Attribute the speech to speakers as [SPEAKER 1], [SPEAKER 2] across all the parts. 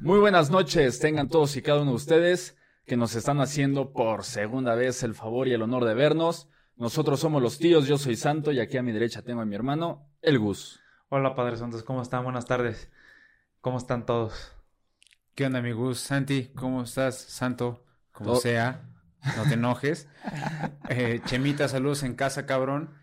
[SPEAKER 1] Muy buenas noches, tengan todos y cada uno de ustedes que nos están haciendo por segunda vez el favor y el honor de vernos. Nosotros somos los tíos, yo soy Santo y aquí a mi derecha tengo a mi hermano, el Gus.
[SPEAKER 2] Hola, Padre Santos, ¿cómo están? Buenas tardes. ¿Cómo están todos?
[SPEAKER 3] ¿Qué onda, amigos? Santi, ¿cómo estás? Santo, como
[SPEAKER 1] Todo-
[SPEAKER 3] sea, no te enojes. Eh, Chemita, saludos en casa, cabrón.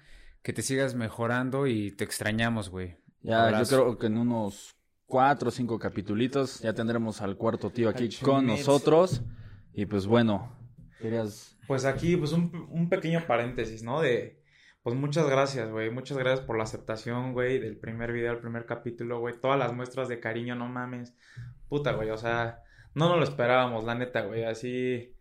[SPEAKER 3] Que te sigas mejorando y te extrañamos, güey.
[SPEAKER 1] Ya,
[SPEAKER 3] Abrazo.
[SPEAKER 1] yo creo que en unos cuatro o cinco capitulitos ya tendremos al cuarto tío aquí
[SPEAKER 2] Al
[SPEAKER 1] con
[SPEAKER 2] Chumets.
[SPEAKER 1] nosotros. Y pues bueno, querías...
[SPEAKER 2] Pues aquí, pues un, un pequeño paréntesis, ¿no? De, pues muchas gracias, güey. Muchas gracias por la aceptación, güey, del primer video, el primer capítulo, güey. Todas las muestras de cariño, no mames. Puta, güey, o sea, no nos lo esperábamos, la neta, güey. Así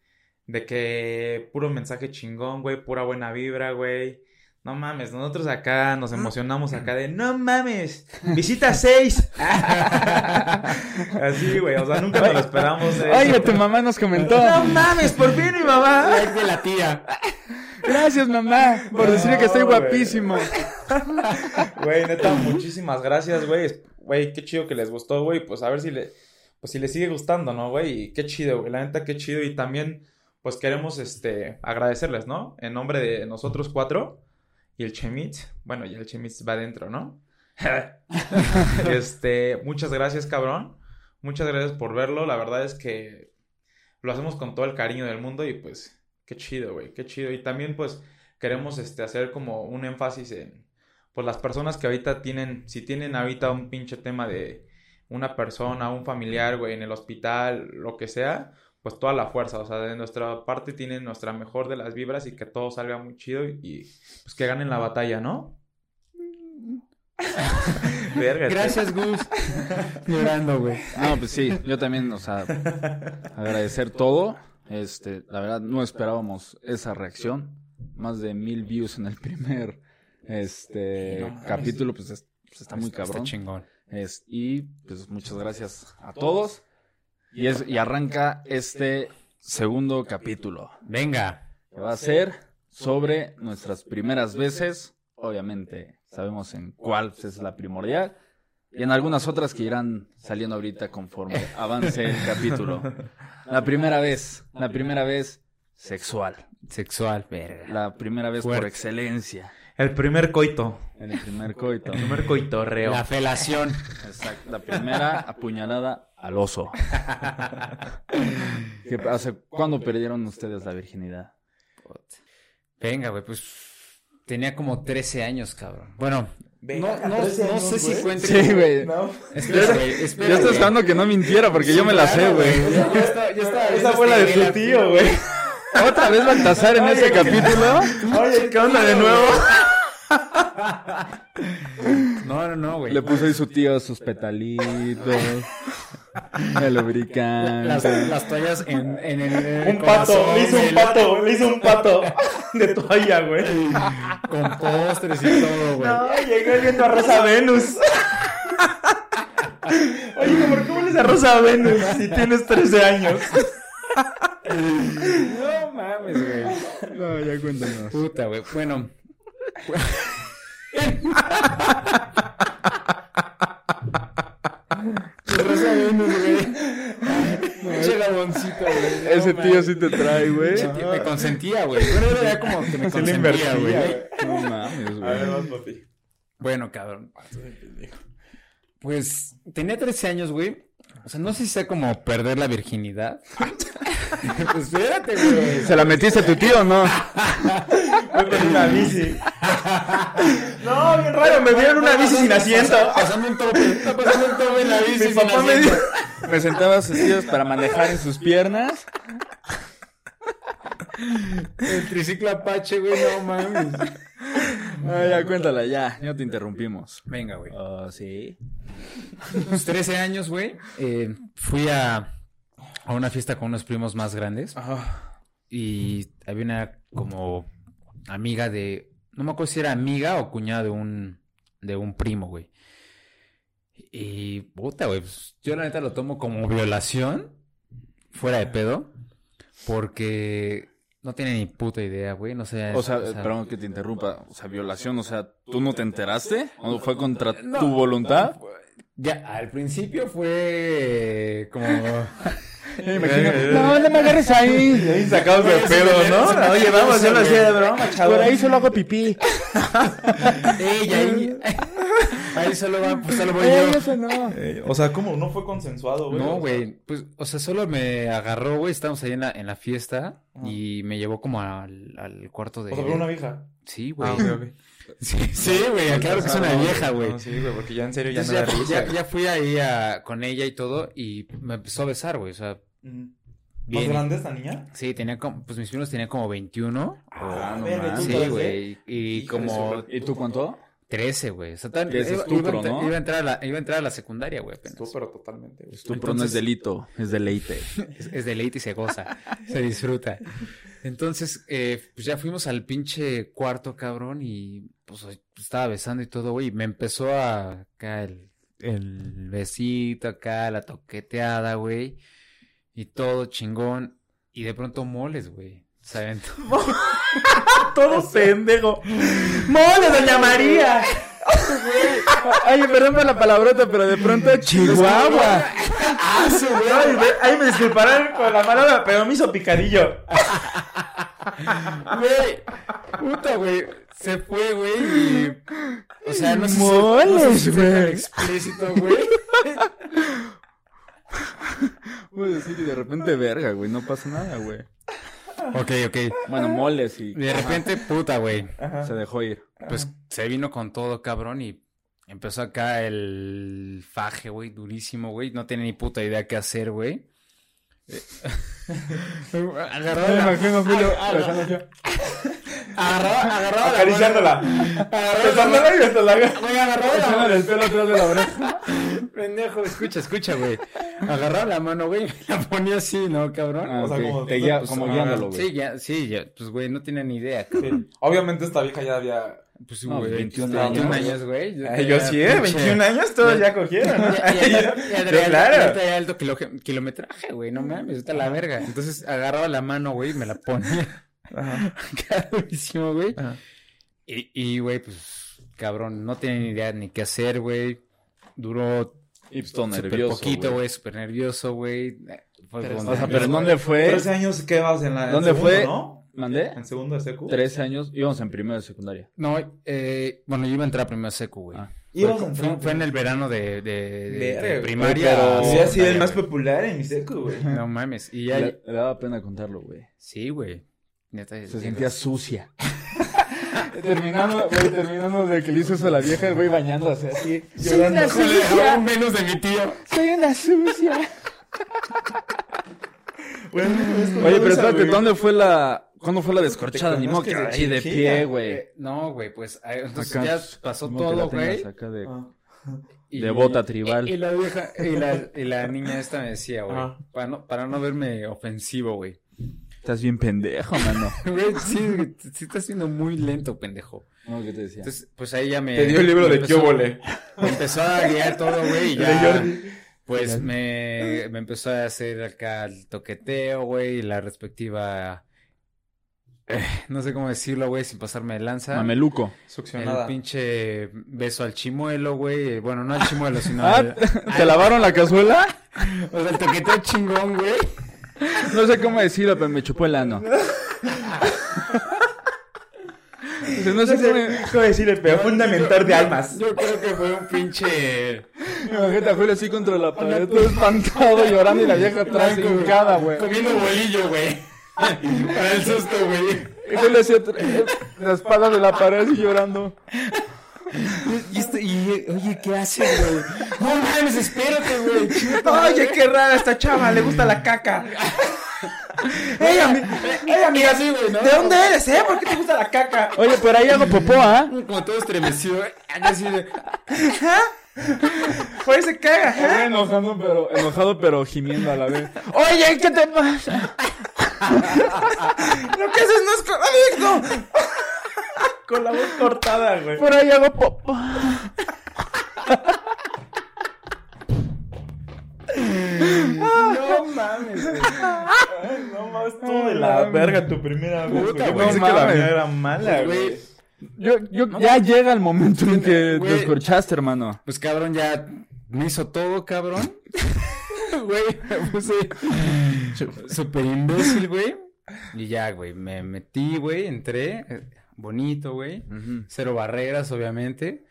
[SPEAKER 2] de que puro mensaje chingón, güey, pura buena vibra, güey. No mames, nosotros acá nos emocionamos acá de, no mames, visita 6. Así, güey, o sea, nunca nos lo esperábamos. eh.
[SPEAKER 1] mamá nos comentó.
[SPEAKER 2] No mames, por fin mi mamá.
[SPEAKER 3] de la tía.
[SPEAKER 1] Gracias, mamá,
[SPEAKER 2] por decirle que estoy No, güey.
[SPEAKER 1] guapísimo.
[SPEAKER 2] Güey, neta, muchísimas gracias, güey. Güey, qué chido que les gustó, güey. Pues a ver si le, pues si les sigue gustando, ¿no, güey? Y qué chido, güey. La neta, qué chido. Y también, pues queremos, este, agradecerles, ¿no? En nombre de nosotros cuatro y el Chemitz. Bueno, ya el Chemitz va adentro, ¿no? este, muchas gracias, cabrón. Muchas gracias por verlo. La verdad es que lo hacemos con todo el cariño del mundo y pues, qué chido, güey. Qué chido. Y también, pues, queremos, este, hacer como un énfasis en pues las personas que ahorita tienen, si tienen ahorita un pinche tema de una persona, un familiar, güey, en el hospital, lo que sea, pues toda la fuerza, o sea, de nuestra parte tienen nuestra mejor de las vibras y que todo salga muy chido y, y, pues que ganen la batalla, ¿no? Verga, este-
[SPEAKER 3] Gracias, Gus. Llorando, güey.
[SPEAKER 1] No, pues sí, yo también, o sea, agradecer todo. Este, la verdad, no esperábamos esa reacción. Más de mil views en el primer este
[SPEAKER 2] No mames.
[SPEAKER 1] capítulo, pues, es- pues está muy cabrón.
[SPEAKER 3] chingón.
[SPEAKER 1] Es- y pues muchas gracias a todos. Y, es, y arranca este segundo capítulo,
[SPEAKER 3] Venga.
[SPEAKER 1] que va a ser sobre nuestras primeras veces. Obviamente, sabemos en cuál pues, es la primordial. Y en algunas otras que irán saliendo ahorita conforme avance el capítulo. La primera vez, la primera vez sexual.
[SPEAKER 3] Sexual, verga.
[SPEAKER 1] La primera vez por
[SPEAKER 3] Fuerte.
[SPEAKER 1] excelencia.
[SPEAKER 2] El primer coito,
[SPEAKER 1] En el primer coito.
[SPEAKER 2] el primer coitorreo.
[SPEAKER 3] La felación.
[SPEAKER 1] Exacto, la primera apuñalada al oso. ¿Qué hace, ¿Cuándo perdieron ustedes la virginidad?
[SPEAKER 3] Venga, güey, pues tenía como 13 años, cabrón. Bueno,
[SPEAKER 2] Venga,
[SPEAKER 3] no, no, no
[SPEAKER 2] 13 años,
[SPEAKER 3] sé si
[SPEAKER 2] güey.
[SPEAKER 3] cuente.
[SPEAKER 1] güey.
[SPEAKER 2] No.
[SPEAKER 3] Espera, güey, espera,
[SPEAKER 1] Yo estoy
[SPEAKER 3] güey.
[SPEAKER 1] esperando que no mintiera porque yo me la sé, güey.
[SPEAKER 3] Yo estaba- yo estaba viendo
[SPEAKER 2] Esa fue la de
[SPEAKER 3] esta
[SPEAKER 2] tu tío, güey.
[SPEAKER 1] Otra vez Baltasar en ese capítulo.
[SPEAKER 2] Oye, ¿qué onda de nuevo?
[SPEAKER 3] No, no, no, güey.
[SPEAKER 1] Le puso ahí su tío sus petalitos. El
[SPEAKER 3] Las,
[SPEAKER 1] lubricante.
[SPEAKER 3] las toallas en, en el. en el
[SPEAKER 2] Un pato,
[SPEAKER 3] corazón,
[SPEAKER 2] le hizo un
[SPEAKER 3] el-
[SPEAKER 2] pato, le hizo un pato de toalla, güey.
[SPEAKER 3] Con postres y todo, güey.
[SPEAKER 2] No, llegó oliendo a Rosa Venus. Oye, ¿por qué hueles a Rosa Venus si tienes 13 años?
[SPEAKER 3] No mames, güey.
[SPEAKER 1] No, ya cuéntanos.
[SPEAKER 3] Puta, güey. Bueno. Rosa Venus, güey. Pinche gaboncito, güey.
[SPEAKER 1] Ese
[SPEAKER 3] No
[SPEAKER 1] tío
[SPEAKER 3] mames.
[SPEAKER 1] sí te trae, güey.
[SPEAKER 3] Pinche tío, Me consentía, güey. Bueno, era ya como que me
[SPEAKER 2] Sí le
[SPEAKER 3] consentía,
[SPEAKER 2] invertía,
[SPEAKER 3] güey.
[SPEAKER 2] güey.
[SPEAKER 1] No mames,
[SPEAKER 2] A ver,
[SPEAKER 1] güey.
[SPEAKER 2] vas, papi.
[SPEAKER 3] Bueno, cabrón. Pues tenía 13 años, güey. O sea, no sé si sea como perder la virginidad. pues espérate, güey.
[SPEAKER 1] ¿Se la metiste a tu tío o no?
[SPEAKER 2] Voy con una bici. No, bien raro, me dieron una bici sin asiento.
[SPEAKER 3] Pasando un tope. Está pasando un tope en la bici.
[SPEAKER 2] Mi
[SPEAKER 3] sin
[SPEAKER 2] papá me
[SPEAKER 3] asiento.
[SPEAKER 2] dijo...
[SPEAKER 1] Me sentaba a sus tíos para manejar en sus piernas.
[SPEAKER 3] El triciclo Apache, güey, no mames.
[SPEAKER 1] Ah, ya, cuéntala, ya. Ya te interrumpimos.
[SPEAKER 3] Venga, güey.
[SPEAKER 1] Ah, sí.
[SPEAKER 3] Unos 13 años, güey. eh, fui a, a una fiesta con unos primos más grandes. Y había una como amiga de. No me acuerdo si era amiga o cuñada de un, de un primo, güey. Y puta, güey. pues, yo la neta lo tomo como violación. Fuera de pedo. Porque no tiene ni puta idea, güey. No sé.
[SPEAKER 1] O sea, perdón que te interrumpa. O sea, violación, o sea, ¿tú no te enteraste? ¿O fue contra tu voluntad?
[SPEAKER 3] Ya, al principio fue como...
[SPEAKER 2] Me imagino-
[SPEAKER 4] No, no me agarres ahí.
[SPEAKER 2] Ahí sacados de pedo, ¿no? Oye, vamos a hacerlo así de broma,
[SPEAKER 4] Por
[SPEAKER 2] chaval.
[SPEAKER 4] ahí solo hago pipí.
[SPEAKER 3] Ella ahí... Ahí solo va, pues solo voy
[SPEAKER 4] Eh,
[SPEAKER 3] yo.
[SPEAKER 4] eso no.
[SPEAKER 2] Eh, o sea, ¿cómo? No fue consensuado, güey.
[SPEAKER 3] No, güey, pues, o sea, solo me agarró, güey, estábamos ahí en la, en la fiesta
[SPEAKER 2] Ajá.
[SPEAKER 3] y me llevó como al, al cuarto de...
[SPEAKER 2] O sea, fue una vieja.
[SPEAKER 3] Sí, güey.
[SPEAKER 2] Ah, ok.
[SPEAKER 3] Sí, sí, güey, claro que es una
[SPEAKER 2] No,
[SPEAKER 3] vieja, güey.
[SPEAKER 2] no, sí, güey, porque ya en serio ya no
[SPEAKER 3] Entonces
[SPEAKER 2] da
[SPEAKER 3] ya,
[SPEAKER 2] risa.
[SPEAKER 3] ya- ya fui ahí a- con ella y todo y me empezó a besar, güey, o sea,
[SPEAKER 2] Ujú. Mm. ¿Más
[SPEAKER 3] bien.
[SPEAKER 2] grande esta niña?
[SPEAKER 3] Sí, tenía como, pues mis primos tenían como 21.
[SPEAKER 1] Ah, no
[SPEAKER 2] verga, ¿y tú
[SPEAKER 1] mames.
[SPEAKER 3] sí,
[SPEAKER 2] entonces,
[SPEAKER 3] güey, y
[SPEAKER 2] Hijo de
[SPEAKER 3] como
[SPEAKER 2] su-
[SPEAKER 1] ¿Y tú cuánto?
[SPEAKER 3] 13, güey. O sea, tan-
[SPEAKER 1] Que es estupro,
[SPEAKER 3] iba, a entrar-
[SPEAKER 1] ¿no?
[SPEAKER 3] iba a entrar a la, iba a entrar a la secundaria, güey, apenas.
[SPEAKER 2] Estuvo, pero totalmente, güey.
[SPEAKER 1] Estupro no es delito, es deleite.
[SPEAKER 3] Es, es deleite y se goza, se disfruta. Entonces, eh, pues ya fuimos al pinche cuarto, cabrón, y pues oye, pues, estaba besando y todo, güey. y Me empezó a acá el, el besito, acá la toqueteada, güey. Y todo chingón. Y de pronto moles, güey. Se aventó.
[SPEAKER 2] Todo pendejo. ¡Mole, doña María!
[SPEAKER 4] Ay, perdón por la palabrota, pero de pronto Chihuahua.
[SPEAKER 2] Ay, ve- Ahí me disculparán con la palabra, pero me hizo picadillo.
[SPEAKER 3] Ah, Güey, puta, güey. Se fue, güey. y- O sea, no sé si- no sé
[SPEAKER 4] Moles,
[SPEAKER 3] si fue tan
[SPEAKER 4] güey.
[SPEAKER 3] explícito, güey.
[SPEAKER 1] Puedes decir y de repente verga, güey, no pasa nada, güey.
[SPEAKER 3] Ok, ok.
[SPEAKER 1] Bueno, moles y
[SPEAKER 3] De repente, puta, güey.
[SPEAKER 2] Ajá.
[SPEAKER 1] se dejó ir.
[SPEAKER 3] Pues se vino con todo, cabrón, y empezó acá el faje, güey, durísimo, güey. No tenía ni puta idea qué hacer, güey. Eh, agarraba la, agarraba, agarraba la
[SPEAKER 2] Acariciándola.
[SPEAKER 3] mano- agarraba la
[SPEAKER 2] Besándola y besándola.
[SPEAKER 3] mano- güey, agarraba la mano.
[SPEAKER 2] el pelo atrás de la oreja.
[SPEAKER 3] Pendejo, escucha, escucha, güey. Agarraba la mano, güey, y me la ponía así, ¿no, cabrón?
[SPEAKER 1] Ah,
[SPEAKER 2] O sea,
[SPEAKER 1] ok.
[SPEAKER 2] como-
[SPEAKER 1] Te guía-
[SPEAKER 2] pues,
[SPEAKER 1] como
[SPEAKER 2] ah,
[SPEAKER 1] guiándolo, güey.
[SPEAKER 3] Sí, ya, sí, ya, pues, güey, no tenía ni idea. cabrón.
[SPEAKER 2] Sí. Obviamente esta vieja ya había...
[SPEAKER 3] Pues,
[SPEAKER 1] No,
[SPEAKER 3] güey,
[SPEAKER 1] 21
[SPEAKER 3] 21
[SPEAKER 1] años.
[SPEAKER 3] años, güey. Yo,
[SPEAKER 2] Ay, yo sí, ¿eh? 21 años todos ya cogieron, ¿no?
[SPEAKER 3] Ya, ya, ya, ya
[SPEAKER 2] Yo,
[SPEAKER 3] traía- ya
[SPEAKER 2] claro.
[SPEAKER 3] traía alto kilo- kilometraje, güey, no mames, está la verga. Entonces agarraba la mano, güey, y me la ponía
[SPEAKER 2] Ajá.
[SPEAKER 3] acá durísimo, güey.
[SPEAKER 2] Ajá.
[SPEAKER 3] Y, y, güey, pues, cabrón, no tenía ni idea ni qué hacer, güey. Duró
[SPEAKER 1] Hipstone
[SPEAKER 3] súper
[SPEAKER 1] pues nervioso.
[SPEAKER 3] poquito, güey, súper nervioso, güey. Fue
[SPEAKER 2] Pero
[SPEAKER 3] como-
[SPEAKER 1] O sea, pero
[SPEAKER 2] Nervioso,
[SPEAKER 1] ¿en dónde fue?
[SPEAKER 2] 13 años, ¿qué vas en la... en
[SPEAKER 1] ¿Dónde
[SPEAKER 2] segundo,
[SPEAKER 1] fue?
[SPEAKER 2] ¿no?
[SPEAKER 1] ¿Mandé?
[SPEAKER 2] En segundo de secu.
[SPEAKER 1] 13 años, íbamos en primero de secundaria.
[SPEAKER 3] No, eh, bueno, yo iba a entrar primero a secu, güey.
[SPEAKER 1] Ah.
[SPEAKER 2] Ibas
[SPEAKER 3] fue,
[SPEAKER 2] a
[SPEAKER 3] fue-
[SPEAKER 2] entrar.
[SPEAKER 3] fue en el verano de, de- de- de
[SPEAKER 2] Verga, güey,
[SPEAKER 3] primaria. a
[SPEAKER 2] Pero... Sí, ha sido el
[SPEAKER 3] secundaria,
[SPEAKER 2] más
[SPEAKER 3] güey.
[SPEAKER 2] popular en mi secu, güey.
[SPEAKER 3] No mames. Y ya.
[SPEAKER 1] Le, le daba pena contarlo, güey.
[SPEAKER 3] Sí, güey. Neta,
[SPEAKER 1] Se
[SPEAKER 3] digo,
[SPEAKER 1] sentía sucia.
[SPEAKER 4] Terminando, güey, terminando de que le hizo eso a la vieja, el güey bañándose así.
[SPEAKER 2] Soy una
[SPEAKER 3] Híjole, aún menos de mi tío.
[SPEAKER 4] Soy una sucia.
[SPEAKER 2] Ah.
[SPEAKER 1] Oye, pero espérate, ¿dónde fue la. ¿Cuándo fue la descorchada?
[SPEAKER 2] Te
[SPEAKER 1] Ni modo que
[SPEAKER 2] conozco
[SPEAKER 1] así
[SPEAKER 2] desde
[SPEAKER 1] de
[SPEAKER 2] chiquita,
[SPEAKER 1] pie, güey.
[SPEAKER 3] Eh, No, güey, pues ay, entonces
[SPEAKER 1] Acá,
[SPEAKER 3] ya pasó
[SPEAKER 1] ni modo que
[SPEAKER 3] todo,
[SPEAKER 1] la tengas
[SPEAKER 3] güey.
[SPEAKER 1] acá de-
[SPEAKER 2] Ah.
[SPEAKER 3] y-
[SPEAKER 1] de bota tribal.
[SPEAKER 3] Y, y la vieja, y la, y la niña esta me decía, güey,
[SPEAKER 2] Ajá.
[SPEAKER 3] para no, para no verme ofensivo, güey.
[SPEAKER 1] Estás bien pendejo, mano.
[SPEAKER 3] Güey, sí, güey, sí estás siendo muy lento, pendejo.
[SPEAKER 1] No, ¿qué te decía?
[SPEAKER 3] Entonces, pues ahí ya me...
[SPEAKER 2] Te dio el libro
[SPEAKER 3] me
[SPEAKER 2] de
[SPEAKER 3] empezó-
[SPEAKER 2] Yo volé.
[SPEAKER 3] Me empezó a guiar todo, güey, y
[SPEAKER 2] De
[SPEAKER 3] ya...
[SPEAKER 2] Jordi.
[SPEAKER 3] Pues me, me empezó a hacer acá el toqueteo, güey, y la respectiva... eh, no sé cómo decirlo, güey, sin pasarme de lanza.
[SPEAKER 1] Mameluco.
[SPEAKER 2] Succionada.
[SPEAKER 3] El pinche beso al chimuelo, güey. Bueno, no al chimuelo, sino
[SPEAKER 1] Ah,
[SPEAKER 3] al...
[SPEAKER 1] ¿te lavaron la cazuela?
[SPEAKER 3] O sea, el toqueteo chingón, güey.
[SPEAKER 1] No sé cómo decirlo, pero me chupó el ano. Dice, no sé cómo.
[SPEAKER 2] ¿Cómo decirle? Pero fundamentor de almas.
[SPEAKER 3] Yo creo que fue un pinche...
[SPEAKER 1] Imagínate a Julio así contra la pared, todo espantado, llorando y la vieja atrás hincada, güey.
[SPEAKER 3] Comiendo bolillo, güey. Para el susto, güey.
[SPEAKER 1] Y Julio así atr- la espalda de la pared y llorando.
[SPEAKER 3] Y, esto, y oye, ¿qué haces, güey? No mames, espérate, güey.
[SPEAKER 2] Oye, qué rara esta chava, le gusta la caca. ¡Ey, ami-
[SPEAKER 3] Ay, amiga, sí, güey, ¿no?
[SPEAKER 2] ¿De dónde eres, eh? ¿Por qué te gusta la caca?
[SPEAKER 1] Oye, pero ahí hago popó, ¿ah?
[SPEAKER 3] Como todo estremecido, güey. Así de...
[SPEAKER 2] Por eso se caga, ¿eh?
[SPEAKER 1] Enojando, pero, enojado, pero gimiendo a la vez.
[SPEAKER 4] Oye, ¿qué te pasa?
[SPEAKER 2] Lo que haces no es correcto. Con la voz cortada, güey.
[SPEAKER 4] Por ahí hago popó.
[SPEAKER 2] No mames, güey. Ay, No mames, tú de la verga tu primera vez. güey.
[SPEAKER 3] Puta,
[SPEAKER 2] Yo
[SPEAKER 3] güey.
[SPEAKER 2] pensé
[SPEAKER 1] No
[SPEAKER 2] que la
[SPEAKER 1] mames.
[SPEAKER 2] mía era mala,
[SPEAKER 3] Güey,
[SPEAKER 2] güey.
[SPEAKER 1] Yo, yo, ya llega el momento en que
[SPEAKER 3] Güey.
[SPEAKER 1] descorchaste, hermano.
[SPEAKER 3] Pues cabrón, ya me hizo todo, cabrón. Güey, me puse súper imbécil, güey. Y ya, güey, me metí, güey, entré. eh, Bonito, güey.
[SPEAKER 1] Ujú.
[SPEAKER 3] Cero barreras, obviamente.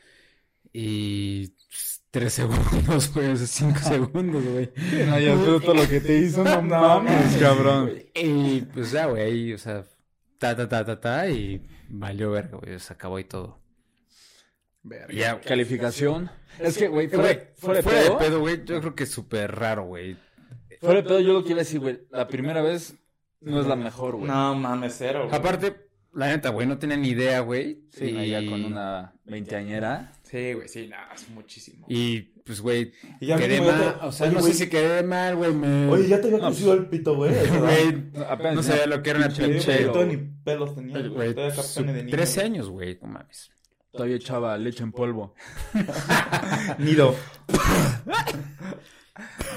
[SPEAKER 3] Y pues, tres segundos, güey, o sea, cinco segundos, güey.
[SPEAKER 4] No, ya es bruto lo que te hizo, no mames, cabrón.
[SPEAKER 3] Y pues ya, güey, ahí, o sea, ta, ta, ta, ta, ta, y valió verga, güey, se acabó y todo.
[SPEAKER 2] Verga.
[SPEAKER 3] Ya,
[SPEAKER 1] Calificación. Es que, güey, fuera,
[SPEAKER 3] Güey,
[SPEAKER 1] fuera de
[SPEAKER 3] de
[SPEAKER 1] pedo.
[SPEAKER 3] pedo, güey, yo creo que es súper raro, güey.
[SPEAKER 1] Fuera de pedo, yo lo que iba a decir, güey. La primera vez no es la mejor, güey.
[SPEAKER 2] No mames, cero. güey.
[SPEAKER 3] Aparte, la neta, güey, no tenía ni idea, güey.
[SPEAKER 1] Sí, no, ya con una veinteañera.
[SPEAKER 2] Sí, güey, sí, nada, es muchísimo.
[SPEAKER 3] Y, pues, güey,
[SPEAKER 5] Y ya
[SPEAKER 3] quedé
[SPEAKER 5] mismo ya
[SPEAKER 3] mal.
[SPEAKER 5] te-
[SPEAKER 3] O sea,
[SPEAKER 5] Oye,
[SPEAKER 3] no
[SPEAKER 5] güey.
[SPEAKER 3] sé si quedé mal, güey, me...
[SPEAKER 5] Oye, ya te había
[SPEAKER 2] Ah,
[SPEAKER 5] crecido el pito, güey. o sea,
[SPEAKER 3] Güey,
[SPEAKER 1] Apenas.
[SPEAKER 3] no sabía lo que era una
[SPEAKER 5] sí, güey,
[SPEAKER 3] pinche...
[SPEAKER 5] todo ni pelos tenía, güey.
[SPEAKER 3] Güey,
[SPEAKER 5] Todavía capone de
[SPEAKER 3] su-
[SPEAKER 5] niño.
[SPEAKER 3] 13 años, güey, no mames.
[SPEAKER 1] Todavía echaba leche en polvo.
[SPEAKER 5] Nido.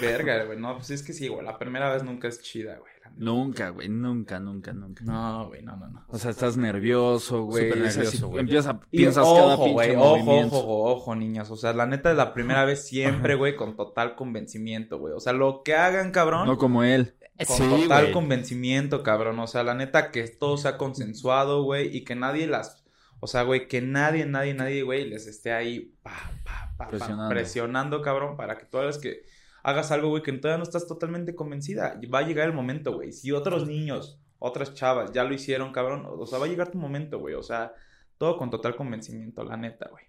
[SPEAKER 2] Verga, güey. No, pues es que sí, güey. La primera vez nunca es chida, güey. la neta.
[SPEAKER 1] Nunca, güey. Nunca, nunca, nunca.
[SPEAKER 2] No, güey, no, no, no.
[SPEAKER 1] O sea, estás nervioso, güey.
[SPEAKER 3] Súper
[SPEAKER 1] O sea,
[SPEAKER 3] nervioso,
[SPEAKER 1] si
[SPEAKER 3] güey.
[SPEAKER 1] Empiezas, a-
[SPEAKER 2] Y
[SPEAKER 1] piensas cada
[SPEAKER 2] ojo,
[SPEAKER 1] pinche
[SPEAKER 2] güey, ojo,
[SPEAKER 1] movimiento.
[SPEAKER 2] ojo, ojo, niñas. O sea, la neta es la primera vez siempre, güey, con total convencimiento, güey. O sea, lo que hagan, cabrón,
[SPEAKER 1] No como él.
[SPEAKER 2] con
[SPEAKER 3] Sí,
[SPEAKER 2] total
[SPEAKER 3] güey.
[SPEAKER 2] convencimiento, cabrón. O sea, la neta que todo sea consensuado, güey, y que nadie las, o sea, güey, que nadie, nadie, nadie, güey, les esté ahí pa, pa, pa, pa,
[SPEAKER 1] Presionando.
[SPEAKER 2] presionando, cabrón, para que todas las que hagas algo, güey, que todavía no estás totalmente convencida. Va a llegar el momento, güey. Si otros niños, otras chavas ya lo hicieron, cabrón, o sea, va a llegar tu momento, güey. O sea, todo con total convencimiento, la neta, güey.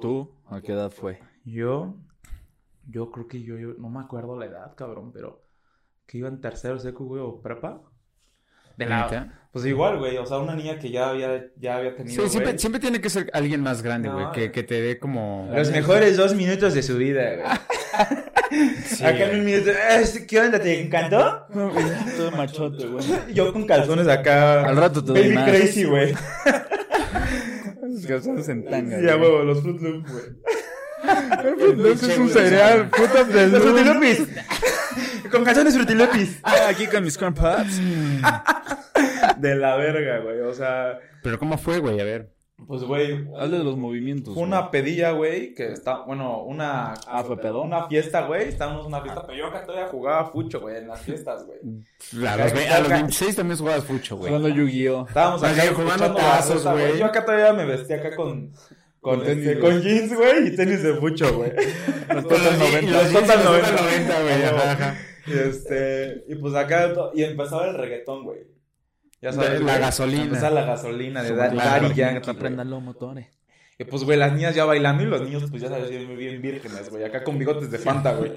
[SPEAKER 1] ¿Tú? ¿A qué edad fue?
[SPEAKER 2] Yo, yo creo que yo, yo no me acuerdo la edad, cabrón, pero que iba en tercero seco, güey, o prepa. De la,
[SPEAKER 3] Neta.
[SPEAKER 2] Pues igual, güey, o sea, una niña que ya había, ya había tenido,
[SPEAKER 3] Sí, siempre,
[SPEAKER 2] güey,
[SPEAKER 3] siempre tiene que ser alguien más grande,
[SPEAKER 2] No,
[SPEAKER 3] güey, que, que te dé como...
[SPEAKER 2] Los mejores dos minutos de su vida, güey.
[SPEAKER 3] Sí,
[SPEAKER 2] Acá en
[SPEAKER 3] güey.
[SPEAKER 2] un minuto, "Eh, ¿qué onda? ¿Te encantó?
[SPEAKER 5] Todo machote, güey.
[SPEAKER 2] Yo con calzones acá.
[SPEAKER 1] Al rato te doy
[SPEAKER 2] Baby
[SPEAKER 1] más.
[SPEAKER 2] Crazy, güey.
[SPEAKER 1] Calzones en tanga.
[SPEAKER 2] Ya, huevo, los Fruit Loops, güey.
[SPEAKER 4] Entonces es un cereal, putas de
[SPEAKER 2] Los
[SPEAKER 4] luz.
[SPEAKER 2] Frutilupis. con calzones Frutilupis.
[SPEAKER 1] Ah, aquí con mis corn pops.
[SPEAKER 2] De la verga, güey, o sea.
[SPEAKER 3] Pero ¿cómo fue, güey? A ver.
[SPEAKER 2] Pues, güey,
[SPEAKER 1] Hazle de los movimientos.
[SPEAKER 2] Fue una pedilla, güey, que está, bueno, una...
[SPEAKER 1] Ah, ¿fue pedo?
[SPEAKER 2] Una fiesta, güey, estábamos en una
[SPEAKER 1] Ah.
[SPEAKER 2] fiesta, pero yo acá todavía jugaba fucho, güey, en las fiestas, güey.
[SPEAKER 3] A los, ve- a los 26 también jugabas fucho, güey.
[SPEAKER 1] Jugando Yu-Gi-Oh.
[SPEAKER 2] Estábamos acá
[SPEAKER 3] Acá jugando
[SPEAKER 2] escuchando
[SPEAKER 3] tazos,
[SPEAKER 2] barrota,
[SPEAKER 3] güey.
[SPEAKER 2] Yo acá todavía me vestía acá con... Con,
[SPEAKER 4] Con tenis,
[SPEAKER 2] este,
[SPEAKER 4] güey.
[SPEAKER 2] con jeans, güey, y tenis de fucho, güey.
[SPEAKER 3] Los
[SPEAKER 2] Total 90.
[SPEAKER 3] Los
[SPEAKER 2] Total 90.
[SPEAKER 3] 90, güey. ajá, ajá.
[SPEAKER 2] Y este... Y pues acá... to- Y empezaba el reggaetón, güey. Ya sabes,
[SPEAKER 3] La
[SPEAKER 2] güey.
[SPEAKER 3] gasolina.
[SPEAKER 2] Empezaba la gasolina de
[SPEAKER 3] Su
[SPEAKER 2] Da-
[SPEAKER 3] madre.
[SPEAKER 2] Daddy
[SPEAKER 1] Aquí
[SPEAKER 2] Yankee, güey.
[SPEAKER 1] prendan los motores.
[SPEAKER 2] Y pues, güey, las niñas ya bailando y los niños, pues ya sabes, bien, bien vírgenes, güey. Acá con bigotes de Fanta, güey.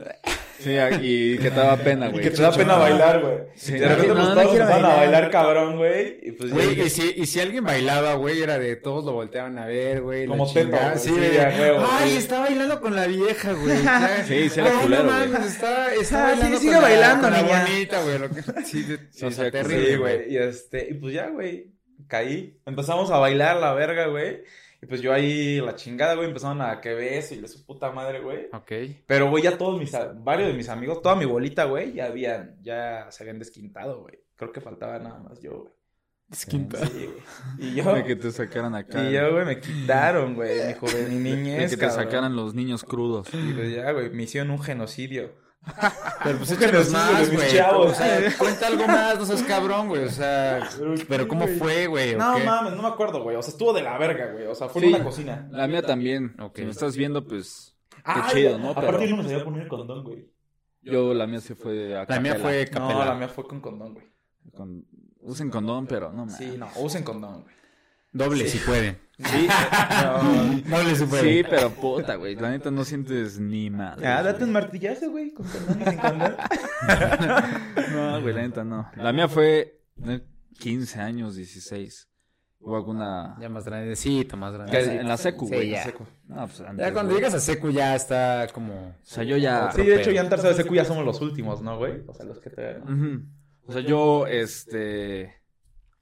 [SPEAKER 1] Sí, y que te daba pena,
[SPEAKER 2] Y
[SPEAKER 1] güey.
[SPEAKER 2] que te da pena bailar, güey.
[SPEAKER 1] Sí.
[SPEAKER 2] De repente
[SPEAKER 1] No,
[SPEAKER 2] pues,
[SPEAKER 1] no
[SPEAKER 2] todos
[SPEAKER 1] quiero
[SPEAKER 2] empezaron a
[SPEAKER 1] bailar.
[SPEAKER 2] bailar cabrón, güey. Y pues
[SPEAKER 3] Güey,
[SPEAKER 2] ya-
[SPEAKER 3] y si, y si alguien bailaba, güey, era de todos lo volteaban a ver, güey. la
[SPEAKER 2] Como teto,
[SPEAKER 3] chingada.
[SPEAKER 2] güey,
[SPEAKER 3] Sí,
[SPEAKER 2] sí,
[SPEAKER 3] güey.
[SPEAKER 2] a huevo,
[SPEAKER 3] Ay,
[SPEAKER 2] sí.
[SPEAKER 3] está bailando con la vieja, güey. ya.
[SPEAKER 1] Sí, sí era
[SPEAKER 3] Ay,
[SPEAKER 1] culero,
[SPEAKER 3] no
[SPEAKER 1] güey.
[SPEAKER 3] mames, Está, está
[SPEAKER 2] Ah, sí,
[SPEAKER 3] bailando
[SPEAKER 2] sigue
[SPEAKER 3] con la-
[SPEAKER 2] bailando,
[SPEAKER 3] con la,
[SPEAKER 2] niña.
[SPEAKER 3] bonita, güey. lo que- Sí, sí, o sea,
[SPEAKER 1] sí,
[SPEAKER 2] Sí,
[SPEAKER 3] terrible, güey.
[SPEAKER 2] güey. Y este, y pues ya, güey. Caí. Empezamos a bailar la verga, güey. Y pues yo ahí, la chingada, güey, empezaron a que beso y le su puta madre, güey.
[SPEAKER 3] Ok.
[SPEAKER 2] Pero, güey, ya todos mis, a- varios de mis amigos, toda mi bolita, güey, ya habían, ya se habían desquintado, güey. Creo que faltaba nada más yo, güey.
[SPEAKER 1] Desquintado.
[SPEAKER 2] Sí, güey. Y yo,
[SPEAKER 1] De que te sacaran acá.
[SPEAKER 2] y yo, güey, me quitaron, güey, mi joven, mi
[SPEAKER 1] De
[SPEAKER 2] niñez,
[SPEAKER 1] que te
[SPEAKER 2] cabrón.
[SPEAKER 1] sacaran los niños crudos.
[SPEAKER 2] Y pues ya, güey, me hicieron un genocidio.
[SPEAKER 3] Pero pues
[SPEAKER 2] Pero
[SPEAKER 3] échanos
[SPEAKER 2] sí,
[SPEAKER 3] más,
[SPEAKER 2] de mis
[SPEAKER 3] güey.
[SPEAKER 2] chavos.
[SPEAKER 3] O sea, cuenta algo más, no seas cabrón, güey. O sea, pero ¿cómo fue, güey? o
[SPEAKER 2] No
[SPEAKER 3] qué?
[SPEAKER 2] mames, no me acuerdo, güey. O sea, estuvo de la verga, güey. O sea, fue
[SPEAKER 1] Sí.
[SPEAKER 2] en una cocina.
[SPEAKER 1] La mía también.
[SPEAKER 3] Ok.
[SPEAKER 1] Si me estás viendo, pues. Qué
[SPEAKER 2] Ah,
[SPEAKER 1] chido, ¿no?
[SPEAKER 2] Aparte, yo
[SPEAKER 1] Pero
[SPEAKER 2] no me sabía poner condón, güey.
[SPEAKER 1] yo, la mía se fue a
[SPEAKER 3] La mía
[SPEAKER 1] capela.
[SPEAKER 3] fue
[SPEAKER 2] No,
[SPEAKER 3] capela.
[SPEAKER 2] la mía fue con condón, güey.
[SPEAKER 1] Con- Usen condón, pero no mames.
[SPEAKER 2] Sí, no, usen condón, güey.
[SPEAKER 3] Doble, si pueden.
[SPEAKER 1] Sí,
[SPEAKER 2] No.
[SPEAKER 3] Doble, si pueden.
[SPEAKER 1] sí, pero puta, güey. La neta no sientes ni mal.
[SPEAKER 2] Ah, date un martillazo, güey, con condón y sin condón.
[SPEAKER 1] No, güey, la neta no. La mía fue eh, 15 años, 16. Hubo alguna.
[SPEAKER 3] Ya más grandecito, más
[SPEAKER 1] Que-
[SPEAKER 3] grande.
[SPEAKER 1] En la secu,
[SPEAKER 3] Sí,
[SPEAKER 1] güey.
[SPEAKER 3] ya.
[SPEAKER 1] No, pues antes,
[SPEAKER 3] Ya cuando
[SPEAKER 1] güey.
[SPEAKER 3] llegas a secu ya está como...
[SPEAKER 1] O sea, yo ya.
[SPEAKER 2] Sí, de hecho, ya en tercera de secu ya somos los últimos, ¿no, güey? O sea, los que te...
[SPEAKER 1] Ujú. O sea, yo, este.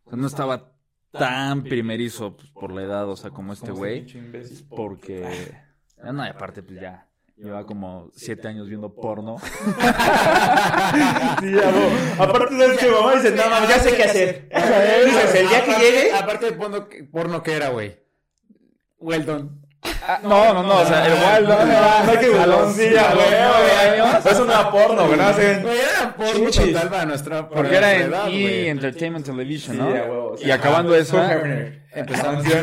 [SPEAKER 1] o sea, no estaba tan primerizo pues, por la edad, o sea, como este
[SPEAKER 2] Como
[SPEAKER 1] güey.
[SPEAKER 2] pinche imbécil.
[SPEAKER 1] Porque. Ah, No, y aparte, pues ya. Lleva como siete años viendo porno.
[SPEAKER 2] Sí, ya, güey. Aparte, ¿sabes qué, mamá? Dice, no, mames, ya sé qué hacer. Dices, el día que
[SPEAKER 3] Aparte-
[SPEAKER 2] llegue...
[SPEAKER 3] Aparte del porno, porno que era, güey. Weldon.
[SPEAKER 1] No, no, no, o sea, igual, no,
[SPEAKER 5] no, que
[SPEAKER 1] Jaloncilla, güey,
[SPEAKER 2] Eso no era porno, gracias.
[SPEAKER 3] Güey, era porno
[SPEAKER 2] Chichis.
[SPEAKER 3] total para nuestra. para
[SPEAKER 1] Porque era
[SPEAKER 3] nuestra
[SPEAKER 1] en
[SPEAKER 3] edad,
[SPEAKER 1] E!
[SPEAKER 3] güey.
[SPEAKER 1] Entertainment Television,
[SPEAKER 2] Sí,
[SPEAKER 1] ¿no?
[SPEAKER 2] a huevo, sí.
[SPEAKER 1] y
[SPEAKER 5] ah,
[SPEAKER 1] acabando esa,
[SPEAKER 3] Empezamos.
[SPEAKER 2] Sí,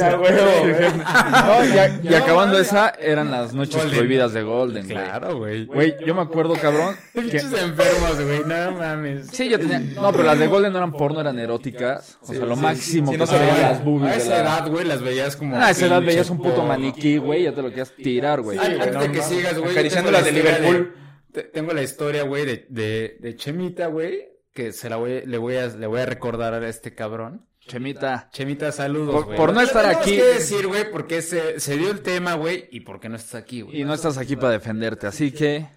[SPEAKER 2] a huevo, güey.
[SPEAKER 1] no, y, a- y acabando esa eran las noches
[SPEAKER 3] Golden.
[SPEAKER 1] prohibidas de Golden, güey.
[SPEAKER 3] Claro, güey.
[SPEAKER 1] Güey, yo me acuerdo, cabrón, que
[SPEAKER 3] Pinches enfermos, güey, no mames.
[SPEAKER 1] Sí, yo tenía. No, pero las de Golden no eran porno, eran eróticas. O sea, lo
[SPEAKER 2] sí,
[SPEAKER 1] máximo
[SPEAKER 2] sí,
[SPEAKER 1] que
[SPEAKER 2] no
[SPEAKER 1] se
[SPEAKER 2] se
[SPEAKER 1] veían
[SPEAKER 2] veían
[SPEAKER 1] las boobies.
[SPEAKER 3] A
[SPEAKER 1] de
[SPEAKER 3] esa
[SPEAKER 1] la-
[SPEAKER 3] edad, güey, las veías como.
[SPEAKER 1] Ah, a esa edad veías un
[SPEAKER 3] pinche
[SPEAKER 1] puto
[SPEAKER 3] porno.
[SPEAKER 1] maniquí, güey, ya te lo querías tirar, güey.
[SPEAKER 3] Ay, Antes de que sigas, güey.
[SPEAKER 2] Acariciando
[SPEAKER 3] tengo
[SPEAKER 2] las de
[SPEAKER 3] historia
[SPEAKER 2] Liverpool.
[SPEAKER 3] te- Tengo la historia, güey, de, de, de Chemita, güey. Que se la voy, le voy a, le voy a recordar a este cabrón.
[SPEAKER 1] Chemita.
[SPEAKER 3] Chemita, saludos,
[SPEAKER 1] Por-
[SPEAKER 3] güey.
[SPEAKER 1] por no estar
[SPEAKER 3] Tenemos
[SPEAKER 1] aquí.
[SPEAKER 3] que decir, güey, porque se, se dio el tema, güey, y por qué no estás aquí, güey.
[SPEAKER 1] Y no estás aquí para defenderte, así que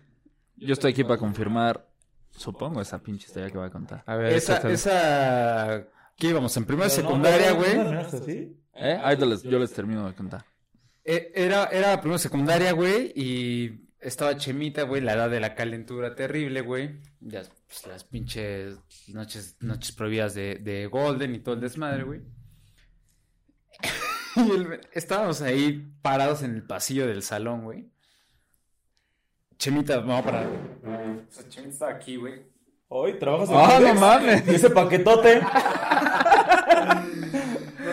[SPEAKER 1] yo estoy aquí para confirmar, supongo, esa pinche historia que voy a contar.
[SPEAKER 2] A ver,
[SPEAKER 3] Esa, esa... ¿Qué íbamos? ¿En primera secundaria, güey?
[SPEAKER 1] ¿Eh? Ahí te les- yo les termino de contar.
[SPEAKER 3] Eh, Era, era primero secundaria, güey, y estaba Chemita, güey, la edad de la calentura terrible, güey. Ya, pues, las pinches noches, noches prohibidas de, de Golden y todo el desmadre, güey. Y el- estábamos ahí parados en el pasillo del salón, güey. Chemita, vamos para. O sea, Chemita estaba aquí, güey.
[SPEAKER 5] Hoy trabajas en
[SPEAKER 1] ¡Ah, no
[SPEAKER 5] Telmex.
[SPEAKER 1] mames!
[SPEAKER 5] Y ese paquetote.
[SPEAKER 3] No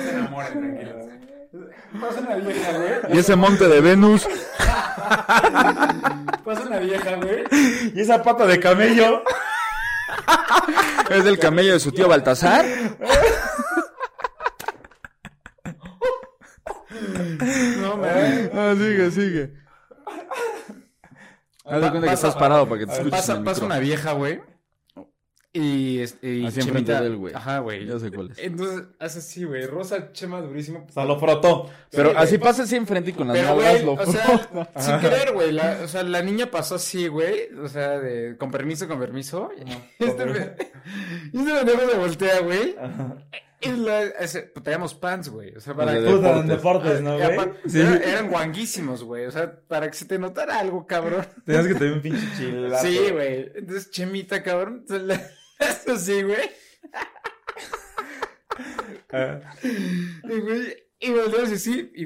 [SPEAKER 3] se enamoren, tranquilos.
[SPEAKER 4] Pasa una vieja, güey.
[SPEAKER 1] Y ese monte de Venus.
[SPEAKER 4] Pasa una vieja, güey.
[SPEAKER 5] Y esa pata de camello.
[SPEAKER 1] ¿Es del camello de su tío Baltasar?
[SPEAKER 3] No, mames.
[SPEAKER 1] Ah, sigue, sigue. Haz de cuenta que estás parado para que te escuches en
[SPEAKER 3] Pasa,
[SPEAKER 1] el
[SPEAKER 3] pasa una vieja, güey. Y, este, y
[SPEAKER 1] Así enfrente de él, güey.
[SPEAKER 3] Ajá, güey. Eh,
[SPEAKER 1] micrófono. Ya sé cuál es.
[SPEAKER 3] Entonces, hace así, güey. Rosa Chema durísimo.
[SPEAKER 5] O sea, lo frotó.
[SPEAKER 1] Pero
[SPEAKER 3] Sí, güey,
[SPEAKER 1] así pasa así enfrente y con las
[SPEAKER 3] eh, Pero,
[SPEAKER 1] nalgas
[SPEAKER 3] güey,
[SPEAKER 1] lo
[SPEAKER 3] o sea, sin querer, güey. la- O sea, la niña pasó así, güey. O sea, de con permiso, con permiso. Y este me- y este pendejo se voltea, güey. Y la, ese- pues, traíamos pants, güey. O sea, para
[SPEAKER 1] Los
[SPEAKER 3] que...
[SPEAKER 1] de
[SPEAKER 5] Puta, en
[SPEAKER 3] Ah,
[SPEAKER 5] deportes, ¿no,
[SPEAKER 3] y
[SPEAKER 5] güey?
[SPEAKER 3] aparte- era- eran guanguísimos, güey. O sea, para que se te notara algo, cabrón.
[SPEAKER 5] Tenías que tener un pinche chilazo.
[SPEAKER 3] Sí, güey. Entonces, Chemita, cabrón. se la- Esto sí, güey. Y, güey. Y volteas así y.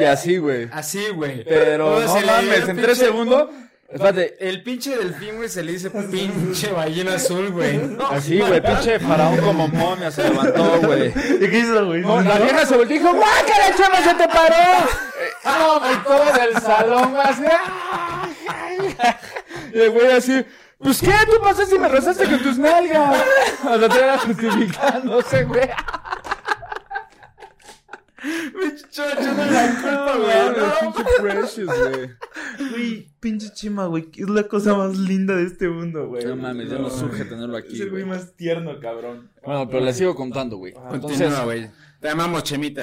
[SPEAKER 1] Y así, güey.
[SPEAKER 3] Así, güey.
[SPEAKER 1] Pero
[SPEAKER 3] Entonces,
[SPEAKER 1] no
[SPEAKER 3] se le dio
[SPEAKER 1] mames,
[SPEAKER 3] el
[SPEAKER 1] en tres
[SPEAKER 3] pinche-
[SPEAKER 1] segundos. Espérate,
[SPEAKER 3] El pinche delfín, güey, se le dice pinche ballena azul, güey. No,
[SPEAKER 1] así, güey, pinche faraón como momia se levantó, güey.
[SPEAKER 5] ¿Y qué hizo, güey? No,
[SPEAKER 1] La vieja se volvió y dijo, ¡guácala, chama, se te paró! No, güey, todo en el salón, güey, así. ¡ah! Y el güey así, pues, ¿qué? ¿Tú pasaste y me rozaste con tus nalgas? O sea, te era justificándose, güey.
[SPEAKER 3] pinche chocho de la culpa, güey.
[SPEAKER 1] Güey,
[SPEAKER 3] No,
[SPEAKER 1] pinche precious, güey.
[SPEAKER 5] güey, pinche chima, güey. Es la cosa más linda de este mundo, güey.
[SPEAKER 1] No mames, ya nos surge tenerlo
[SPEAKER 5] Es
[SPEAKER 1] aquí,
[SPEAKER 5] el güey
[SPEAKER 1] güey.
[SPEAKER 5] más tierno, cabrón.
[SPEAKER 1] Bueno, pero le sigo contando, güey. Entonces,
[SPEAKER 3] Continúa, güey. Te amamos, Chemita.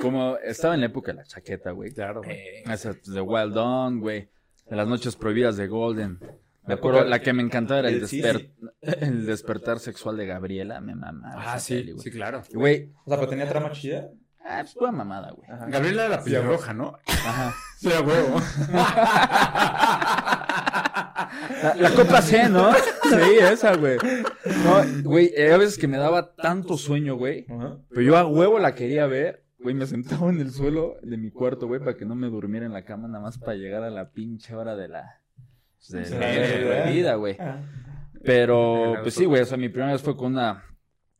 [SPEAKER 1] como estaba en la época de la chaqueta, güey. Claro, güey. Esa pues, de Wild On, güey. De las noches prohibidas de Golden. Me acuerdo, la que me encantaba era el,
[SPEAKER 5] del
[SPEAKER 1] desper- el despertar sexual de Gabriela, me mamá. güey.
[SPEAKER 3] claro.
[SPEAKER 1] Y, Güey,
[SPEAKER 5] O sea, pero tenía trama chida.
[SPEAKER 1] ah, pues pura mamada, güey.
[SPEAKER 3] Gabriela era pelirroja, ¿no?
[SPEAKER 1] Ajá.
[SPEAKER 3] Sí, a huevo.
[SPEAKER 1] La, la copa C, ¿no? Sí, esa, güey. No, güey, eh, a veces que me daba tanto sueño, güey.
[SPEAKER 5] Ajá.
[SPEAKER 1] Pero yo a huevo la quería ver. Güey, me sentaba en el suelo de mi cuarto, güey, para que no me durmiera en la cama, nada más para llegar a la pinche hora de la. De
[SPEAKER 5] Sí,
[SPEAKER 1] la noche
[SPEAKER 5] ¿verdad?
[SPEAKER 1] prohibida, güey.
[SPEAKER 5] Ah.
[SPEAKER 1] Pero, pues sí, güey, o sea, mi primera vez fue con una.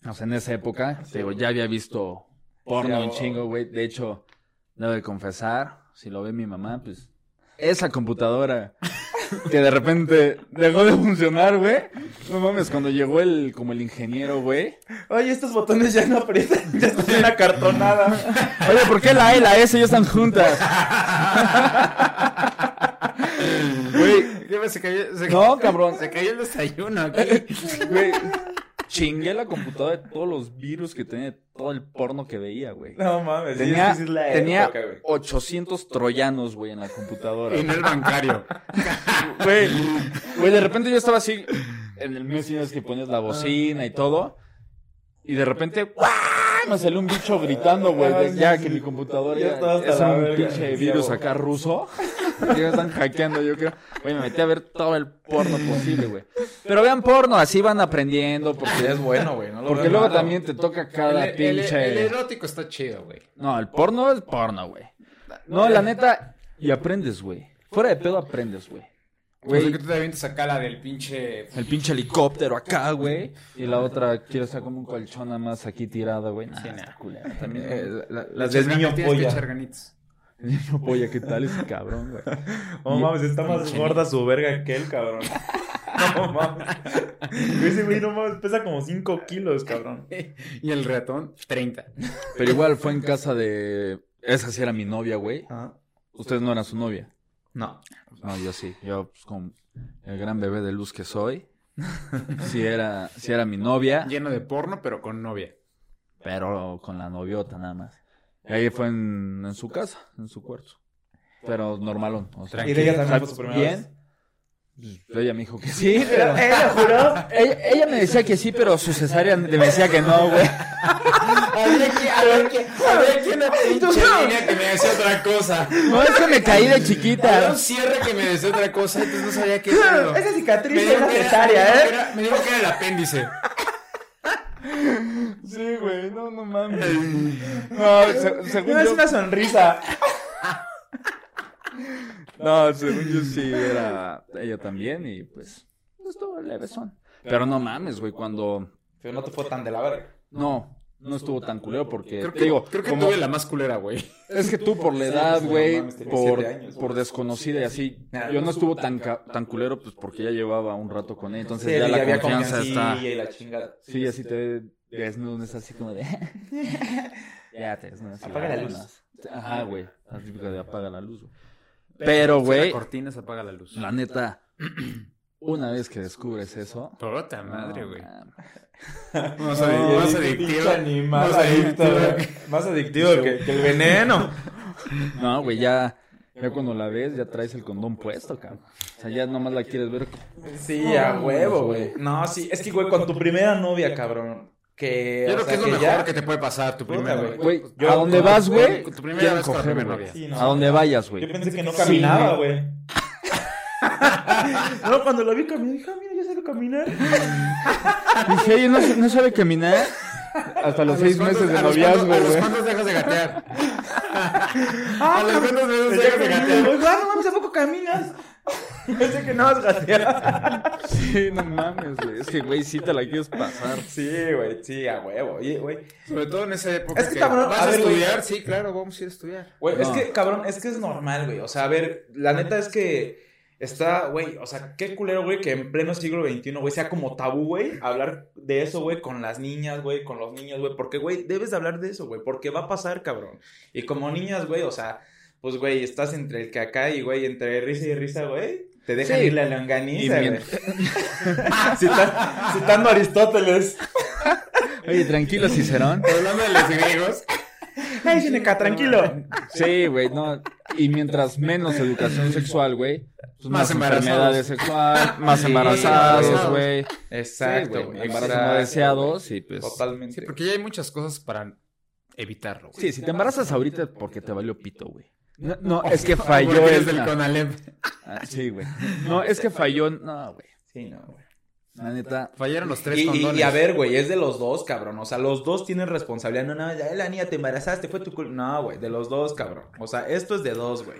[SPEAKER 1] O sea, en esa época, te digo, ya había visto porno
[SPEAKER 5] Sí,
[SPEAKER 1] un
[SPEAKER 5] o-
[SPEAKER 1] chingo, güey. De hecho, debo de confesar, si lo ve mi mamá, pues. Esa computadora que de repente dejó de funcionar, güey. No mames, cuando llegó el, como el ingeniero, güey.
[SPEAKER 5] Oye, estos botones ya no aprietan. Ya están en acartonada.
[SPEAKER 1] Oye, ¿por qué la A y la S ya están juntas? Güey,
[SPEAKER 3] Ya ves, se cayó, se
[SPEAKER 1] No, cabrón.
[SPEAKER 3] Se cayó el desayuno aquí.
[SPEAKER 1] güey. Chingué la computadora de todos los virus que tenía, de todo el porno que veía, güey.
[SPEAKER 5] No mames. sí, es
[SPEAKER 1] Tenía,
[SPEAKER 5] que sí es la
[SPEAKER 1] tenía
[SPEAKER 5] época, güey.
[SPEAKER 1] 800 troyanos, güey, en la computadora.
[SPEAKER 3] En el bancario.
[SPEAKER 1] Güey, güey, de repente yo estaba así en el mes que ponías la bocina y todo. Y de repente, ¡guau! Me salió un bicho gritando, güey. de- Ya que mi computadora
[SPEAKER 2] Ya
[SPEAKER 1] ya,
[SPEAKER 2] estaba hasta
[SPEAKER 1] es
[SPEAKER 2] la
[SPEAKER 1] un
[SPEAKER 2] verga.
[SPEAKER 1] pinche
[SPEAKER 2] Sí,
[SPEAKER 1] virus
[SPEAKER 2] güey.
[SPEAKER 1] acá ruso. Ya están hackeando, yo creo. Güey, me metí a ver todo el porno posible, güey. Pero vean porno, así van aprendiendo. Porque,
[SPEAKER 2] Es bueno, güey. No lo
[SPEAKER 1] porque
[SPEAKER 2] veo
[SPEAKER 1] luego
[SPEAKER 2] malo.
[SPEAKER 1] también te toca cada
[SPEAKER 3] El, el- el
[SPEAKER 1] pinche.
[SPEAKER 3] erótico está chido, güey.
[SPEAKER 1] No, el porno es porno, güey. No, la neta. Y aprendes, güey. Fuera de pedo aprendes, güey.
[SPEAKER 3] Güey.
[SPEAKER 1] Güey,
[SPEAKER 3] que tú te avientas acá la del pinche.
[SPEAKER 1] el pinche helicóptero acá, güey. Y la otra quiere estar como un colchón nada más aquí tirado, güey. Nah, está culero. También,
[SPEAKER 2] Eh, la- las
[SPEAKER 3] Echas
[SPEAKER 2] del
[SPEAKER 3] ganas,
[SPEAKER 2] niño
[SPEAKER 3] tienes que echar
[SPEAKER 2] polla.
[SPEAKER 3] ganitas.
[SPEAKER 1] No, polla, ¿qué tal ese cabrón, güey?
[SPEAKER 2] No mames, está más gorda su verga que él, cabrón. No mames. Ese güey, no mames, pesa como 5 kilos, cabrón.
[SPEAKER 3] Y el ratón, 30.
[SPEAKER 1] Pero igual fue en casa de. Esa sí era mi novia, güey. Ustedes no eran su novia.
[SPEAKER 2] No.
[SPEAKER 1] No, yo sí. Yo, pues, con el gran bebé de luz que soy. Sí era, sí era mi novia,
[SPEAKER 3] Lleno de porno, pero con novia.
[SPEAKER 1] pero con la noviota nada más. Y ahí fue en, en su casa, en su cuarto. Pero normalón. O sea,
[SPEAKER 2] Y de ella también
[SPEAKER 1] o
[SPEAKER 2] fue
[SPEAKER 1] sea,
[SPEAKER 2] su primera
[SPEAKER 1] bien.
[SPEAKER 2] vez.
[SPEAKER 1] Pues, Ella me dijo que sí, pero ella juró. Ella, ella me decía que sí, pero su cesárea me decía que no, güey.
[SPEAKER 3] línea que me decía otra cosa.
[SPEAKER 1] No, es que me caí de
[SPEAKER 3] Era
[SPEAKER 1] chiquita.
[SPEAKER 3] un cierre que me decía otra cosa, entonces no sabía qué era.
[SPEAKER 5] Esa cicatriz
[SPEAKER 3] Me
[SPEAKER 5] es
[SPEAKER 3] dijo que era- me
[SPEAKER 5] necesaria,
[SPEAKER 3] dijo que
[SPEAKER 5] ¿eh?
[SPEAKER 3] era- Me dijo que era el apéndice.
[SPEAKER 4] Sí, güey, no, no mames.
[SPEAKER 1] No, se- según
[SPEAKER 5] No es una sonrisa.
[SPEAKER 1] No, según yo sí era ella también y pues estuvo levesón. Pero no mames, güey, cuando
[SPEAKER 2] Pero no te fue tan de la verga.
[SPEAKER 1] no no estuvo tan culero porque
[SPEAKER 3] Creo
[SPEAKER 1] te
[SPEAKER 3] que,
[SPEAKER 1] digo,
[SPEAKER 3] creo que
[SPEAKER 1] como-
[SPEAKER 3] tuve la más culera, güey.
[SPEAKER 1] es que tú por la
[SPEAKER 2] Sí,
[SPEAKER 1] edad,
[SPEAKER 2] pues, no
[SPEAKER 1] güey,
[SPEAKER 2] mames, tenía
[SPEAKER 1] por,
[SPEAKER 2] siete años,
[SPEAKER 1] por
[SPEAKER 2] güey.
[SPEAKER 1] desconocida y así,
[SPEAKER 2] Nah,
[SPEAKER 1] yo
[SPEAKER 2] no
[SPEAKER 1] no estuvo tan ca- tan culero pues porque ya llevaba un rato con ella, entonces
[SPEAKER 2] Sí,
[SPEAKER 1] ya
[SPEAKER 2] y
[SPEAKER 1] la
[SPEAKER 2] había
[SPEAKER 1] confianza está.
[SPEAKER 2] confiancilla y la chingada.
[SPEAKER 1] Sí, así te desnudas así como de ya te desnudas. y
[SPEAKER 2] Apaga la luz.
[SPEAKER 1] vámonos. Ajá, güey, la típica de apaga la luz. güey. Pero güey,
[SPEAKER 3] Cortinas apaga la luz.
[SPEAKER 1] La neta, una vez que descubres eso.
[SPEAKER 3] Puta madre,
[SPEAKER 1] no,
[SPEAKER 3] güey.
[SPEAKER 1] man.
[SPEAKER 3] Más
[SPEAKER 2] Ay,
[SPEAKER 3] adi- más
[SPEAKER 2] pinche
[SPEAKER 3] adictiva.
[SPEAKER 2] animal,
[SPEAKER 3] más adictiva.
[SPEAKER 2] güey. Más adictivo que, que el veneno.
[SPEAKER 1] No, güey, ya, ya cuando la ves, ya traes el condón puesto, cabrón. O sea, ya nomás la quieres ver.
[SPEAKER 2] Sí, a huevo, güey. No, sí, es que, güey, con tu primera novia, cabrón. Que.
[SPEAKER 3] Yo
[SPEAKER 2] o
[SPEAKER 3] creo que
[SPEAKER 2] sea,
[SPEAKER 3] es lo mejor
[SPEAKER 2] ya-
[SPEAKER 3] que te puede pasar tu
[SPEAKER 2] Puta,
[SPEAKER 3] primera,
[SPEAKER 2] güey.
[SPEAKER 3] güey.
[SPEAKER 1] Güey,
[SPEAKER 2] Yo-
[SPEAKER 1] a donde
[SPEAKER 2] con-
[SPEAKER 1] vas, güey,
[SPEAKER 3] con tu primera
[SPEAKER 1] quieren
[SPEAKER 3] vez con la
[SPEAKER 1] coger,
[SPEAKER 3] primera
[SPEAKER 1] güey.
[SPEAKER 3] novia.
[SPEAKER 2] Sí, no.
[SPEAKER 1] A donde vayas,
[SPEAKER 2] Yo
[SPEAKER 1] güey.
[SPEAKER 2] pensé que no
[SPEAKER 1] Sí,
[SPEAKER 2] caminaba, güey. no, cuando la vi caminar, dije, ah, mira, ya sabe caminar.
[SPEAKER 1] Dije, oye, ¿no, no sabe caminar? Hasta los seis meses de
[SPEAKER 3] ¿A los
[SPEAKER 1] noviazgo,
[SPEAKER 3] cuántos- ¿A los
[SPEAKER 1] güey.
[SPEAKER 3] cuántos dejas de gatear?
[SPEAKER 2] Ah,
[SPEAKER 3] ¿A los cuántos meses
[SPEAKER 2] Ya
[SPEAKER 3] dejas de
[SPEAKER 2] caminaba,
[SPEAKER 3] gatear?
[SPEAKER 2] güey. Ah, no mames, ¿a poco caminas? Pensé que no vas a gatear.
[SPEAKER 1] Sí, no mames, güey. Es que, güey, sí te la quieres pasar.
[SPEAKER 2] Sí, güey, sí, a huevo. Oye, güey.
[SPEAKER 3] Sobre todo en esa época.
[SPEAKER 2] Es que, cabrón,
[SPEAKER 3] ¿Vas
[SPEAKER 2] a
[SPEAKER 3] a,
[SPEAKER 2] ver, güey.
[SPEAKER 3] estudiar? Sí, claro, vamos a ir a estudiar.
[SPEAKER 2] Güey, es
[SPEAKER 1] No.
[SPEAKER 2] que, cabrón, es que es normal, güey. O sea, a ver, la neta es que está, güey, o sea, qué culero, güey, que en pleno siglo XXI, güey, sea como tabú, güey, hablar de eso, güey, con las niñas, güey, con los niños, güey. Porque, güey, debes de hablar de eso, güey, porque va a pasar, cabrón. Y como niñas, güey, o sea, pues, güey, estás entre el cacá y, güey, entre risa y risa, güey. Te dejan
[SPEAKER 1] Sí.
[SPEAKER 2] ir la longaniza,
[SPEAKER 1] Y
[SPEAKER 2] güey. Cita- citando a Aristóteles.
[SPEAKER 1] Oye, tranquilo, Cicerón.
[SPEAKER 3] Hablando de los griegos.
[SPEAKER 2] Ay, Seneca, tranquilo.
[SPEAKER 1] Sí, güey, no. Y mientras menos educación sexual, güey, pues
[SPEAKER 3] Más
[SPEAKER 1] más,
[SPEAKER 3] embarazados.
[SPEAKER 1] enfermedades sexuales, más
[SPEAKER 2] Sí,
[SPEAKER 1] embarazados,
[SPEAKER 3] embarazados.
[SPEAKER 1] güey.
[SPEAKER 2] Exacto,
[SPEAKER 1] Embarazos
[SPEAKER 2] güey. exacto,
[SPEAKER 1] no
[SPEAKER 2] güey.
[SPEAKER 1] deseados y pues.
[SPEAKER 2] Totalmente.
[SPEAKER 3] Sí, porque ya hay muchas cosas para evitarlo, güey.
[SPEAKER 1] Sí, si te embarazas ahorita es porque te valió pito, güey. No, no, es que
[SPEAKER 3] Porque
[SPEAKER 1] falló
[SPEAKER 3] eres
[SPEAKER 1] el.
[SPEAKER 3] del Conalep.
[SPEAKER 1] Ah, sí, güey. No, es que falló. No, güey.
[SPEAKER 2] Sí, no, güey.
[SPEAKER 1] La neta.
[SPEAKER 3] Fallaron los tres
[SPEAKER 2] Y, y-
[SPEAKER 3] condones.
[SPEAKER 2] y a ver, güey, es de los dos, cabrón. O sea, los dos tienen responsabilidad. No, no, ya, la niña te embarazaste, fue tu culpa. No, güey, de los dos, cabrón. O sea, esto es de dos, güey.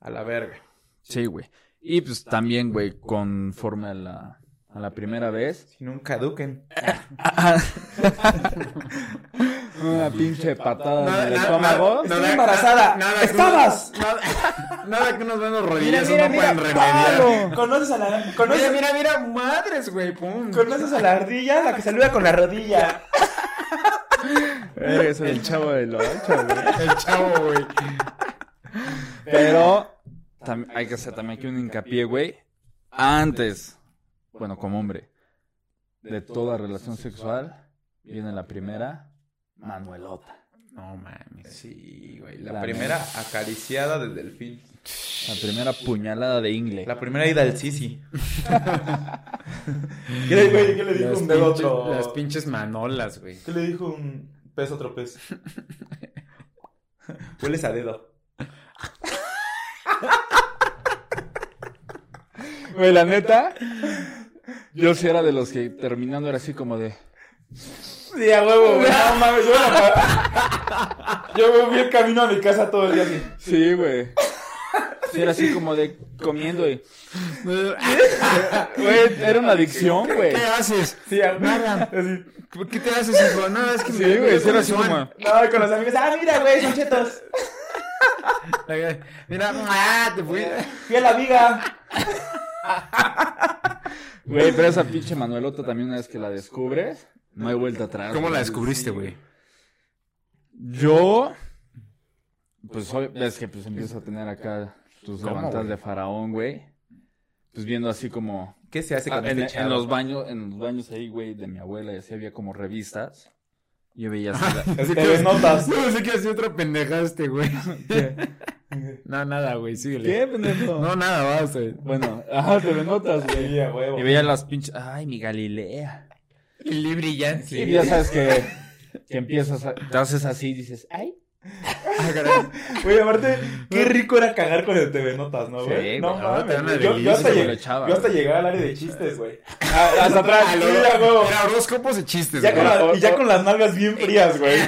[SPEAKER 2] A la verga.
[SPEAKER 1] Sí, güey. Y pues también, güey, conforme a la, a la primera vez.
[SPEAKER 2] Si nunca caduquen.
[SPEAKER 1] Una pinche patada
[SPEAKER 3] Nada-
[SPEAKER 1] en el
[SPEAKER 3] nada-
[SPEAKER 1] estómago.
[SPEAKER 3] nada-
[SPEAKER 2] ¡Estoy
[SPEAKER 3] nada-
[SPEAKER 2] embarazada!
[SPEAKER 3] nada-
[SPEAKER 2] ¡Estabas!
[SPEAKER 3] Nada, nada que nos menos
[SPEAKER 2] Mira,
[SPEAKER 3] rodillas
[SPEAKER 2] mira,
[SPEAKER 3] no
[SPEAKER 2] mira.
[SPEAKER 3] pueden remediar.
[SPEAKER 2] ¡Palo! ¿Conoces a la,
[SPEAKER 3] Mira,
[SPEAKER 2] conoces,
[SPEAKER 3] mira, mira, madres, güey, pum.
[SPEAKER 2] conoces a la ardilla? La que saluda con la rodilla.
[SPEAKER 1] Eres el chavo de los
[SPEAKER 3] El chavo, güey.
[SPEAKER 1] Pero tam- hay que hacer también aquí un hincapié, güey. Antes, bueno, como hombre, de toda relación sexual, viene la primera, Manuelota.
[SPEAKER 3] No mames.
[SPEAKER 2] Sí, güey. La
[SPEAKER 1] La
[SPEAKER 2] primera acariciada del delfín.
[SPEAKER 1] La primera puñalada de Ingle.
[SPEAKER 2] La primera ida al Sisi. ¿Qué le, güey, qué le dijo
[SPEAKER 3] Las
[SPEAKER 2] un
[SPEAKER 3] pinches,
[SPEAKER 2] dedo a otro?
[SPEAKER 3] las pinches manolas, güey.
[SPEAKER 2] ¿Qué le dijo un Pez otro pez. Hueles a dedo.
[SPEAKER 1] Güey, la neta, yo sí era de los que terminando era así como de...
[SPEAKER 2] Sí, a huevo, güey. No mames, yo la- Yo me fui el camino a mi casa todo el día así.
[SPEAKER 1] Sí, güey. Sí, era así como de comiendo y... Güey, era una adicción, güey.
[SPEAKER 3] ¿Qué haces?
[SPEAKER 2] Sí, a huevo.
[SPEAKER 3] Nada.
[SPEAKER 2] Así.
[SPEAKER 3] ¿Qué te haces, hijo? No, es que
[SPEAKER 1] Sí, güey, sí era así
[SPEAKER 3] Juan.
[SPEAKER 1] como...
[SPEAKER 2] No, y con los amigos. Ah, mira, güey, son chetos.
[SPEAKER 3] Mira, ah, te fui.
[SPEAKER 2] Fui a la viga.
[SPEAKER 1] Güey, pero esa pinche Manuelota también una vez que la descubres, no hay vuelta atrás.
[SPEAKER 3] ¿Cómo
[SPEAKER 1] güey.
[SPEAKER 3] la descubriste, güey?
[SPEAKER 1] Yo, pues obvio- ves que pues empiezas a tener acá tus
[SPEAKER 3] ¿Cómo,
[SPEAKER 1] levantas
[SPEAKER 3] güey?
[SPEAKER 1] de faraón, güey. Pues viendo así como
[SPEAKER 2] ¿Qué se hace
[SPEAKER 1] ah,
[SPEAKER 2] con
[SPEAKER 1] en,
[SPEAKER 2] este
[SPEAKER 1] en
[SPEAKER 2] chavo?
[SPEAKER 1] los baños, en los baños ahí, güey, de mi abuela, y así había como revistas. Yo veía así la-
[SPEAKER 2] Así que ves notas.
[SPEAKER 3] No, sé que hacía otra pendejaste, güey. No, nada, güey, síguele.
[SPEAKER 1] pendejo?
[SPEAKER 3] No, nada, vas, güey.
[SPEAKER 1] Bueno, ajá, te lo notas, güey.
[SPEAKER 2] Sí, a huevo.
[SPEAKER 1] Y veía las pinches, ay, mi Galilea.
[SPEAKER 3] Y brillante.
[SPEAKER 1] Y ya sabes que, que empiezas, a, te haces así y dices, ay,
[SPEAKER 2] Güey, aparte, qué rico era cagar con el TV Notas, ¿no,
[SPEAKER 1] Sí,
[SPEAKER 2] güey?
[SPEAKER 1] güey,
[SPEAKER 2] no
[SPEAKER 3] ahora te dan una
[SPEAKER 2] güey. Yo, yo
[SPEAKER 1] delicia,
[SPEAKER 2] hasta llegué,
[SPEAKER 1] güey, lo echaba,
[SPEAKER 2] yo hasta
[SPEAKER 1] güey.
[SPEAKER 2] llegué al área de chistes, güey. Ah, Hasta atrás, sí, a huevo.
[SPEAKER 3] Era horóscopos y chistes,
[SPEAKER 2] Ya con
[SPEAKER 3] güey.
[SPEAKER 2] la- y ya con las nalgas bien frías, güey.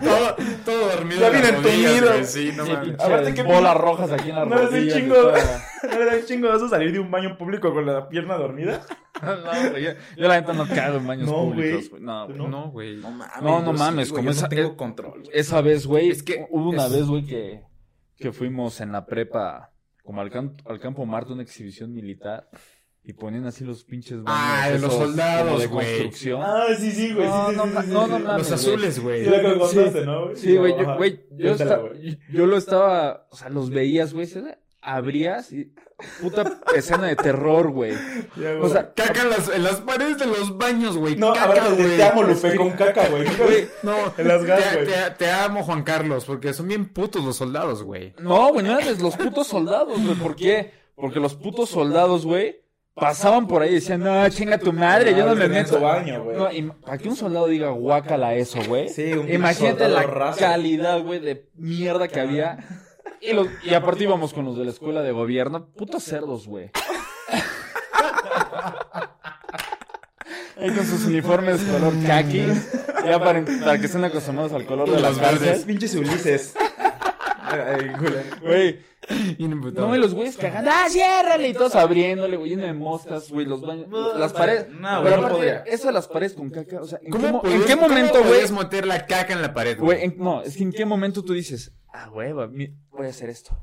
[SPEAKER 3] Todo, todo dormido.
[SPEAKER 2] Ya
[SPEAKER 3] en las
[SPEAKER 2] viene
[SPEAKER 3] rodillas,
[SPEAKER 2] tumido.
[SPEAKER 3] güey, Sí, no
[SPEAKER 1] Sí,
[SPEAKER 3] mames.
[SPEAKER 1] pinche
[SPEAKER 2] Aparte que-
[SPEAKER 1] bolas rojas aquí en la
[SPEAKER 2] No, es un
[SPEAKER 1] rodillas y
[SPEAKER 2] chingo.
[SPEAKER 1] toda-
[SPEAKER 2] ¿No le da un chingo de eso salir de un baño público con la pierna dormida?
[SPEAKER 1] No, güey, yo, yo la neta no cago en baños
[SPEAKER 2] No,
[SPEAKER 1] públicos,
[SPEAKER 2] güey.
[SPEAKER 1] güey. No, güey.
[SPEAKER 2] No.
[SPEAKER 3] No, güey.
[SPEAKER 1] No, no mames, como esa, eh,
[SPEAKER 5] control.
[SPEAKER 1] esa vez, güey,
[SPEAKER 3] Es que
[SPEAKER 1] hubo una
[SPEAKER 3] es-
[SPEAKER 1] vez, güey, que, que fuimos en la prepa, como al, can- al campo Marte, una exhibición militar, y ponían así los pinches baños.
[SPEAKER 3] Ah, de los
[SPEAKER 1] esos
[SPEAKER 3] soldados,
[SPEAKER 1] como de
[SPEAKER 3] güey.
[SPEAKER 1] construcción.
[SPEAKER 2] Ah, sí, sí, güey.
[SPEAKER 1] No,
[SPEAKER 2] sí, sí,
[SPEAKER 1] no
[SPEAKER 2] sí,
[SPEAKER 1] ma-
[SPEAKER 2] sí,
[SPEAKER 1] no,
[SPEAKER 2] sí,
[SPEAKER 1] no
[SPEAKER 2] sí.
[SPEAKER 1] mames,
[SPEAKER 3] Los azules,
[SPEAKER 2] Sí,
[SPEAKER 3] güey.
[SPEAKER 2] la que
[SPEAKER 1] Sí.
[SPEAKER 2] contaste, ¿no? güey?
[SPEAKER 1] Sí, güey, yo,
[SPEAKER 2] Ajá.
[SPEAKER 1] güey, yo,
[SPEAKER 2] Cuéntala,
[SPEAKER 1] esta-
[SPEAKER 2] güey.
[SPEAKER 1] yo lo estaba, o sea, los veías, güey, se- abrías y puta escena de terror, güey.
[SPEAKER 2] Ya,
[SPEAKER 1] O
[SPEAKER 2] güey.
[SPEAKER 1] sea,
[SPEAKER 3] Caca en las, en las paredes de los baños, güey.
[SPEAKER 2] no,
[SPEAKER 3] Caca,
[SPEAKER 2] ahora te,
[SPEAKER 3] güey.
[SPEAKER 2] te amo, Lupe, con caca, güey.
[SPEAKER 3] Güey, no.
[SPEAKER 2] En las gas,
[SPEAKER 3] te,
[SPEAKER 2] güey.
[SPEAKER 3] te- te amo, Juan Carlos, porque son bien putos los soldados, güey.
[SPEAKER 1] No, güey, no eran los putos soldados, güey. ¿Por qué? Porque los putos soldados, güey, pasaban por ahí y decían, no, chinga tu madre, yo no me
[SPEAKER 2] en tu
[SPEAKER 1] meto.
[SPEAKER 2] baño, güey.
[SPEAKER 1] No, im- para que un soldado diga guácala eso, güey.
[SPEAKER 2] Sí, un
[SPEAKER 1] Imagínate
[SPEAKER 2] soldado
[SPEAKER 1] la
[SPEAKER 2] raso.
[SPEAKER 1] calidad, güey, de mierda que había. Y, los- y aparte íbamos con los de la escuela de gobierno. Putos cerdos, güey. Ahí con sus uniformes color khaki. Ya para, para que estén acostumbrados al color de
[SPEAKER 3] Los
[SPEAKER 1] las
[SPEAKER 3] verdes.
[SPEAKER 1] verdes.
[SPEAKER 2] Pinches Ulises. Ay, güey.
[SPEAKER 1] Güey,
[SPEAKER 3] No, pues,
[SPEAKER 1] No, y los güeyes cagando. ¡Ah, ciérrale! Y todos abriéndole, güey, lleno de moscas, güey, los baños. Las paredes.
[SPEAKER 2] No,
[SPEAKER 1] pero
[SPEAKER 2] güey, no
[SPEAKER 1] aparte,
[SPEAKER 2] podría.
[SPEAKER 1] Eso de las paredes con caca, o sea, ¿en, qué,
[SPEAKER 3] ¿Cómo
[SPEAKER 1] mo-
[SPEAKER 3] podías-
[SPEAKER 1] en qué
[SPEAKER 3] cómo
[SPEAKER 1] momento, güey?
[SPEAKER 3] podías meter la caca en la pared,
[SPEAKER 1] güey, en- No, es que en qué momento tú dices, ah, hueva, mi- voy a hacer esto.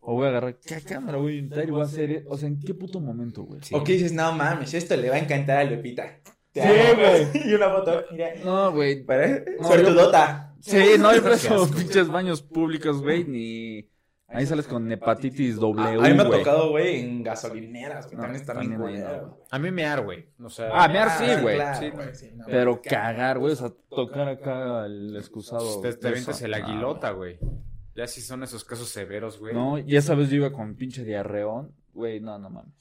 [SPEAKER 1] O voy a agarrar qué cámara, voy a intentar y voy a hacer. e-". O sea, ¿en qué puto momento, güey?
[SPEAKER 3] Sí.
[SPEAKER 2] O que dices, no mames, esto le va a encantar a Lupita. Te
[SPEAKER 1] Sí,
[SPEAKER 2] amo.
[SPEAKER 1] güey.
[SPEAKER 2] Y una foto, mira.
[SPEAKER 1] No, güey.
[SPEAKER 2] Para,
[SPEAKER 1] No,
[SPEAKER 2] suertudota.
[SPEAKER 1] Sí, no hay por
[SPEAKER 3] Qué asco,
[SPEAKER 1] esos
[SPEAKER 3] güey.
[SPEAKER 1] pinches baños públicos, güey, ni. Ahí sales con hepatitis
[SPEAKER 2] A,
[SPEAKER 1] W.
[SPEAKER 2] a mí me ha
[SPEAKER 1] güey.
[SPEAKER 2] tocado, güey, en gasolineras, güey. también está bien
[SPEAKER 1] también ahí
[SPEAKER 2] culera,
[SPEAKER 1] no.
[SPEAKER 2] güey.
[SPEAKER 3] A mí mear, güey. O sea,
[SPEAKER 1] Ah, mear sí,
[SPEAKER 2] Ah,
[SPEAKER 1] güey.
[SPEAKER 2] claro,
[SPEAKER 3] Sí,
[SPEAKER 2] güey, sí, no.
[SPEAKER 1] Pero cagar, güey, o sea, tocar acá el excusado.
[SPEAKER 3] te, te
[SPEAKER 1] eso. Ah,
[SPEAKER 3] avientas el
[SPEAKER 1] No,
[SPEAKER 3] aguilota, güey. Ya si son esos casos severos, güey.
[SPEAKER 1] No, y esa vez yo iba con pinche diarreón, güey, no, no mames.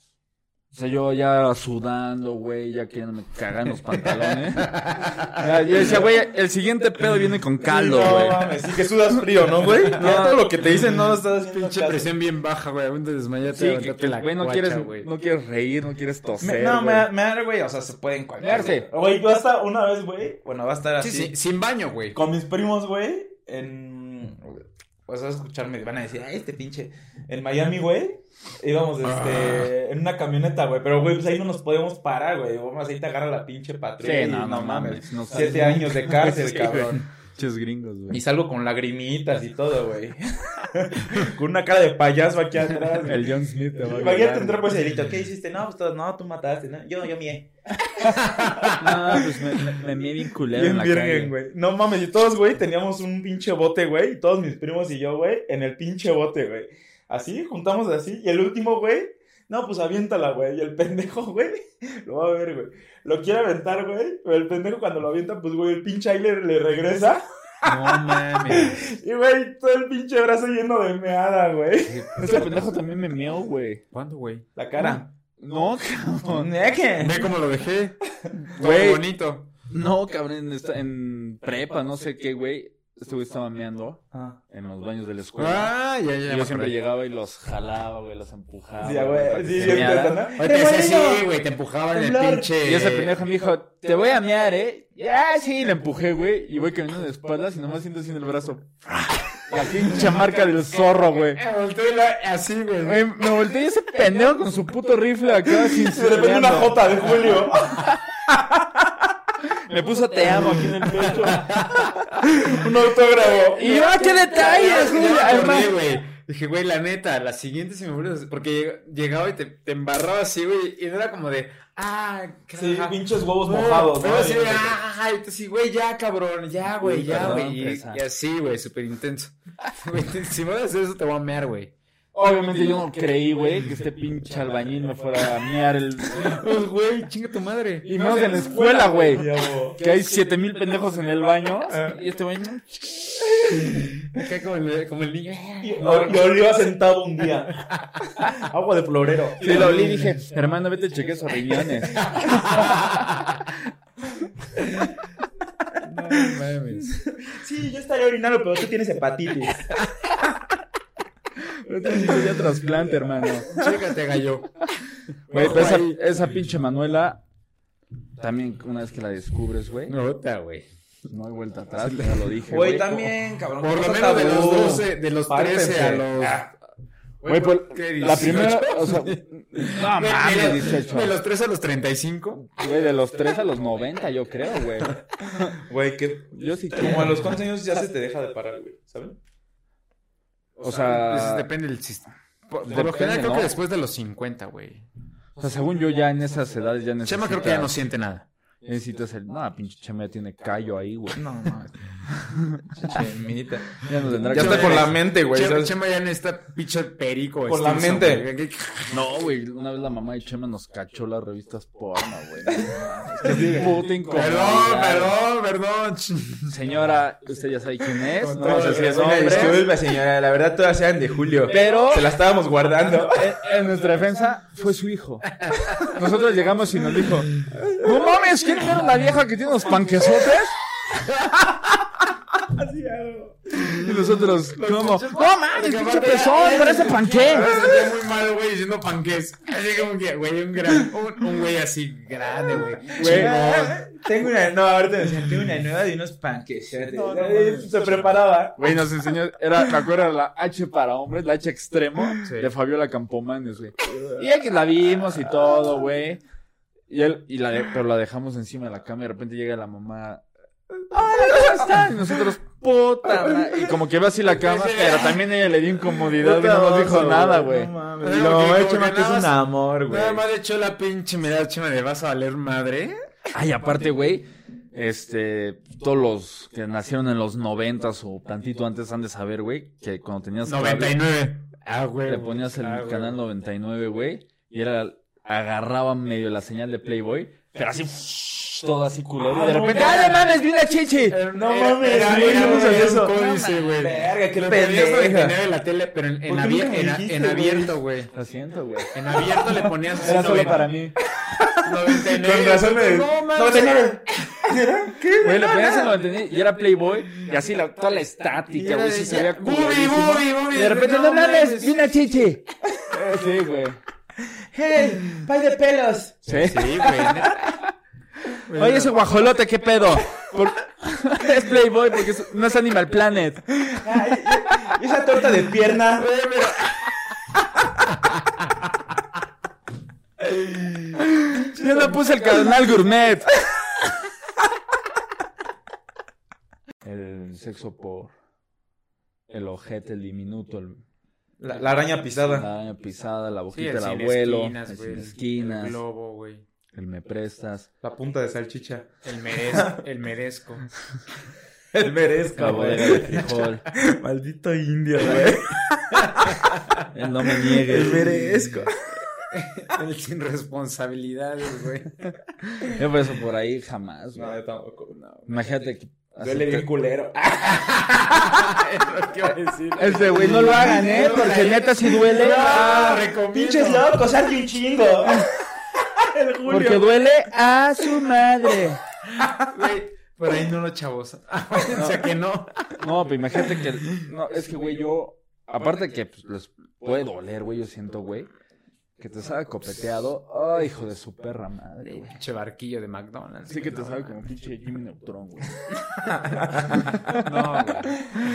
[SPEAKER 1] O sea, yo ya sudando, güey, ya queriéndome cagar en los pantalones. Ya, yo decía, güey, el siguiente pedo viene con caldo,
[SPEAKER 2] No
[SPEAKER 1] güey.
[SPEAKER 2] mames, sí que sudas frío, ¿no, güey? Ya todo lo que te dicen no lo estás haciendo
[SPEAKER 3] Pinche
[SPEAKER 2] caso.
[SPEAKER 3] presión bien baja, güey. Aún te desmayaste.
[SPEAKER 1] Mm. Sí, que,
[SPEAKER 3] aguantate
[SPEAKER 1] que,
[SPEAKER 3] la
[SPEAKER 1] güey, no
[SPEAKER 3] guacha,
[SPEAKER 1] quieres,
[SPEAKER 3] güey.
[SPEAKER 1] no quieres reír, no quieres
[SPEAKER 2] Me-
[SPEAKER 1] toser,
[SPEAKER 2] no,
[SPEAKER 1] güey.
[SPEAKER 2] me, me da, güey, o sea, se puede en cualquier.
[SPEAKER 1] Mearse.
[SPEAKER 2] Güey, yo hasta una vez, güey, bueno, va a estar así.
[SPEAKER 3] Sí, sí, sin baño, güey.
[SPEAKER 2] Con mis primos, güey, en. pues, Vas a escucharme, van a decir, ay, este pinche. En Miami, güey, íbamos este, en una camioneta, güey. Pero, güey, pues ahí no nos podemos parar, güey. Vamos, ahí te agarra la pinche patrulla.
[SPEAKER 1] Sí,
[SPEAKER 2] y
[SPEAKER 1] no, no mames. No
[SPEAKER 2] Siete
[SPEAKER 1] sabes.
[SPEAKER 2] años de cárcel, cabrón.
[SPEAKER 1] Pinches gringos,
[SPEAKER 2] Y
[SPEAKER 1] güey.
[SPEAKER 2] salgo con lagrimitas y todo, güey. con una cara de payaso aquí atrás. güey.
[SPEAKER 1] El John Smith te va a
[SPEAKER 2] Imagínate
[SPEAKER 1] cagar,
[SPEAKER 2] entrar
[SPEAKER 1] güey.
[SPEAKER 2] por ese delito. ¿Qué hiciste? No, pues todos, no, tú mataste, ¿no? Yo, yo mié.
[SPEAKER 1] No, pues me, me, me mié bien culero en
[SPEAKER 2] Bien
[SPEAKER 1] la
[SPEAKER 2] virgen,
[SPEAKER 1] calle.
[SPEAKER 2] güey. No mames, y todos, güey, teníamos un pinche bote, güey. Y todos mis primos y yo, güey, en el pinche bote, güey. Así, juntamos así. Y el último, güey, no, pues aviéntala, güey. Y el pendejo, güey, lo va a ver, güey. Lo quiere aventar, güey. Pero el pendejo cuando lo avienta, pues, güey, el pinche aire le regresa.
[SPEAKER 3] No mames.
[SPEAKER 2] Y, güey, todo el pinche brazo lleno de meada, güey.
[SPEAKER 1] Ese pendejo también me meó, güey.
[SPEAKER 3] ¿Cuándo, güey?
[SPEAKER 2] La cara.
[SPEAKER 1] No, cabrón.
[SPEAKER 2] ¿Qué?
[SPEAKER 3] Ve cómo lo dejé. Todo
[SPEAKER 1] Güey.
[SPEAKER 3] bonito.
[SPEAKER 1] No, cabrón, en, esta- en prepa, no sé qué, güey. Este güey estaba meando
[SPEAKER 5] Ah.
[SPEAKER 1] en los baños de la escuela.
[SPEAKER 3] Ah, ya, ya.
[SPEAKER 1] Y yo siempre llegaba y los jalaba, güey, los empujaba.
[SPEAKER 5] Sí, ya,
[SPEAKER 1] para
[SPEAKER 5] güey.
[SPEAKER 1] que
[SPEAKER 5] Sí,
[SPEAKER 1] se
[SPEAKER 5] sí,
[SPEAKER 1] mearan.
[SPEAKER 5] ¿no?
[SPEAKER 3] Oye, te
[SPEAKER 5] ¡Eh,
[SPEAKER 3] hacía así,
[SPEAKER 5] bueno!
[SPEAKER 3] güey, te empujaban en el
[SPEAKER 5] Temblar.
[SPEAKER 3] pinche.
[SPEAKER 1] Y ese pendejo me dijo, te voy a mear, ¿eh? Ya, sí, le empujé, güey. Y voy caminando de espaldas y nomás siento así en el brazo. La pinche marca del zorro, güey.
[SPEAKER 3] Me volteó y Eh, la- Así, güey.
[SPEAKER 1] Güey, Me volteé y ese pendejo con su puto rifle acá sin
[SPEAKER 5] De repente una J de Julio.
[SPEAKER 1] Me puso te amo aquí en el pecho.
[SPEAKER 5] Un autógrafo.
[SPEAKER 1] Y yo, "Ah, qué
[SPEAKER 3] Ya
[SPEAKER 1] detalles,
[SPEAKER 3] me
[SPEAKER 1] güey.
[SPEAKER 3] acordé,
[SPEAKER 1] Además,
[SPEAKER 3] güey. Dije, güey, la neta, la siguiente se me ocurrió. Porque lleg- llegaba y te, te embarraba así, güey. Y no era como de, ah,
[SPEAKER 5] Sí,
[SPEAKER 3] carajo.
[SPEAKER 5] pinches huevos mojados,
[SPEAKER 3] Pero
[SPEAKER 5] ¿no?
[SPEAKER 3] así, ah, y tú así, güey, ya, cabrón, ya, güey,
[SPEAKER 1] Uy,
[SPEAKER 3] ya,
[SPEAKER 1] perdón,
[SPEAKER 3] güey. Y,
[SPEAKER 1] presa.
[SPEAKER 3] y así, güey, súper intenso. Güey, si me vas a hacer eso, te voy a mear, güey.
[SPEAKER 1] obviamente yo no creí, güey, que este pinche albañil me fuera a mear el...
[SPEAKER 3] Pues, güey, chinga tu madre.
[SPEAKER 1] Y menos en la escuela, güey.
[SPEAKER 5] Ya, huevo.
[SPEAKER 1] Que hay siete mil pendejos en el baño. Y este baño...
[SPEAKER 3] Acá como el, como el niño.
[SPEAKER 5] Y y oliva sentado un día. Agua de florero.
[SPEAKER 1] Sí, lo olí y dije, hermano, vete a chequear esos riñones.
[SPEAKER 3] No mames.
[SPEAKER 5] Sí, yo estaría orinando, pero tú tienes hepatitis.
[SPEAKER 1] Vete a chequear trasplante, hermano.
[SPEAKER 3] Chécate, gallo.
[SPEAKER 1] Güey, pero esa,
[SPEAKER 3] Ahí.
[SPEAKER 1] esa pinche Manuela, también una vez que la descubres, güey,
[SPEAKER 3] Nota, güey.
[SPEAKER 1] no hay vuelta atrás, ya lo dije,
[SPEAKER 2] Güey,
[SPEAKER 1] güey.
[SPEAKER 2] también, cabrón.
[SPEAKER 3] Por lo
[SPEAKER 2] cosas
[SPEAKER 3] menos de los
[SPEAKER 2] tabú.
[SPEAKER 3] 12, de los 13 a los.
[SPEAKER 1] Güey, por-
[SPEAKER 3] ¿qué
[SPEAKER 1] la
[SPEAKER 3] 18?
[SPEAKER 1] primera, o sea, no
[SPEAKER 3] De- de
[SPEAKER 1] mames,
[SPEAKER 3] los-
[SPEAKER 1] 18.
[SPEAKER 3] De los 13 a los 35.
[SPEAKER 1] Güey, de los 3 a los 90, yo creo, güey.
[SPEAKER 2] Güey, que
[SPEAKER 1] Yo sí
[SPEAKER 2] como a
[SPEAKER 1] creo.
[SPEAKER 2] los cuantos años ya se te deja de parar, güey, ¿saben?
[SPEAKER 1] O
[SPEAKER 3] Pues,
[SPEAKER 1] sea,
[SPEAKER 3] depende del sistema. Por, por lo
[SPEAKER 1] Depende,
[SPEAKER 3] general, creo
[SPEAKER 1] ¿no?
[SPEAKER 3] que después de los 50, güey.
[SPEAKER 1] o sea, según yo ya en esas edades ya necesitas.
[SPEAKER 3] Chema creo que ya no siente nada.
[SPEAKER 1] Necesitas el, no, pinche Chema ya tiene callo ahí, güey.
[SPEAKER 2] No, no. Chemita.
[SPEAKER 1] Ya no tendrá
[SPEAKER 2] Ya
[SPEAKER 1] que-
[SPEAKER 2] está con la mente, güey.
[SPEAKER 3] Chema,
[SPEAKER 2] ¿sabes?
[SPEAKER 3] Chema ya en esta pinche perico.
[SPEAKER 2] Con la
[SPEAKER 3] extenso,
[SPEAKER 2] mente.
[SPEAKER 3] güey. ¿Qué- qué-
[SPEAKER 1] No, güey, una vez la mamá de Chema nos cachó las revistas porno, güey. Es que puta incomodidad.
[SPEAKER 3] Perdón, perdón, perdón. ch-
[SPEAKER 1] Señora, usted ya sabe quién es, no
[SPEAKER 2] No,
[SPEAKER 1] vamos a
[SPEAKER 2] sí,
[SPEAKER 1] decir
[SPEAKER 2] sí,
[SPEAKER 1] nombres,
[SPEAKER 2] disculpe, señora. La verdad, todas eran de Julio.
[SPEAKER 1] pero
[SPEAKER 2] Se la estábamos guardando.
[SPEAKER 1] en, en nuestra defensa fue su hijo. Nosotros llegamos y nos dijo, no mames, ¿quién era la vieja que tiene unos panquesotes? Y nosotros, ¿cómo? No mames, pinche pezón, parece panqué.
[SPEAKER 3] Me sentía muy malo, güey, diciendo panqués. Así como que, güey, un gran, un, un güey así grande, güey. Chingón.
[SPEAKER 2] eh, Tengo una. No, ahorita me senté una nueva de unos panques.
[SPEAKER 5] se preparaba.
[SPEAKER 1] Güey, nos enseñó, era, me acuerdo, la H para hombres, la H extremo
[SPEAKER 3] Sí.
[SPEAKER 1] de Fabiola Campomanes, güey. Y aquí la vimos y todo, güey. Y él, y la de- pero la dejamos encima de la cama y de repente llega la mamá. ¡Hola, ¿cómo estás? Y nosotros, puta madre. Y como que ve así la cama, pero también ella le dio incomodidad y no nos dijo nada, güey.
[SPEAKER 5] No mames.
[SPEAKER 3] Sí,
[SPEAKER 2] Lo
[SPEAKER 3] porque
[SPEAKER 2] he
[SPEAKER 3] como
[SPEAKER 2] hecho más
[SPEAKER 3] que
[SPEAKER 2] que es
[SPEAKER 3] nada
[SPEAKER 2] un
[SPEAKER 3] más-
[SPEAKER 2] amor, güey.
[SPEAKER 3] Nada más le echó la pinche mirada, Chema, de vas a valer madre.
[SPEAKER 1] Ay, aparte, güey, este, todos los que nacieron en los noventas o tantito antes han de saber, güey, que cuando tenías cable-
[SPEAKER 3] 99. Ah, güey.
[SPEAKER 1] Le ponías el
[SPEAKER 3] Ah, güey.
[SPEAKER 1] canal 99, güey. Y era. Agarraba medio la señal de Playboy. Pero así. Todo así culero. y de repente. ¡Ah, no mames! ¡Vi una chichi!
[SPEAKER 5] No
[SPEAKER 2] eh,
[SPEAKER 3] Eh,
[SPEAKER 5] mames,
[SPEAKER 3] Era,
[SPEAKER 5] güey,
[SPEAKER 3] era,
[SPEAKER 5] yo no
[SPEAKER 3] era
[SPEAKER 5] sabía
[SPEAKER 3] un
[SPEAKER 5] eso.
[SPEAKER 3] códice, güey.
[SPEAKER 5] Verga, qué
[SPEAKER 3] Lo tenías
[SPEAKER 5] pendeja.
[SPEAKER 3] 99 en la tele, pero en, en
[SPEAKER 5] ¿Por qué
[SPEAKER 3] abier-
[SPEAKER 5] nunca me
[SPEAKER 3] en a-
[SPEAKER 5] dijiste,
[SPEAKER 3] en
[SPEAKER 5] güey?
[SPEAKER 3] abierto, güey.
[SPEAKER 1] Lo siento, güey.
[SPEAKER 3] En abierto le ponías así
[SPEAKER 4] Era solo
[SPEAKER 3] 90,
[SPEAKER 4] para mí.
[SPEAKER 3] 99.
[SPEAKER 2] Con razón me-
[SPEAKER 3] No, mames.
[SPEAKER 1] Güey, le ponías en 99 y era Playboy. Y así la, toda la estática, güey. Sí, se veía
[SPEAKER 3] Bubi,
[SPEAKER 1] culerísimo.
[SPEAKER 3] bubi, bubi.
[SPEAKER 1] Y de repente, no mames, vi una chichi. Eh, Sí, güey.
[SPEAKER 5] ¡Hey! ¡Pay de pelos!
[SPEAKER 1] Sí.
[SPEAKER 3] Sí, güey.
[SPEAKER 1] Oye, ese guajolote, ¿qué pedo? Por- es Playboy porque es- no es Animal Planet.
[SPEAKER 2] Ah,
[SPEAKER 5] Y esa torta de pierna.
[SPEAKER 1] Yo no puse el cardenal gourmet. El sexo por el ojete, el diminuto, el-
[SPEAKER 2] La, la araña pisada.
[SPEAKER 1] la araña pisada, la
[SPEAKER 3] Sí,
[SPEAKER 1] boquita
[SPEAKER 3] el
[SPEAKER 1] del
[SPEAKER 3] sin
[SPEAKER 1] abuelo,
[SPEAKER 3] esquinas,
[SPEAKER 1] el
[SPEAKER 3] güey,
[SPEAKER 1] sin
[SPEAKER 3] el-
[SPEAKER 1] esquinas,
[SPEAKER 3] El
[SPEAKER 1] el,
[SPEAKER 3] globo, güey.
[SPEAKER 1] me prestas,
[SPEAKER 2] La punta de salchicha.
[SPEAKER 3] El merezco. El merezco.
[SPEAKER 5] El merezco,
[SPEAKER 1] la bodega de frijol,
[SPEAKER 5] Maldito indio, güey.
[SPEAKER 1] el no me niegues.
[SPEAKER 5] El merezco.
[SPEAKER 3] El sin responsabilidades, güey.
[SPEAKER 1] Yo por eso por ahí jamás, güey.
[SPEAKER 2] No, yo tampoco. No.
[SPEAKER 1] Imagínate que...
[SPEAKER 5] Duele bien culero.
[SPEAKER 3] ¿Qué iba a decir?
[SPEAKER 1] Este güey, no lo hagan, ¿eh? Porque neta sí duele.
[SPEAKER 3] Ah, recomiendo.
[SPEAKER 5] Pinches locos, hazle un chingo. El Julio.
[SPEAKER 1] Porque duele a su madre.
[SPEAKER 3] Güey, por ahí no lo chavos. o sea que no.
[SPEAKER 1] No, pero imagínate que. No, es que, güey, yo. Aparte que pues, les puede doler, güey, yo siento, güey. Que te sabe copeteado. Ay, hijo de su perra madre, güey.
[SPEAKER 3] Pinche barquillo de McDonald's.
[SPEAKER 1] Sí que te
[SPEAKER 3] No,
[SPEAKER 1] sabe
[SPEAKER 3] no.
[SPEAKER 1] como pinche Jimmy Neutron, güey.
[SPEAKER 3] No, güey.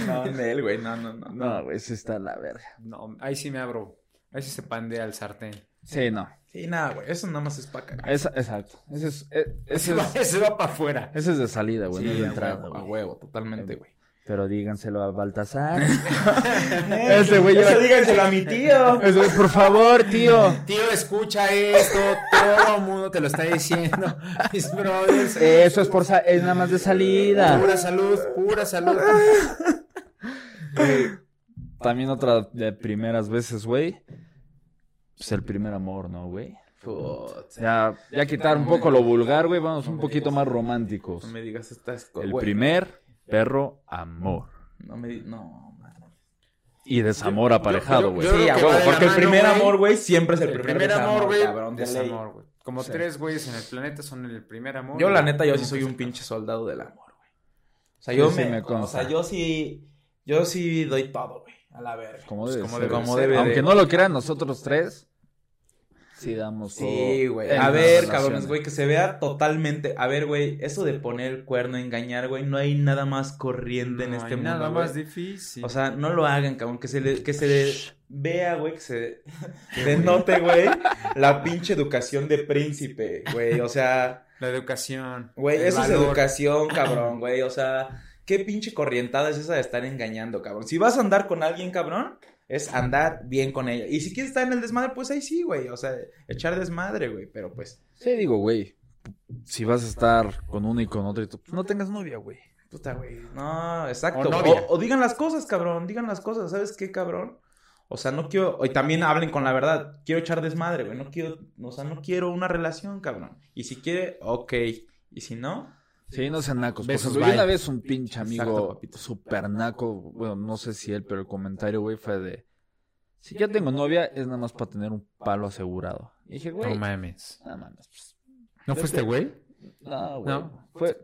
[SPEAKER 2] No, en él, güey. No, no, no.
[SPEAKER 1] No, güey, sí está la verga.
[SPEAKER 3] No, ahí sí me abro. Ahí sí se pandea el sartén.
[SPEAKER 1] Sí, no.
[SPEAKER 2] Sí, nada, güey. Eso nada más es para cagar.
[SPEAKER 1] Esa- exacto. Ese es, e- ese
[SPEAKER 3] Se va,
[SPEAKER 1] es,
[SPEAKER 3] se va para afuera.
[SPEAKER 1] ese es de salida, güey, no
[SPEAKER 2] Sí,
[SPEAKER 1] de
[SPEAKER 2] a
[SPEAKER 1] entrada,
[SPEAKER 2] huevo, a
[SPEAKER 1] güey.
[SPEAKER 2] huevo, totalmente, güey.
[SPEAKER 1] Pero díganselo a Baltasar.
[SPEAKER 4] Ese güey lleva-
[SPEAKER 5] Eso díganselo a mi tío.
[SPEAKER 4] Eso es, por favor, tío.
[SPEAKER 3] Tío, escucha esto. Todo el mundo te lo está diciendo. Mis brothers.
[SPEAKER 1] Eh,
[SPEAKER 4] Eso es por sa- es nada más de salida.
[SPEAKER 3] Pura salud, pura salud.
[SPEAKER 1] También otra de primeras veces, güey. Pues el primer amor, ¿no, güey? O sea, ya quitar un poco lo vulgar, güey, vamos un poquito más románticos.
[SPEAKER 2] No me digas estas cosas,
[SPEAKER 1] El
[SPEAKER 2] güey.
[SPEAKER 1] primer perro amor.
[SPEAKER 2] No me di- No, man.
[SPEAKER 1] Y desamor aparejado, güey.
[SPEAKER 3] yo creo
[SPEAKER 2] Sí, a
[SPEAKER 3] que
[SPEAKER 2] huevo.
[SPEAKER 3] va de la
[SPEAKER 2] Porque el
[SPEAKER 3] mano,
[SPEAKER 2] primer
[SPEAKER 3] güey.
[SPEAKER 2] amor, güey, siempre es el,
[SPEAKER 3] El primer amor, güey.
[SPEAKER 2] cabrón, de ley.
[SPEAKER 3] Desamor, güey. Como tres güeyes en el planeta son el primer amor.
[SPEAKER 2] Yo, la
[SPEAKER 3] y-
[SPEAKER 2] neta, yo sí
[SPEAKER 3] nunca
[SPEAKER 2] soy
[SPEAKER 3] se
[SPEAKER 2] un
[SPEAKER 3] acaba.
[SPEAKER 2] pinche soldado del amor, güey. O sea,
[SPEAKER 1] Sí,
[SPEAKER 2] yo
[SPEAKER 1] sí
[SPEAKER 2] me,
[SPEAKER 1] me
[SPEAKER 2] O
[SPEAKER 1] consta.
[SPEAKER 2] sea, yo sí. Yo sí doy todo, güey. A la verga.
[SPEAKER 1] Como debe
[SPEAKER 3] como
[SPEAKER 1] ser,
[SPEAKER 3] debe
[SPEAKER 1] güey.
[SPEAKER 2] ser.
[SPEAKER 1] Aunque no lo crean nosotros tres, sí damos
[SPEAKER 2] Sí,
[SPEAKER 1] todo
[SPEAKER 2] güey.
[SPEAKER 1] en
[SPEAKER 2] A
[SPEAKER 1] las
[SPEAKER 2] ver,
[SPEAKER 1] relaciones.
[SPEAKER 2] cabrones, güey, que se vea totalmente. A ver, güey, eso de poner el cuerno, engañar, güey, no hay nada más corriente en
[SPEAKER 3] No
[SPEAKER 2] este
[SPEAKER 3] hay
[SPEAKER 2] mundo.
[SPEAKER 3] Nada
[SPEAKER 2] güey.
[SPEAKER 3] más difícil.
[SPEAKER 2] O sea, no lo hagan, cabrón, que se le, que se le vea, güey, que se denote, güey, la pinche educación de príncipe, güey. O sea,
[SPEAKER 3] la educación.
[SPEAKER 2] güey,
[SPEAKER 3] el
[SPEAKER 2] eso es
[SPEAKER 3] valor.
[SPEAKER 2] educación, cabrón, güey. O sea, qué pinche corrientada es esa de estar engañando, cabrón. Si vas a andar con alguien, cabrón, es andar bien con ella. Y si quieres estar en el desmadre, pues ahí sí, güey. O sea, echar desmadre, güey. Pero pues,
[SPEAKER 1] Sí, digo, güey. Si vas a estar con uno y con otro, y tú, pues no tengas novia, güey.
[SPEAKER 2] puta, güey. No, exacto.
[SPEAKER 3] O
[SPEAKER 2] O,
[SPEAKER 3] novia.
[SPEAKER 2] o digan las cosas, cabrón. Digan las cosas. ¿Sabes qué, cabrón? O sea, no quiero. Y también hablen con la verdad. Quiero echar desmadre, güey. No quiero. O sea, no quiero una relación, cabrón. Y si quiere, ok. Y si no,
[SPEAKER 1] Sí, no sean nacos.
[SPEAKER 3] Besos,
[SPEAKER 1] Besos, güey.
[SPEAKER 3] bye.
[SPEAKER 1] Una vez un pinche
[SPEAKER 2] Exacto,
[SPEAKER 1] amigo
[SPEAKER 2] papito.
[SPEAKER 1] super naco, bueno, no sé si él, pero el comentario, güey, fue de... Si ya tengo novia, es nada más para tener un palo asegurado. Y dije,
[SPEAKER 3] No
[SPEAKER 1] güey, no
[SPEAKER 3] mames.
[SPEAKER 1] mames, pues,
[SPEAKER 3] ¿No fuiste, güey?
[SPEAKER 1] no, güey.
[SPEAKER 3] No.
[SPEAKER 1] Fue,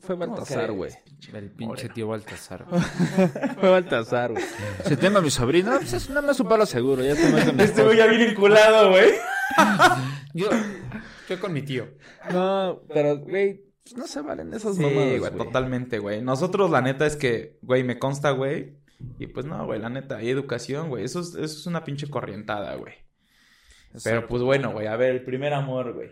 [SPEAKER 1] fue Baltasar,
[SPEAKER 2] crees?
[SPEAKER 1] güey.
[SPEAKER 3] El pinche tío Baltasar.
[SPEAKER 1] Fue Baltasar, güey. Si tengo a mi sobrino, pues es nada más un palo seguro. Ya te meto en mi
[SPEAKER 2] este güey ya viene vinculado, güey.
[SPEAKER 3] Yo, yo con mi tío.
[SPEAKER 1] No, pero, güey, pues, no se valen esas
[SPEAKER 2] Sí,
[SPEAKER 1] mamadas,
[SPEAKER 2] güey,
[SPEAKER 1] güey.
[SPEAKER 2] totalmente, güey. Nosotros, la neta, es que, güey, me consta, güey. Y pues no, güey, la neta, hay educación, güey. Eso es, eso es una pinche corrientada, güey. Pero pues bueno, güey, a ver, el primer amor, güey.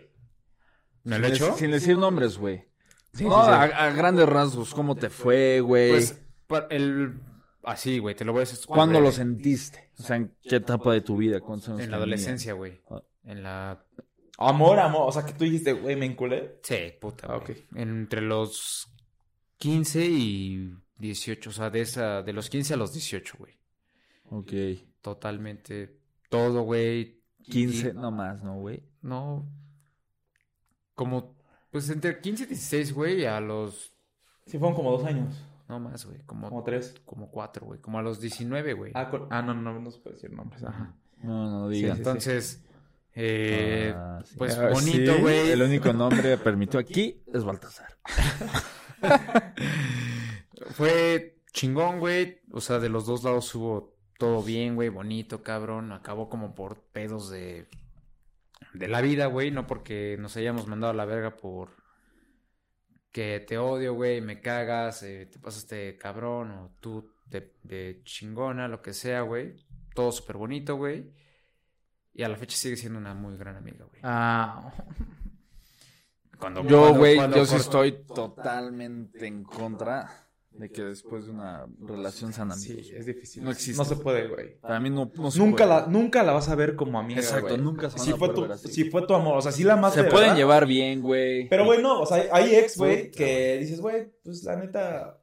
[SPEAKER 3] ¿Me
[SPEAKER 1] Sin
[SPEAKER 3] lo
[SPEAKER 1] dec-
[SPEAKER 3] echó?
[SPEAKER 1] Sin decir nombres, güey.
[SPEAKER 3] Sí,
[SPEAKER 1] no,
[SPEAKER 3] sí, sí.
[SPEAKER 1] A, a grandes rasgos, ¿cómo te fue, güey?
[SPEAKER 3] Pues, pa- el... Así, güey, te lo voy a decir.
[SPEAKER 1] ¿Cuándo lo
[SPEAKER 3] los
[SPEAKER 1] sentiste? O sea, ¿en qué etapa de tu vida? ¿Cuántos años
[SPEAKER 3] En la
[SPEAKER 1] tenías?
[SPEAKER 3] adolescencia, güey.
[SPEAKER 1] Ah.
[SPEAKER 3] En la...
[SPEAKER 2] Amor, amor. O sea, que tú dijiste, güey, me enculé.
[SPEAKER 3] Sí, puta,
[SPEAKER 2] Ah,
[SPEAKER 3] güey. Entre los 15 y 18, o sea, de, esa, de los 15 a los 18, güey.
[SPEAKER 1] Ok.
[SPEAKER 3] Totalmente todo, güey.
[SPEAKER 1] 15,
[SPEAKER 3] Y-
[SPEAKER 1] no más, ¿no, güey?
[SPEAKER 3] No. Como, pues entre 15 y 16, güey, a los...
[SPEAKER 2] Sí, fueron como dos años.
[SPEAKER 3] No más, güey.
[SPEAKER 2] Como
[SPEAKER 3] Como,
[SPEAKER 2] tres.
[SPEAKER 3] como 4, güey. Como a los 19, güey.
[SPEAKER 2] Ah, con- ah, no, no, no, no se puede decir nombres. Ajá.
[SPEAKER 1] No, no digas.
[SPEAKER 2] sí, sí.
[SPEAKER 3] Entonces, eh,
[SPEAKER 1] Ah, sí.
[SPEAKER 3] pues
[SPEAKER 1] Ah,
[SPEAKER 3] bonito,
[SPEAKER 1] sí,
[SPEAKER 3] güey.
[SPEAKER 1] El único nombre permitido aquí es Baltasar.
[SPEAKER 3] Fue chingón, güey. O sea, de los dos lados hubo todo bien, güey. Bonito, cabrón. Acabó como por pedos de, de la vida, güey. No porque nos hayamos mandado a la verga por que te odio, güey. Me cagas. eh, te pasaste cabrón. O tú de, de chingona, lo que sea, güey. Todo súper bonito, güey. Y a la fecha sigue siendo una muy gran amiga, güey.
[SPEAKER 2] Ah,
[SPEAKER 3] Cuando-
[SPEAKER 1] Yo,
[SPEAKER 3] cuando-
[SPEAKER 1] güey,
[SPEAKER 3] cuando
[SPEAKER 1] yo sí
[SPEAKER 3] cor-
[SPEAKER 1] estoy totalmente en contra de que después de una relación sana.
[SPEAKER 2] sí, es difícil.
[SPEAKER 1] No existe.
[SPEAKER 2] No se puede, güey.
[SPEAKER 1] Para mí no, no se
[SPEAKER 2] Nunca
[SPEAKER 1] puede.
[SPEAKER 2] la, nunca la vas a ver como amiga,
[SPEAKER 1] Exacto,
[SPEAKER 2] güey.
[SPEAKER 1] nunca se van
[SPEAKER 2] Si
[SPEAKER 1] a
[SPEAKER 2] fue,
[SPEAKER 1] poder
[SPEAKER 2] tu,
[SPEAKER 1] ver así.
[SPEAKER 2] si fue tu amor, o sea, sí la más
[SPEAKER 1] Se pueden llevar bien, güey.
[SPEAKER 2] Pero, güey, no, o sea, hay ex, güey, que dices, güey, pues la neta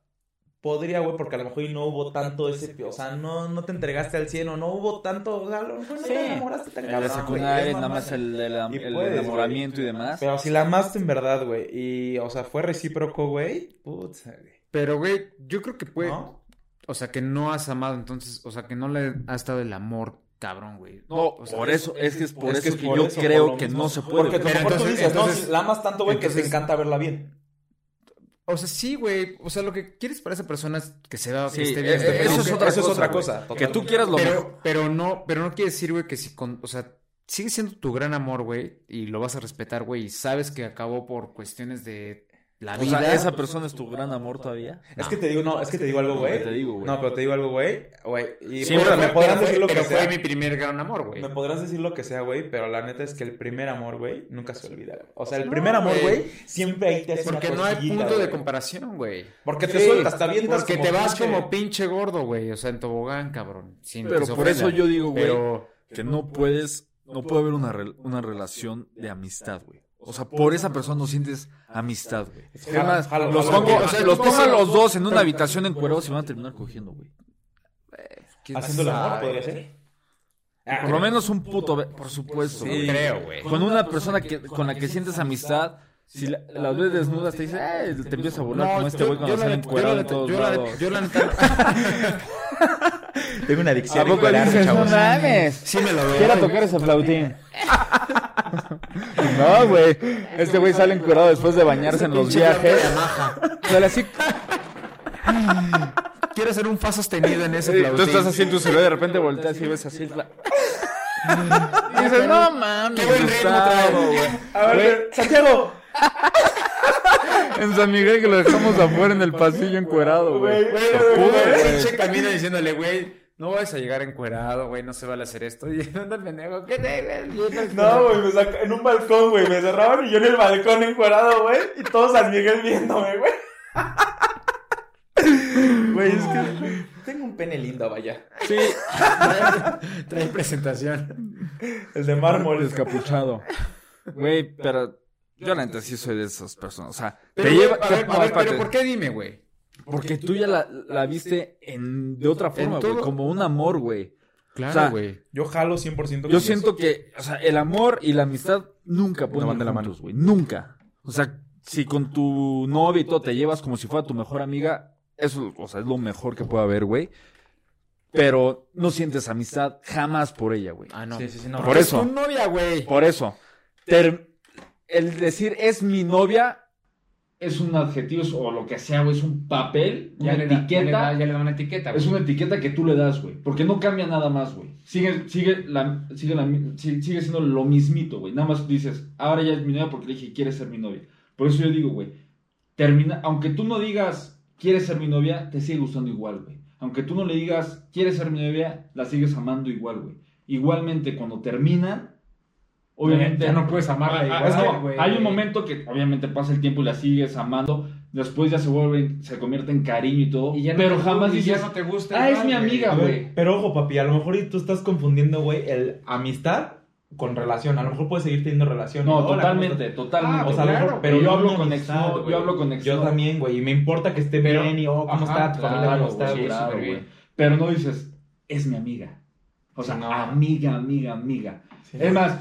[SPEAKER 2] podría, güey, porque a lo mejor y no hubo tanto ese, o sea, no, no te entregaste al cielo, no hubo tanto, o sea, a lo mejor no
[SPEAKER 1] Sí.
[SPEAKER 2] te enamoraste tan
[SPEAKER 1] En
[SPEAKER 2] cabrón,
[SPEAKER 1] la
[SPEAKER 2] güey,
[SPEAKER 1] secundaria,
[SPEAKER 2] es
[SPEAKER 1] nada
[SPEAKER 2] mamada.
[SPEAKER 1] más el, el- el
[SPEAKER 2] Y puedes,
[SPEAKER 1] enamoramiento y demás.
[SPEAKER 2] Pero si la amaste en verdad, güey, y, o sea, fue recíproco, güey, puta, güey.
[SPEAKER 3] Pero, güey, yo creo que puede...
[SPEAKER 2] ¿No?
[SPEAKER 3] O sea, que no has amado, entonces, o sea, que no le has dado el amor, cabrón, güey.
[SPEAKER 1] No,
[SPEAKER 3] o sea,
[SPEAKER 1] por eso, es que Pues es por
[SPEAKER 2] es que
[SPEAKER 1] eso
[SPEAKER 2] es
[SPEAKER 1] que
[SPEAKER 2] por
[SPEAKER 1] yo
[SPEAKER 2] eso, por
[SPEAKER 1] creo
[SPEAKER 2] lo
[SPEAKER 1] que
[SPEAKER 2] mismo.
[SPEAKER 1] no se puede.
[SPEAKER 2] Porque a lo
[SPEAKER 3] Pero
[SPEAKER 2] mejor tú
[SPEAKER 3] entonces-
[SPEAKER 2] dices, no,
[SPEAKER 3] entonces-
[SPEAKER 2] si la amas tanto, güey, que te
[SPEAKER 3] entonces-
[SPEAKER 2] encanta verla bien.
[SPEAKER 3] O sea, sí, güey. O sea, lo que quieres para esa persona es que se vea
[SPEAKER 1] Sí,
[SPEAKER 3] que esté
[SPEAKER 1] eh,
[SPEAKER 3] bien. esté
[SPEAKER 1] eh,
[SPEAKER 3] feliz.
[SPEAKER 1] eso es otra
[SPEAKER 2] Eso es
[SPEAKER 1] cosa,
[SPEAKER 2] otra
[SPEAKER 1] güey.
[SPEAKER 2] cosa.
[SPEAKER 1] Que tú quieras lo mejor.
[SPEAKER 3] pero, pero no, pero no quiere decir, güey, que si con, o sea, sigue siendo tu gran amor, güey, y lo vas a respetar, güey, y sabes que acabó por cuestiones de la
[SPEAKER 1] O
[SPEAKER 3] vida.
[SPEAKER 1] sea, esa persona es tu gran amor todavía.
[SPEAKER 2] Es que te digo, no, es que te digo algo, güey.
[SPEAKER 1] Te digo, güey.
[SPEAKER 2] No, pero te digo algo, güey. Güey. Y
[SPEAKER 1] Siempre
[SPEAKER 2] puta,
[SPEAKER 3] Pero
[SPEAKER 2] me podrán
[SPEAKER 3] fue-
[SPEAKER 2] decir lo que
[SPEAKER 3] pero fue
[SPEAKER 2] sea.
[SPEAKER 3] mi primer gran amor, güey.
[SPEAKER 2] Me podrás decir lo que sea, güey, pero la neta es que el primer amor, güey, nunca se olvida. güey. O sea, el
[SPEAKER 3] No,
[SPEAKER 2] primer amor,
[SPEAKER 3] güey.
[SPEAKER 2] güey, siempre ahí te hace
[SPEAKER 3] Porque
[SPEAKER 2] una
[SPEAKER 3] no hay
[SPEAKER 2] cosquillita,
[SPEAKER 3] punto de
[SPEAKER 2] güey.
[SPEAKER 3] comparación, güey.
[SPEAKER 2] Porque te
[SPEAKER 3] Sí,
[SPEAKER 2] sueltas, te avientas
[SPEAKER 3] Porque
[SPEAKER 2] como
[SPEAKER 3] te vas
[SPEAKER 2] pinche-
[SPEAKER 3] como pinche gordo, güey. O sea, en tobogán, cabrón. sin
[SPEAKER 1] Pero
[SPEAKER 3] que se
[SPEAKER 1] por eso
[SPEAKER 3] ofenda.
[SPEAKER 1] yo digo, güey,
[SPEAKER 3] Pero
[SPEAKER 1] que no puedes, no puede haber una, rel- una relación de amistad, güey. O sea, por esa persona no sientes amistad, güey.
[SPEAKER 2] Es
[SPEAKER 1] Es más,
[SPEAKER 2] jalo,
[SPEAKER 1] los
[SPEAKER 2] jalo,
[SPEAKER 1] pongo,
[SPEAKER 2] jalo.
[SPEAKER 1] o sea, los pongo a los dos en una habitación encuerados y van a terminar cogiendo, güey.
[SPEAKER 3] ¿quién
[SPEAKER 2] Haciendo el amor,
[SPEAKER 3] sabe?
[SPEAKER 2] podría ser. Ah,
[SPEAKER 1] Por lo menos un puto, ve- por supuesto.
[SPEAKER 3] No
[SPEAKER 1] güey.
[SPEAKER 3] creo, güey.
[SPEAKER 1] Con una persona que, con la que sientes amistad, si la, las ves desnudas te dice, eh, te empieza a volar como este güey cuando sale encuerado en todos lados.
[SPEAKER 2] Tengo una adicción de
[SPEAKER 4] mames?
[SPEAKER 3] Sí me lo veo.
[SPEAKER 4] Quiero tocar ese flautín. No, güey. Este güey sale encuerado después de bañarse en los viajes. Sale así.
[SPEAKER 3] Quiero hacer un fa sostenido en ese
[SPEAKER 1] Tú
[SPEAKER 3] flautín.
[SPEAKER 1] estás haciendo tu celular y de repente volteas y ves así. la- Y dices, no mames.
[SPEAKER 3] Qué buen ritmo
[SPEAKER 1] Gustavo,
[SPEAKER 3] trae".
[SPEAKER 1] güey.
[SPEAKER 2] A ver, Santiago.
[SPEAKER 4] En San Miguel que lo dejamos afuera en el pasillo encuerado, güey.
[SPEAKER 3] Güey, güey, güey, pinche camino diciéndole, güey, no vas a llegar encuerado, güey, no se vale hacer esto. Y anda el pendejo, ¿qué te
[SPEAKER 2] No, güey, me saca en un balcón, güey. Me cerraban y yo en el balcón encuerado, güey. Y todo San Miguel viéndome, güey. Güey, es que tengo un pene lindo, vaya.
[SPEAKER 1] Sí,
[SPEAKER 3] Trae presentación.
[SPEAKER 2] El de mármol.
[SPEAKER 4] Descapuchado.
[SPEAKER 1] güey, pero yo la neta sí soy de esas personas. O sea,
[SPEAKER 3] Pero,
[SPEAKER 1] te lleva.
[SPEAKER 3] a ver,
[SPEAKER 1] te-
[SPEAKER 3] a ver,
[SPEAKER 1] aparte,
[SPEAKER 3] pero ¿por qué dime, güey?
[SPEAKER 1] Porque tú ya la, la viste en, de otra forma, güey.
[SPEAKER 3] todo.
[SPEAKER 1] Como un amor, güey.
[SPEAKER 3] Claro,
[SPEAKER 1] O sea,
[SPEAKER 3] güey.
[SPEAKER 2] Yo jalo 100% con
[SPEAKER 1] Yo
[SPEAKER 2] eso.
[SPEAKER 1] siento que, o sea, el amor y la amistad nunca pueden
[SPEAKER 4] van de
[SPEAKER 1] ir
[SPEAKER 4] la mano.
[SPEAKER 1] juntos, güey. Nunca. O sea, si con tu novio y todo te llevas como si fuera tu mejor amiga, eso, o sea, es lo mejor que puede haber, güey. Pero no sientes amistad jamás por ella, güey.
[SPEAKER 3] Ah, no.
[SPEAKER 2] Sí, sí, sí, no.
[SPEAKER 1] Por eso.
[SPEAKER 3] Es tu novia, güey.
[SPEAKER 1] Por eso. ter- el decir es mi novia es un adjetivo es- o lo que sea, güey, es un papel, una etiqueta.
[SPEAKER 3] ya le da una etiqueta,
[SPEAKER 1] Es una etiqueta que tú le das, güey. Porque no cambia nada más, güey. Sigue, sigue, la, sigue, la, mi- si- sigue siendo lo mismito, güey. Nada más dices, ahora ya es mi novia porque le dije, quieres ser mi novia. Por eso yo digo, güey, termina, aunque tú no digas, quieres ser mi novia, te sigue gustando igual, güey. Aunque tú no le digas, quieres ser mi novia, la sigues amando igual, güey. Igualmente, cuando terminan, obviamente.
[SPEAKER 6] Ya no puedes amarla
[SPEAKER 1] Ah,
[SPEAKER 6] igual,
[SPEAKER 1] ah, no,
[SPEAKER 6] güey.
[SPEAKER 1] hay un momento que obviamente pasa el tiempo y la sigues amando. Después ya se vuelven, se convierte en cariño y todo.
[SPEAKER 6] Y ya no
[SPEAKER 1] pero
[SPEAKER 6] te-
[SPEAKER 1] jamás
[SPEAKER 6] y
[SPEAKER 1] dices,
[SPEAKER 6] ya no te gusta.
[SPEAKER 1] Ah, es
[SPEAKER 6] igual,
[SPEAKER 1] mi
[SPEAKER 6] güey.
[SPEAKER 1] amiga,
[SPEAKER 2] A ver,
[SPEAKER 1] güey.
[SPEAKER 2] Pero ojo, papi, a lo mejor y tú estás confundiendo, güey, el amistad con relación. A lo mejor puedes seguir teniendo relación.
[SPEAKER 1] No,
[SPEAKER 2] Hola, ¿cómo
[SPEAKER 1] totalmente,
[SPEAKER 2] estás?
[SPEAKER 1] totalmente.
[SPEAKER 2] O sea, a lo mejor-
[SPEAKER 1] pero yo
[SPEAKER 2] no
[SPEAKER 1] hablo
[SPEAKER 2] una
[SPEAKER 1] con ex,
[SPEAKER 2] amistad,
[SPEAKER 1] yo,
[SPEAKER 2] güey.
[SPEAKER 1] hablo con ex.
[SPEAKER 2] Yo también, güey, y me importa que esté
[SPEAKER 6] Pero-
[SPEAKER 2] bien y oh, cómo
[SPEAKER 6] Ajá,
[SPEAKER 2] está tu familia,
[SPEAKER 1] Claro,
[SPEAKER 2] cómo está,
[SPEAKER 1] güey,
[SPEAKER 2] güey.
[SPEAKER 1] claro,
[SPEAKER 6] súper
[SPEAKER 1] güey.
[SPEAKER 6] bien.
[SPEAKER 1] Pero no dices, es mi amiga. O sea,
[SPEAKER 6] No.
[SPEAKER 1] amiga, amiga, amiga.
[SPEAKER 2] Sí.
[SPEAKER 1] Es más,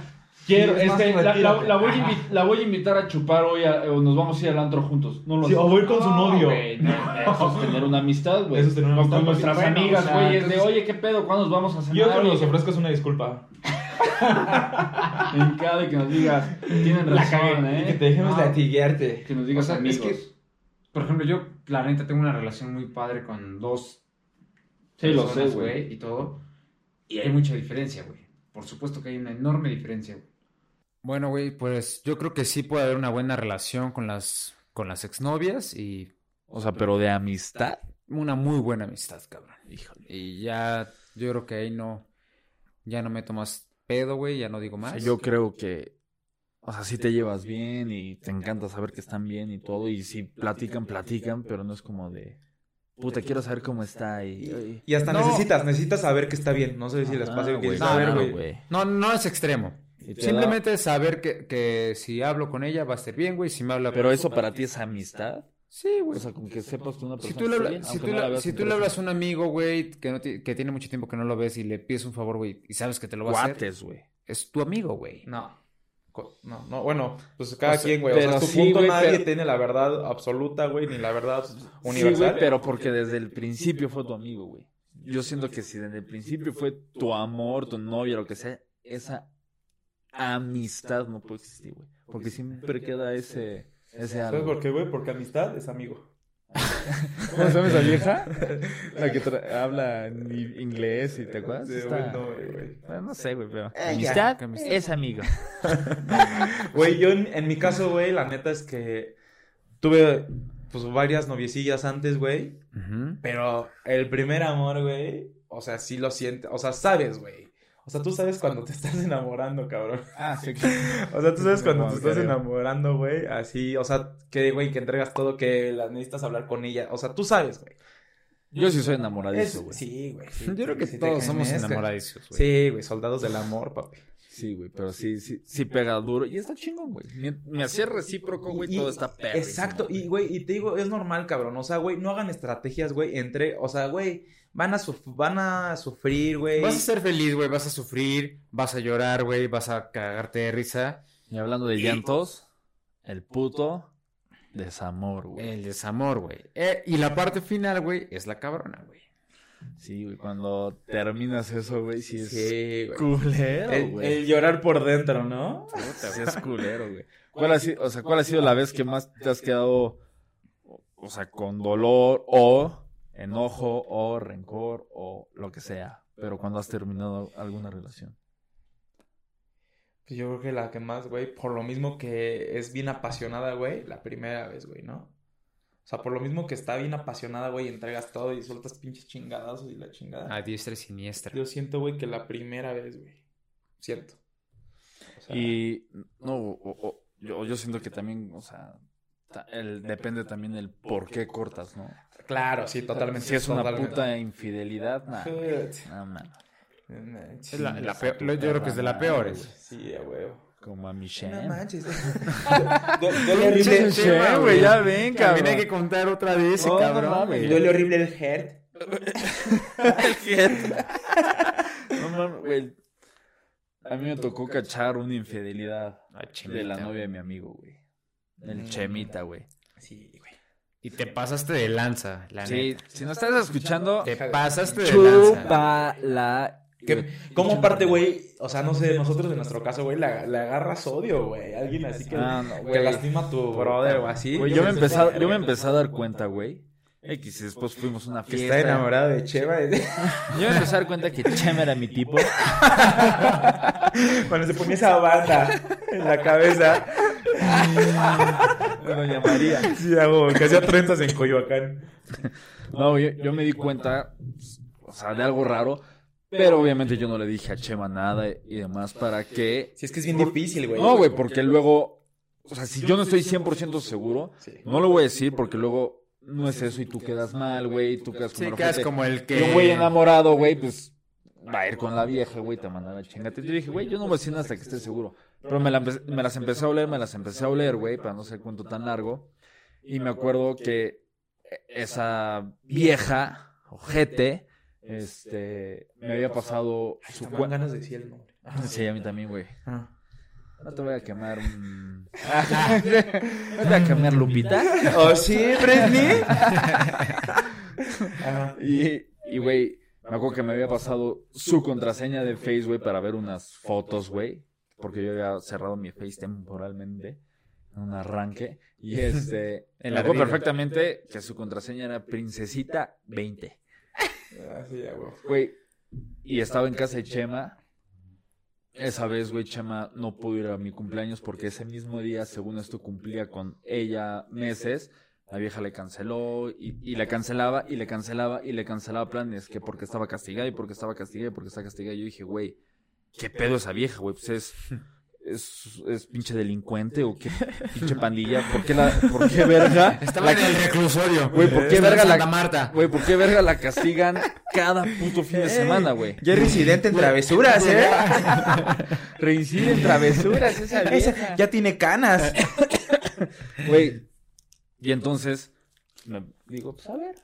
[SPEAKER 1] quiero,
[SPEAKER 2] es más,
[SPEAKER 1] este, la, la-
[SPEAKER 2] retírate.
[SPEAKER 1] la voy a invi- la voy a invitar a chupar hoy a- o nos vamos a ir al antro juntos. No lo
[SPEAKER 2] Sí, o voy con su
[SPEAKER 6] No,
[SPEAKER 2] novio.
[SPEAKER 6] güey, no.
[SPEAKER 1] Eso es tener una amistad, güey.
[SPEAKER 2] Eso es tener una
[SPEAKER 1] O
[SPEAKER 2] amistad,
[SPEAKER 1] Con nuestras
[SPEAKER 2] porque, bueno,
[SPEAKER 1] amigas,
[SPEAKER 2] o sea,
[SPEAKER 1] güey. es de,
[SPEAKER 2] entonces-
[SPEAKER 1] oye, ¿qué pedo? ¿Cuándo nos vamos a cenar?
[SPEAKER 2] Yo creo que
[SPEAKER 1] güey?
[SPEAKER 2] nos ofrezcas una disculpa.
[SPEAKER 1] En cada que nos digas, tienen
[SPEAKER 2] La
[SPEAKER 1] razón,
[SPEAKER 2] cagué,
[SPEAKER 1] ¿eh?
[SPEAKER 2] Que te dejemos
[SPEAKER 6] Ah.
[SPEAKER 2] latiguearte.
[SPEAKER 1] Que nos digas
[SPEAKER 6] O sea, es
[SPEAKER 1] amigos.
[SPEAKER 6] que- Por ejemplo, yo, la neta, tengo una relación muy padre con dos
[SPEAKER 1] Sí, lo
[SPEAKER 6] personas,
[SPEAKER 1] sé, güey.
[SPEAKER 6] Y todo. Y hay mucha diferencia, güey. Por supuesto que hay una enorme diferencia, güey.
[SPEAKER 3] Bueno, güey, pues yo creo que sí puede haber una buena relación con las, con las exnovias y
[SPEAKER 1] O sea, pero de amistad.
[SPEAKER 3] una muy buena amistad, cabrón. Híjole. Y ya, yo creo que ahí no, ya no meto más pedo, güey, ya no digo
[SPEAKER 1] O
[SPEAKER 3] más.
[SPEAKER 1] sea, yo creo que, o sea, si te llevas bien y te encanta saber que están bien y todo, y si platican, platican, pero no es como de, puta, quiero saber cómo está y...
[SPEAKER 2] Y hasta
[SPEAKER 3] No.
[SPEAKER 2] necesitas, necesitas saber que está bien. No sé si les pasa que
[SPEAKER 3] no,
[SPEAKER 2] saber,
[SPEAKER 3] no,
[SPEAKER 2] Ah, güey.
[SPEAKER 3] No, no es extremo.
[SPEAKER 1] Y te da-
[SPEAKER 3] Simplemente saber que, que si hablo con ella va a estar bien, güey, si me habla...
[SPEAKER 1] Pero eso para ti es amistad.
[SPEAKER 3] Sí,
[SPEAKER 1] O
[SPEAKER 3] güey.
[SPEAKER 1] sea, con que sepas que una persona
[SPEAKER 3] Si tú le,
[SPEAKER 1] está
[SPEAKER 3] habla-
[SPEAKER 1] bien,
[SPEAKER 3] si
[SPEAKER 1] aunque
[SPEAKER 3] tú
[SPEAKER 1] no
[SPEAKER 3] le-
[SPEAKER 1] la veas
[SPEAKER 3] si tú le hablas a un amigo, güey, que, no ti- que tiene mucho tiempo que no lo ves y le pides un favor, güey, y sabes que te lo va a hacer,
[SPEAKER 1] Guates, güey.
[SPEAKER 3] es tu amigo, güey.
[SPEAKER 6] No.
[SPEAKER 2] Co- No, no, bueno, pues cada
[SPEAKER 1] O sea,
[SPEAKER 2] quien, güey. O sea,
[SPEAKER 1] pero
[SPEAKER 2] a tu
[SPEAKER 1] sí,
[SPEAKER 2] punto
[SPEAKER 1] güey,
[SPEAKER 2] nadie
[SPEAKER 1] pero-
[SPEAKER 2] tiene la verdad absoluta, güey, ni la verdad
[SPEAKER 1] Sí,
[SPEAKER 2] universal.
[SPEAKER 1] güey, pero porque desde el principio fue tu amigo, güey. Yo siento que si desde el principio fue tu amor, tu novia, lo que sea, esa amistad no puede existir, güey. Porque siempre queda ese... Ese
[SPEAKER 2] ¿Sabes
[SPEAKER 1] algo.
[SPEAKER 2] por qué, güey? Porque amistad es amigo.
[SPEAKER 4] ¿Cómo se llama esa vieja? La que tra- habla en i- inglés y te acuerdas.
[SPEAKER 2] Sí,
[SPEAKER 4] Está-
[SPEAKER 2] güey, no, güey.
[SPEAKER 1] Bueno, no sé, güey, pero.
[SPEAKER 3] Amistad es
[SPEAKER 1] amigo.
[SPEAKER 2] Güey, yo en, en mi caso, güey, la neta es que tuve pues varias noviecillas antes, güey.
[SPEAKER 3] Ujú.
[SPEAKER 2] Pero el primer amor, güey, o sea, sí lo sientes, o sea, sabes, güey. O sea, tú sabes cuando te estás enamorando, cabrón.
[SPEAKER 4] Ah, sí, claro.
[SPEAKER 2] O sea, tú sabes cuando
[SPEAKER 4] No,
[SPEAKER 2] te estás
[SPEAKER 4] diario.
[SPEAKER 2] enamorando, güey, así, o sea, que, güey, que entregas todo, que las necesitas hablar con ella. O sea, tú sabes, güey.
[SPEAKER 1] Yo sí soy
[SPEAKER 2] Es-
[SPEAKER 1] enamoradizo, güey.
[SPEAKER 2] Sí, güey. sí,
[SPEAKER 3] Yo creo que
[SPEAKER 2] sí te
[SPEAKER 3] todos
[SPEAKER 2] caen,
[SPEAKER 3] somos
[SPEAKER 2] es que-
[SPEAKER 3] enamoradizos, güey.
[SPEAKER 2] Sí, güey, soldados del amor, papi.
[SPEAKER 1] Sí, güey, pero sí, sí, sí pega duro. Y está chingón, güey. Me, me hacía recíproco, güey,
[SPEAKER 2] Y-
[SPEAKER 1] todo está perro.
[SPEAKER 2] Exacto, y güey, y te digo, es normal, cabrón. O sea, güey, no hagan estrategias, güey, entre, o sea, güey, van a suf- van a sufrir, güey.
[SPEAKER 3] Vas a ser feliz, güey, vas a sufrir, vas a llorar, güey, vas a cagarte de risa.
[SPEAKER 1] Y hablando de llantos, el puto desamor, güey.
[SPEAKER 3] El desamor, güey. Eh, y la parte final, güey, es la cabrona, güey.
[SPEAKER 1] Sí, güey, cuando terminas eso, güey, sí es
[SPEAKER 2] Sí, güey.
[SPEAKER 1] culero,
[SPEAKER 2] El,
[SPEAKER 1] güey.
[SPEAKER 2] el llorar por dentro, ¿no?
[SPEAKER 1] Sí es culero, güey. ¿Cuál ha sido, o sea, cuál ha sido la vez que más te has quedado, o sea, con dolor o enojo o rencor o lo que sea, pero cuando has terminado alguna relación?
[SPEAKER 2] Pues Yo creo que la que más, güey, por lo mismo que es bien apasionada, güey, la primera vez, güey, ¿no? O sea, por lo mismo que está bien apasionada, güey, entregas todo y sueltas pinches chingadazos y la chingada.
[SPEAKER 3] A diestra y siniestra.
[SPEAKER 2] Yo siento, güey, que la primera vez, güey. Siento. O sea,
[SPEAKER 1] Y no, o- o- o- yo, yo siento que también, o sea, ta- el- depende también el por qué cortas, ¿no?
[SPEAKER 2] Claro, sí, totalmente.
[SPEAKER 1] Si es una
[SPEAKER 2] totalmente.
[SPEAKER 1] puta infidelidad, nada.
[SPEAKER 2] Sí.
[SPEAKER 1] Nada, nada.
[SPEAKER 3] Es la- la peor- lo- yo creo que es de las peores.
[SPEAKER 2] Sí, a huevo.
[SPEAKER 1] Como a
[SPEAKER 2] No
[SPEAKER 1] Michelle.
[SPEAKER 2] manches. Du- duele horrible.
[SPEAKER 3] Pinche tema, güey, ya
[SPEAKER 1] ven,
[SPEAKER 3] También hay que contar otra vez ese
[SPEAKER 1] Oh, no
[SPEAKER 3] cabrón,
[SPEAKER 1] mames.
[SPEAKER 3] güey.
[SPEAKER 2] Duele horrible el heart.
[SPEAKER 1] No mames, güey. A mí me tocó cachar una infidelidad
[SPEAKER 3] Ah, chimita.
[SPEAKER 1] de la novia de mi amigo, güey. El
[SPEAKER 2] Mm.
[SPEAKER 1] Chemita, güey.
[SPEAKER 2] Sí, güey.
[SPEAKER 3] Y te pasaste de lanza, la
[SPEAKER 1] Sí,
[SPEAKER 3] neta.
[SPEAKER 1] si no estás escuchando,
[SPEAKER 3] Te pasaste de lanza.
[SPEAKER 1] chúpala.
[SPEAKER 2] ¿Qué-
[SPEAKER 1] güey.
[SPEAKER 2] ¿Cómo parte, güey? O sea, no sé, nosotros en nuestro caso, güey, le le agarras odio, güey. Alguien así que,
[SPEAKER 1] Ah, no,
[SPEAKER 2] que
[SPEAKER 1] güey.
[SPEAKER 2] lastima a tu brother o así.
[SPEAKER 1] Güey, yo me empecé, a- yo me empecé a dar cuenta, güey. X, y después fuimos a una
[SPEAKER 2] Que
[SPEAKER 1] fiesta.
[SPEAKER 2] está enamorado de Cheva.
[SPEAKER 1] Yo me empecé a dar cuenta que Chema era mi tipo.
[SPEAKER 2] Cuando se ponía esa banda en la cabeza.
[SPEAKER 1] Doña María.
[SPEAKER 2] Sí, hago, que hacía trenzas en Coyoacán.
[SPEAKER 1] No, yo, yo me di cuenta, pues, o sea, de algo raro. Pero obviamente yo no le dije a Chema nada y demás para que
[SPEAKER 2] Sí, es que es bien difícil, güey.
[SPEAKER 1] No, güey, porque luego, o sea, si yo no estoy 100% seguro,
[SPEAKER 2] Sí.
[SPEAKER 1] no lo voy a decir porque luego no es eso y tú quedas mal, güey, tú quedas como
[SPEAKER 3] Sí,
[SPEAKER 1] un
[SPEAKER 3] quedas
[SPEAKER 1] ojete.
[SPEAKER 3] como el
[SPEAKER 1] Y
[SPEAKER 3] que...
[SPEAKER 1] un güey enamorado, güey, pues va a ir con la vieja, güey, te manda la chingada. Te dije, güey, yo no voy a decir nada hasta que esté seguro. Pero me, la empe- me las empecé a oler, me las empecé a oler, güey, para no ser cuento tan largo. Y me acuerdo que esa vieja, ojete, este, me había pasado su
[SPEAKER 2] Con
[SPEAKER 1] cuenta.
[SPEAKER 2] ganas de decir el nombre.
[SPEAKER 1] Sí, a mí también, güey.
[SPEAKER 2] Ah.
[SPEAKER 1] No te voy a quemar un... no te voy a quemar Lupita.
[SPEAKER 2] ¿Oh, sí, Britney? Ah,
[SPEAKER 1] Y, y, güey, me acuerdo que me había pasado su contraseña de Face, güey, para ver unas fotos, güey. Porque yo había cerrado mi Face temporalmente en un arranque. Y este...
[SPEAKER 3] El
[SPEAKER 1] me acuerdo
[SPEAKER 3] ladrillo.
[SPEAKER 1] perfectamente que su contraseña era Princesita 20.
[SPEAKER 2] Ah, sí, ya, güey.
[SPEAKER 1] Güey, y estaba en casa de Chema. Esa vez, güey, Chema no pudo ir a mi cumpleaños porque ese mismo día, según esto, cumplía con ella meses. La vieja le canceló y, y le cancelaba y le cancelaba y le cancelaba planes que porque estaba castigada y porque estaba castigada y porque estaba castigada. Yo dije, güey, ¿qué pedo esa vieja, güey? Pues es, es, es pinche delincuente o qué pinche pandilla. ¿Por qué, la, por qué verga? la
[SPEAKER 3] Estaba en el reclusorio.
[SPEAKER 1] Güey, ¿por qué
[SPEAKER 3] Estaba en
[SPEAKER 1] verga la-
[SPEAKER 3] Santa Marta?
[SPEAKER 1] Güey, ¿por qué verga la castigan cada puto fin de semana, güey?
[SPEAKER 2] Ya es residente en travesuras, ¿eh?
[SPEAKER 1] Reincide en travesuras esa
[SPEAKER 2] Esa- Ah, ya tiene canas.
[SPEAKER 1] Güey. Y entonces, me digo, pues a ver.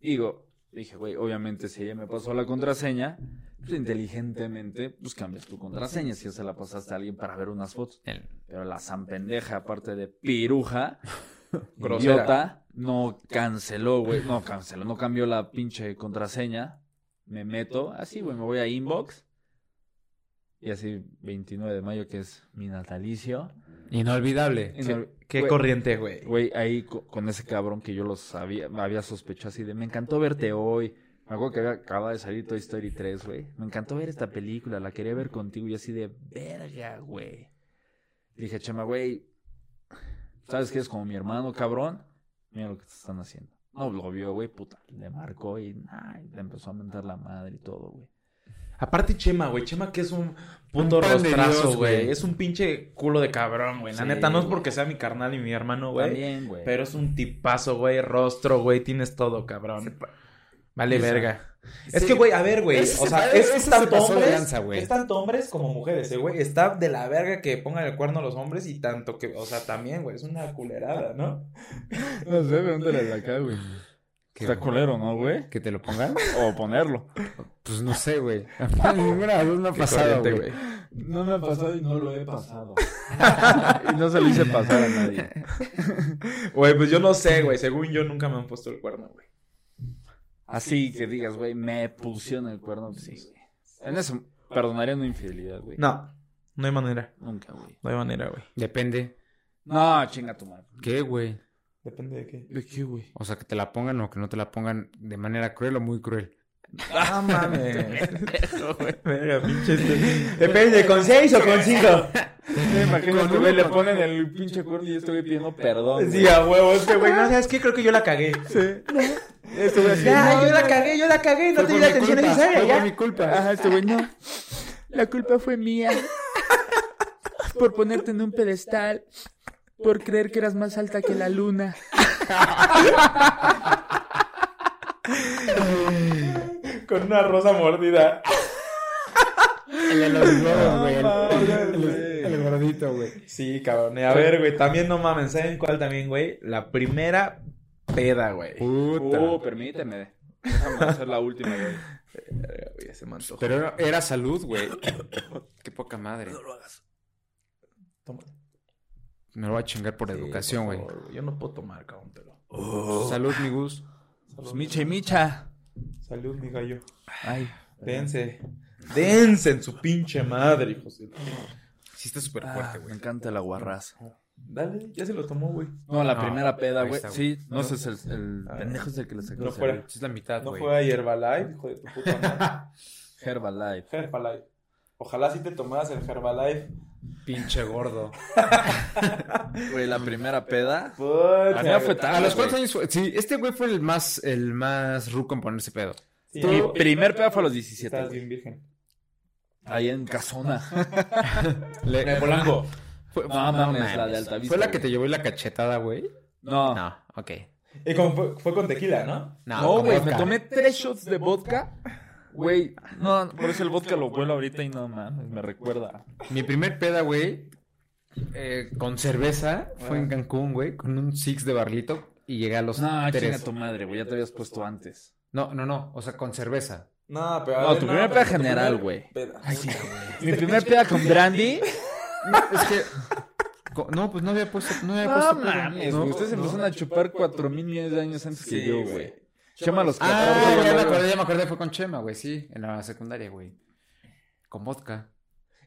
[SPEAKER 1] Digo, dije, güey, obviamente si ella me pasó la contraseña, pues inteligentemente, pues cambias tu contraseña si ya se la pasaste a alguien para ver unas fotos.
[SPEAKER 3] El-
[SPEAKER 1] Pero la san pendeja, aparte de piruja,
[SPEAKER 2] Grosera.
[SPEAKER 1] idiota, no canceló, güey. No canceló, no cambió la pinche contraseña. Me meto, así, güey, me voy a inbox. Y así, 29 de mayo, que es mi natalicio.
[SPEAKER 3] Inolvidable.
[SPEAKER 1] Inol-
[SPEAKER 2] Qué
[SPEAKER 1] Güey.
[SPEAKER 2] corriente, güey.
[SPEAKER 1] Güey, ahí co- con ese cabrón que yo lo sabía, me había sospechado así de, me encantó verte hoy. Me acuerdo que había- acaba de salir Toy Story 3, güey. Me encantó ver esta película, la quería ver contigo y así de, verga, güey. Dije, Chema, güey, ¿sabes qué es como mi hermano, cabrón? Mira lo que te están haciendo. No, lo vio, güey, puta. Le marcó y, nah, y le empezó a mentar la madre y todo, güey.
[SPEAKER 2] Aparte Chema, güey. Chema que es un puto
[SPEAKER 3] Un pan de
[SPEAKER 2] rostrazo,
[SPEAKER 3] Dios,
[SPEAKER 2] güey.
[SPEAKER 3] güey.
[SPEAKER 2] Es un pinche culo de cabrón, güey. La
[SPEAKER 1] Sí,
[SPEAKER 2] neta, no es
[SPEAKER 1] güey.
[SPEAKER 2] porque sea mi carnal y mi hermano, güey.
[SPEAKER 1] También, güey.
[SPEAKER 2] Pero es un tipazo, güey. Rostro, güey. Tienes todo, cabrón. Vale, verga. Es que, güey, a ver, güey. O
[SPEAKER 3] Ese se
[SPEAKER 2] sea,
[SPEAKER 3] pa-
[SPEAKER 2] es
[SPEAKER 3] ese se
[SPEAKER 2] tanto
[SPEAKER 3] pasó de
[SPEAKER 2] hombres.
[SPEAKER 3] lanza, güey.
[SPEAKER 2] es tanto hombres como mujeres, eh, güey. Está de la verga que pongan el cuerno a los hombres y tanto que. O sea, también, güey. Es una culerada, ¿no?
[SPEAKER 4] No sé, pregúntale de acá, güey.
[SPEAKER 3] ¿Qué?
[SPEAKER 4] Está culero, ¿no, güey?
[SPEAKER 3] ¿Que te lo pongan?
[SPEAKER 4] O ponerlo.
[SPEAKER 3] Pues no sé, güey. Ninguna de las dos me ha pasado,
[SPEAKER 2] Corriente,
[SPEAKER 3] güey.
[SPEAKER 4] No me ha pasado y no lo he pasado.
[SPEAKER 1] Y no se lo hice pasar a nadie.
[SPEAKER 2] Güey, pues yo no sé, güey. Según yo, nunca me han puesto el cuerno, güey.
[SPEAKER 1] Así que digas, güey, me pusieron el cuerno. pues Sí, güey. En eso, perdonaría una infidelidad, güey.
[SPEAKER 2] No. No hay manera.
[SPEAKER 1] Nunca, güey.
[SPEAKER 2] No hay manera, güey.
[SPEAKER 3] Depende.
[SPEAKER 1] No, chinga tu madre.
[SPEAKER 3] ¿Qué, güey?
[SPEAKER 2] Depende de qué.
[SPEAKER 1] ¿De qué, güey?
[SPEAKER 3] O sea, que te la pongan o que no te la pongan de manera cruel o muy cruel.
[SPEAKER 2] Ah, mames. Verga, pinche este. Depende, ¿con seis o con cinco?
[SPEAKER 4] Me imagino que güey le ponen el pinche cuerno y este güey pidiendo perdón.
[SPEAKER 2] Sí, a huevo. Este güey, no, ¿sabes qué? Creo que yo la cagué. Sí. Este güey así. Ah, yo la cagué, yo la cagué. No te di la atención necesaria, ya.
[SPEAKER 1] Ajá, este güey, no. La culpa fue mía. Por ponerte en un pedestal. Por creer que eras más alta que la luna.
[SPEAKER 2] Con una rosa mordida.
[SPEAKER 3] El de los gordos, güey. El, el-
[SPEAKER 2] güey.
[SPEAKER 3] el gordito, güey.
[SPEAKER 2] Sí, cabrón. Y a ver, güey, también no mames. ¿Saben cuál también, güey? La primera peda, güey.
[SPEAKER 3] Puta.
[SPEAKER 2] Oh.
[SPEAKER 1] Uh, permíteme. Déjame hacer la última, güey.
[SPEAKER 2] Verga, güey, ya se me antojó.
[SPEAKER 3] Pero era, era salud, güey. Qué poca madre.
[SPEAKER 2] Toma.
[SPEAKER 3] Me lo voy a chingar por
[SPEAKER 2] Sí,
[SPEAKER 3] educación,
[SPEAKER 2] por
[SPEAKER 3] güey. Oh.
[SPEAKER 2] favor, Yo no puedo tomar, cabrón. te lo-
[SPEAKER 3] Salud, mi Gus.
[SPEAKER 1] Pues micha y micha.
[SPEAKER 2] Salud, mi gallo.
[SPEAKER 1] Ay.
[SPEAKER 2] Dense. Dense en su pinche madre, hijos. de-
[SPEAKER 3] Sí está súper
[SPEAKER 1] ah,
[SPEAKER 3] fuerte,
[SPEAKER 1] me
[SPEAKER 3] güey.
[SPEAKER 1] encanta la guarraza.
[SPEAKER 2] Dale, ya se lo tomó, güey.
[SPEAKER 1] No, la
[SPEAKER 3] No,
[SPEAKER 1] primera peda,
[SPEAKER 3] ahí
[SPEAKER 1] güey.
[SPEAKER 3] está, güey.
[SPEAKER 1] Sí, no, sé, es el, el
[SPEAKER 2] Ah.
[SPEAKER 1] pendejo es el que le sacó.
[SPEAKER 2] No
[SPEAKER 1] el
[SPEAKER 2] fuera.
[SPEAKER 1] celular.
[SPEAKER 3] Sí es la mitad,
[SPEAKER 2] No
[SPEAKER 3] Ah, güey.
[SPEAKER 2] fue a Herbalife, hijo de tu puta madre.
[SPEAKER 1] Herbalife.
[SPEAKER 2] Herbalife. Ojalá si te tomaras el Herbalife.
[SPEAKER 3] Pinche gordo.
[SPEAKER 1] Güey, la primera peda.
[SPEAKER 2] Puta,
[SPEAKER 1] La mía fue
[SPEAKER 2] güey.
[SPEAKER 1] tarde,
[SPEAKER 3] ¿A los
[SPEAKER 1] güey.
[SPEAKER 3] cuántos años fue? Sí, este güey fue el más, el más ruco en ponerse pedo.
[SPEAKER 2] Sí,
[SPEAKER 1] Mi
[SPEAKER 2] güey.
[SPEAKER 1] primer peda fue a los 17.
[SPEAKER 2] Estás
[SPEAKER 1] güey.
[SPEAKER 2] bien virgen.
[SPEAKER 1] Ahí en Casona.
[SPEAKER 3] Le-
[SPEAKER 2] Polanco.
[SPEAKER 3] Fue,
[SPEAKER 1] No,
[SPEAKER 3] fue- no
[SPEAKER 1] mames,
[SPEAKER 3] mames.
[SPEAKER 1] la de Altavista,
[SPEAKER 3] ¿Fue la que
[SPEAKER 1] güey.
[SPEAKER 3] te llevó la cachetada, güey?
[SPEAKER 1] No. No,
[SPEAKER 3] No, ok.
[SPEAKER 2] Y como fue, fue con tequila, ¿no?
[SPEAKER 3] con
[SPEAKER 1] güey,
[SPEAKER 3] vodka.
[SPEAKER 1] me tomé tres shots de vodka. Güey, no, por eso el vodka lo vuelo ahorita y no mames, me recuerda.
[SPEAKER 3] Mi primer peda, güey, eh, con cerveza, fue en Cancún, güey, con un six de barlito y llegué a los
[SPEAKER 1] Ah. Pues No, chinga
[SPEAKER 3] tres.
[SPEAKER 1] tu madre, güey, ya te habías puesto antes.
[SPEAKER 3] No, no, no, o sea, con cerveza.
[SPEAKER 2] No, pero. a
[SPEAKER 1] No,
[SPEAKER 2] ver,
[SPEAKER 1] tu primer peda
[SPEAKER 2] pero tu
[SPEAKER 1] general,
[SPEAKER 2] primer
[SPEAKER 1] güey.
[SPEAKER 2] peda.
[SPEAKER 1] Ay, sí, güey. Mi primer peda con brandy.
[SPEAKER 3] No, es que... co- No, pues no había puesto... No, había
[SPEAKER 1] No
[SPEAKER 3] puesto pedo,
[SPEAKER 1] mames,
[SPEAKER 3] ¿no?
[SPEAKER 1] güey. Ustedes empezaron a chupar cuatro mil millones de años antes que
[SPEAKER 2] Sí,
[SPEAKER 1] yo,
[SPEAKER 2] güey.
[SPEAKER 1] güey. Chama a los 14.
[SPEAKER 3] Ah, ya me
[SPEAKER 1] güey.
[SPEAKER 3] acordé, ya me acordé, fue con Chema, güey, sí, en la secundaria, güey. Con vodka.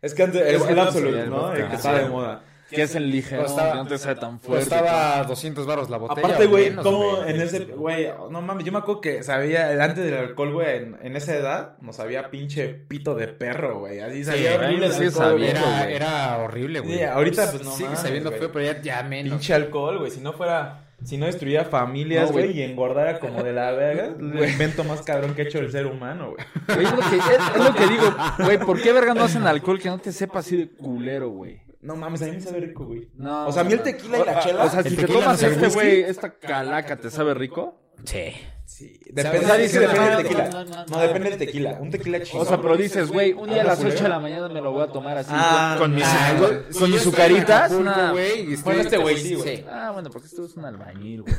[SPEAKER 2] Es que antes es el
[SPEAKER 1] sí,
[SPEAKER 2] absolute,
[SPEAKER 1] el
[SPEAKER 2] ¿no? El
[SPEAKER 1] vodka.
[SPEAKER 2] que estaba de moda.
[SPEAKER 1] Que es el ligero,
[SPEAKER 3] Costaba-
[SPEAKER 1] que no te sale tan
[SPEAKER 3] Pues
[SPEAKER 1] fuerte.
[SPEAKER 3] Costaba 200 baros la botella.
[SPEAKER 2] Aparte,
[SPEAKER 3] o
[SPEAKER 2] güey,
[SPEAKER 3] menos,
[SPEAKER 2] como
[SPEAKER 3] güey.
[SPEAKER 2] en ese, güey, no mames, yo me acuerdo que sabía, el antes del alcohol, güey, en, en esa edad, nos sabía pinche pito de perro, güey, así sabía
[SPEAKER 3] Sí,
[SPEAKER 2] horrible el
[SPEAKER 1] sí
[SPEAKER 2] alcohol,
[SPEAKER 1] sabía,
[SPEAKER 2] güey.
[SPEAKER 3] Era,
[SPEAKER 1] güey.
[SPEAKER 3] era horrible, güey.
[SPEAKER 2] Sí, ahorita, pues, no
[SPEAKER 3] Sigue
[SPEAKER 2] mames,
[SPEAKER 3] sabiendo
[SPEAKER 2] güey.
[SPEAKER 3] feo, pero ya, ya menos.
[SPEAKER 2] Pinche alcohol, güey, si no fuera, si no destruyera familias,
[SPEAKER 1] No,
[SPEAKER 2] güey,
[SPEAKER 1] güey.
[SPEAKER 2] y engordara como de la verga, el invento más cabrón que ha hecho el ser humano, güey.
[SPEAKER 1] Güey, es, lo que, es- es lo que digo, güey, ¿por qué verga no hacen alcohol que no te sepa así de culero, güey?
[SPEAKER 2] No mames, a mí me sabe rico, güey.
[SPEAKER 1] No.
[SPEAKER 2] O sea, a mí el tequila y la chela-
[SPEAKER 1] O sea,
[SPEAKER 3] El
[SPEAKER 1] si te
[SPEAKER 3] tequila
[SPEAKER 1] tomas
[SPEAKER 3] no sabe
[SPEAKER 1] este,
[SPEAKER 3] whisky.
[SPEAKER 1] güey, esta calaca, ¿te sabe rico?
[SPEAKER 3] Sí.
[SPEAKER 2] Sí,
[SPEAKER 3] O
[SPEAKER 2] depende,
[SPEAKER 3] sea,
[SPEAKER 2] es que
[SPEAKER 3] dices,
[SPEAKER 2] depende
[SPEAKER 3] no,
[SPEAKER 2] del tequila.
[SPEAKER 1] no,
[SPEAKER 2] No,
[SPEAKER 1] no, no,
[SPEAKER 2] depende del tequila, un tequila
[SPEAKER 1] O
[SPEAKER 2] chingón.
[SPEAKER 1] sea, pero dices, güey, un día a las 8 de la mañana me lo voy a tomar así,
[SPEAKER 2] Ah,
[SPEAKER 1] con mis,
[SPEAKER 2] ah,
[SPEAKER 1] con- con mis sucaritas. nah.
[SPEAKER 2] Bueno, este güey sí, güey.
[SPEAKER 1] Ah, bueno, porque esto es un albañil, güey.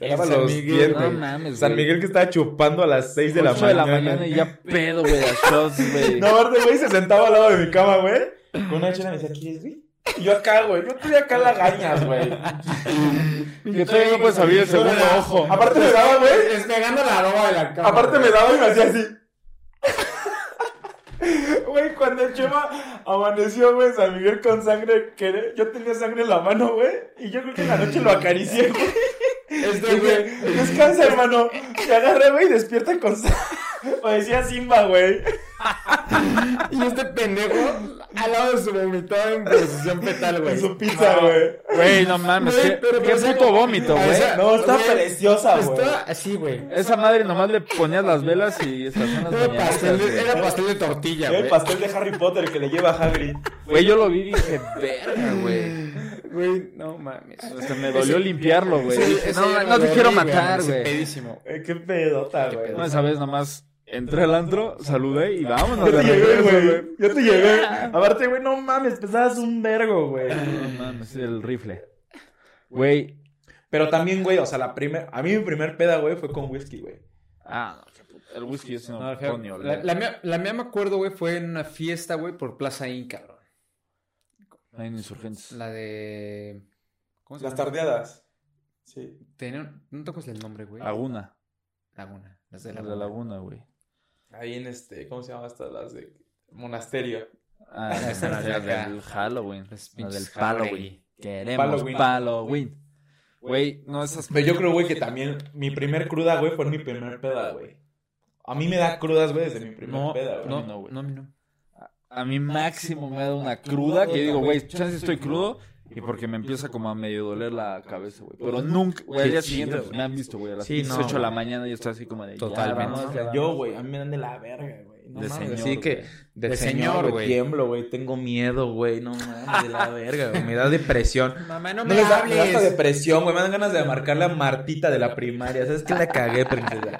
[SPEAKER 2] Se lava
[SPEAKER 3] en San
[SPEAKER 2] los
[SPEAKER 3] Miguel,
[SPEAKER 2] dientes.
[SPEAKER 1] no mames,
[SPEAKER 2] San
[SPEAKER 1] güey.
[SPEAKER 2] Miguel que estaba chupando a las 6 de la,
[SPEAKER 1] Ocho
[SPEAKER 2] mañana.
[SPEAKER 1] de la mañana y ya pedo, güey, a shots, güey.
[SPEAKER 2] No, aparte, güey, se sentaba al lado de mi cama, güey. Con una chela me decía, ¿quieres, güey? Y yo acá, güey. Yo estoy acá lagañas, güey.
[SPEAKER 1] que todavía no puedes abrir el segundo ojo.
[SPEAKER 2] Aparte me daba, güey.
[SPEAKER 3] Es pegando la aroma de la cama.
[SPEAKER 2] Aparte me daba y me hacía así.
[SPEAKER 5] Güey, cuando el Chema amaneció, güey, San Miguel con sangre, que yo tenía sangre en la mano, güey, y yo creo que en la noche lo acaricié, güey.
[SPEAKER 3] Este
[SPEAKER 5] Y dije, Descansa, hermano. Te agarré, güey, y despierta con sangre. Parecía Simba, güey.
[SPEAKER 3] Y este pendejo al lado de su vomitado en posición fetal, güey.
[SPEAKER 5] En su pizza, güey.
[SPEAKER 1] Güey, no mames.
[SPEAKER 3] Güey,
[SPEAKER 1] qué-
[SPEAKER 3] pero
[SPEAKER 1] qué
[SPEAKER 3] pensé-
[SPEAKER 1] puto vómito,
[SPEAKER 3] Ah,
[SPEAKER 1] güey.
[SPEAKER 3] esa-
[SPEAKER 5] No, está
[SPEAKER 3] güey,
[SPEAKER 5] preciosa, güey.
[SPEAKER 3] Estaba así, güey.
[SPEAKER 1] Esa madre nomás le ponías las velas y estas son las
[SPEAKER 3] Era
[SPEAKER 1] mañanitas,
[SPEAKER 3] pastel, de,
[SPEAKER 1] güey.
[SPEAKER 3] era pastel de tortilla,
[SPEAKER 5] Era el
[SPEAKER 3] güey.
[SPEAKER 5] pastel de Harry Potter que le lleva a Hagrid.
[SPEAKER 1] Güey, yo lo vi y dije, verga, güey.
[SPEAKER 3] Güey, no mames.
[SPEAKER 1] Hasta me dolió limpiarlo, güey.
[SPEAKER 3] Sí,
[SPEAKER 1] Dije,
[SPEAKER 3] ese
[SPEAKER 1] no,
[SPEAKER 3] día
[SPEAKER 1] no,
[SPEAKER 3] me
[SPEAKER 1] te
[SPEAKER 3] dormí,
[SPEAKER 1] quiero matar,
[SPEAKER 3] amanecí
[SPEAKER 1] güey.
[SPEAKER 3] Pedísimo.
[SPEAKER 5] Eh, Qué pedota, güey.
[SPEAKER 1] No, esa vez nomás entré al antro, saludé y vámonos.
[SPEAKER 5] Yo
[SPEAKER 1] de
[SPEAKER 5] te llegué,
[SPEAKER 1] regreso,
[SPEAKER 5] güey. Yo te llegué. Aparte, güey, no mames, pesabas un vergo, güey.
[SPEAKER 1] No mames, el rifle. Güey.
[SPEAKER 2] Pero también, güey, o sea, la primera. A mí mi primer peda, güey, fue con whisky, güey.
[SPEAKER 1] Ah, no, qué puto. El whisky yo sí no,
[SPEAKER 3] No,
[SPEAKER 1] no
[SPEAKER 3] el feo-
[SPEAKER 1] ni
[SPEAKER 3] la,
[SPEAKER 1] oler.
[SPEAKER 3] la mía, la mía me acuerdo, güey, fue en una fiesta, güey, por Plaza Inca, cabrón.
[SPEAKER 1] No hay insurgentes.
[SPEAKER 3] La de. ¿Cómo
[SPEAKER 5] Las tardeadas. Sí.
[SPEAKER 3] Tenía- No tocas el nombre, güey.
[SPEAKER 1] Laguna.
[SPEAKER 3] Laguna. Las de
[SPEAKER 1] La
[SPEAKER 3] Laguna.
[SPEAKER 1] Laguna, güey.
[SPEAKER 2] Ahí en este. ¿Cómo se llama estas? Las de. Monasterio.
[SPEAKER 1] Ah,
[SPEAKER 3] Esa
[SPEAKER 1] la
[SPEAKER 3] era de acá.
[SPEAKER 1] del Halloween.
[SPEAKER 3] Las
[SPEAKER 1] La del
[SPEAKER 3] pinches
[SPEAKER 1] Halloween.
[SPEAKER 3] Halloween.
[SPEAKER 1] Queremos
[SPEAKER 2] Halloween.
[SPEAKER 1] Halloween. Güey, no esas.
[SPEAKER 2] Pero yo creo, güey, que también mi primer cruda, güey, fue mi primer peda, güey. A mí me da crudas, güey, desde mi primer
[SPEAKER 3] No,
[SPEAKER 2] peda, güey.
[SPEAKER 3] no,
[SPEAKER 1] No,
[SPEAKER 3] no,
[SPEAKER 1] güey.
[SPEAKER 3] no, no.
[SPEAKER 1] A mí máximo me da una cruda que yo digo, güey, chance estoy crudo. Y porque me empieza como a medio doler la cabeza, güey.
[SPEAKER 2] Pues,
[SPEAKER 1] Pero nunca, güey, al
[SPEAKER 3] Qué
[SPEAKER 1] día
[SPEAKER 3] chido,
[SPEAKER 1] siguiente
[SPEAKER 3] güey.
[SPEAKER 1] me han visto, güey. A las
[SPEAKER 2] Sí, no,
[SPEAKER 1] 8 de la
[SPEAKER 2] güey.
[SPEAKER 1] mañana yo estoy así como de. ya,
[SPEAKER 3] Totalmente.
[SPEAKER 1] vamos, ya, vamos.
[SPEAKER 2] Yo, güey, a mí me dan de la verga, güey. No
[SPEAKER 1] De
[SPEAKER 2] mames,
[SPEAKER 1] señor,
[SPEAKER 2] así que de,
[SPEAKER 3] De señor,
[SPEAKER 2] señor,
[SPEAKER 3] güey.
[SPEAKER 2] güey. Tiemblo, güey, tengo miedo, güey, no mames, de la verga, güey. Me da depresión.
[SPEAKER 3] Mamá, no
[SPEAKER 2] No
[SPEAKER 3] me
[SPEAKER 2] les da, me da hasta
[SPEAKER 3] hables.
[SPEAKER 2] depresión, güey. Me dan ganas de marcarle a Martita de la primaria. ¿Sabes qué? La cagué, princesa.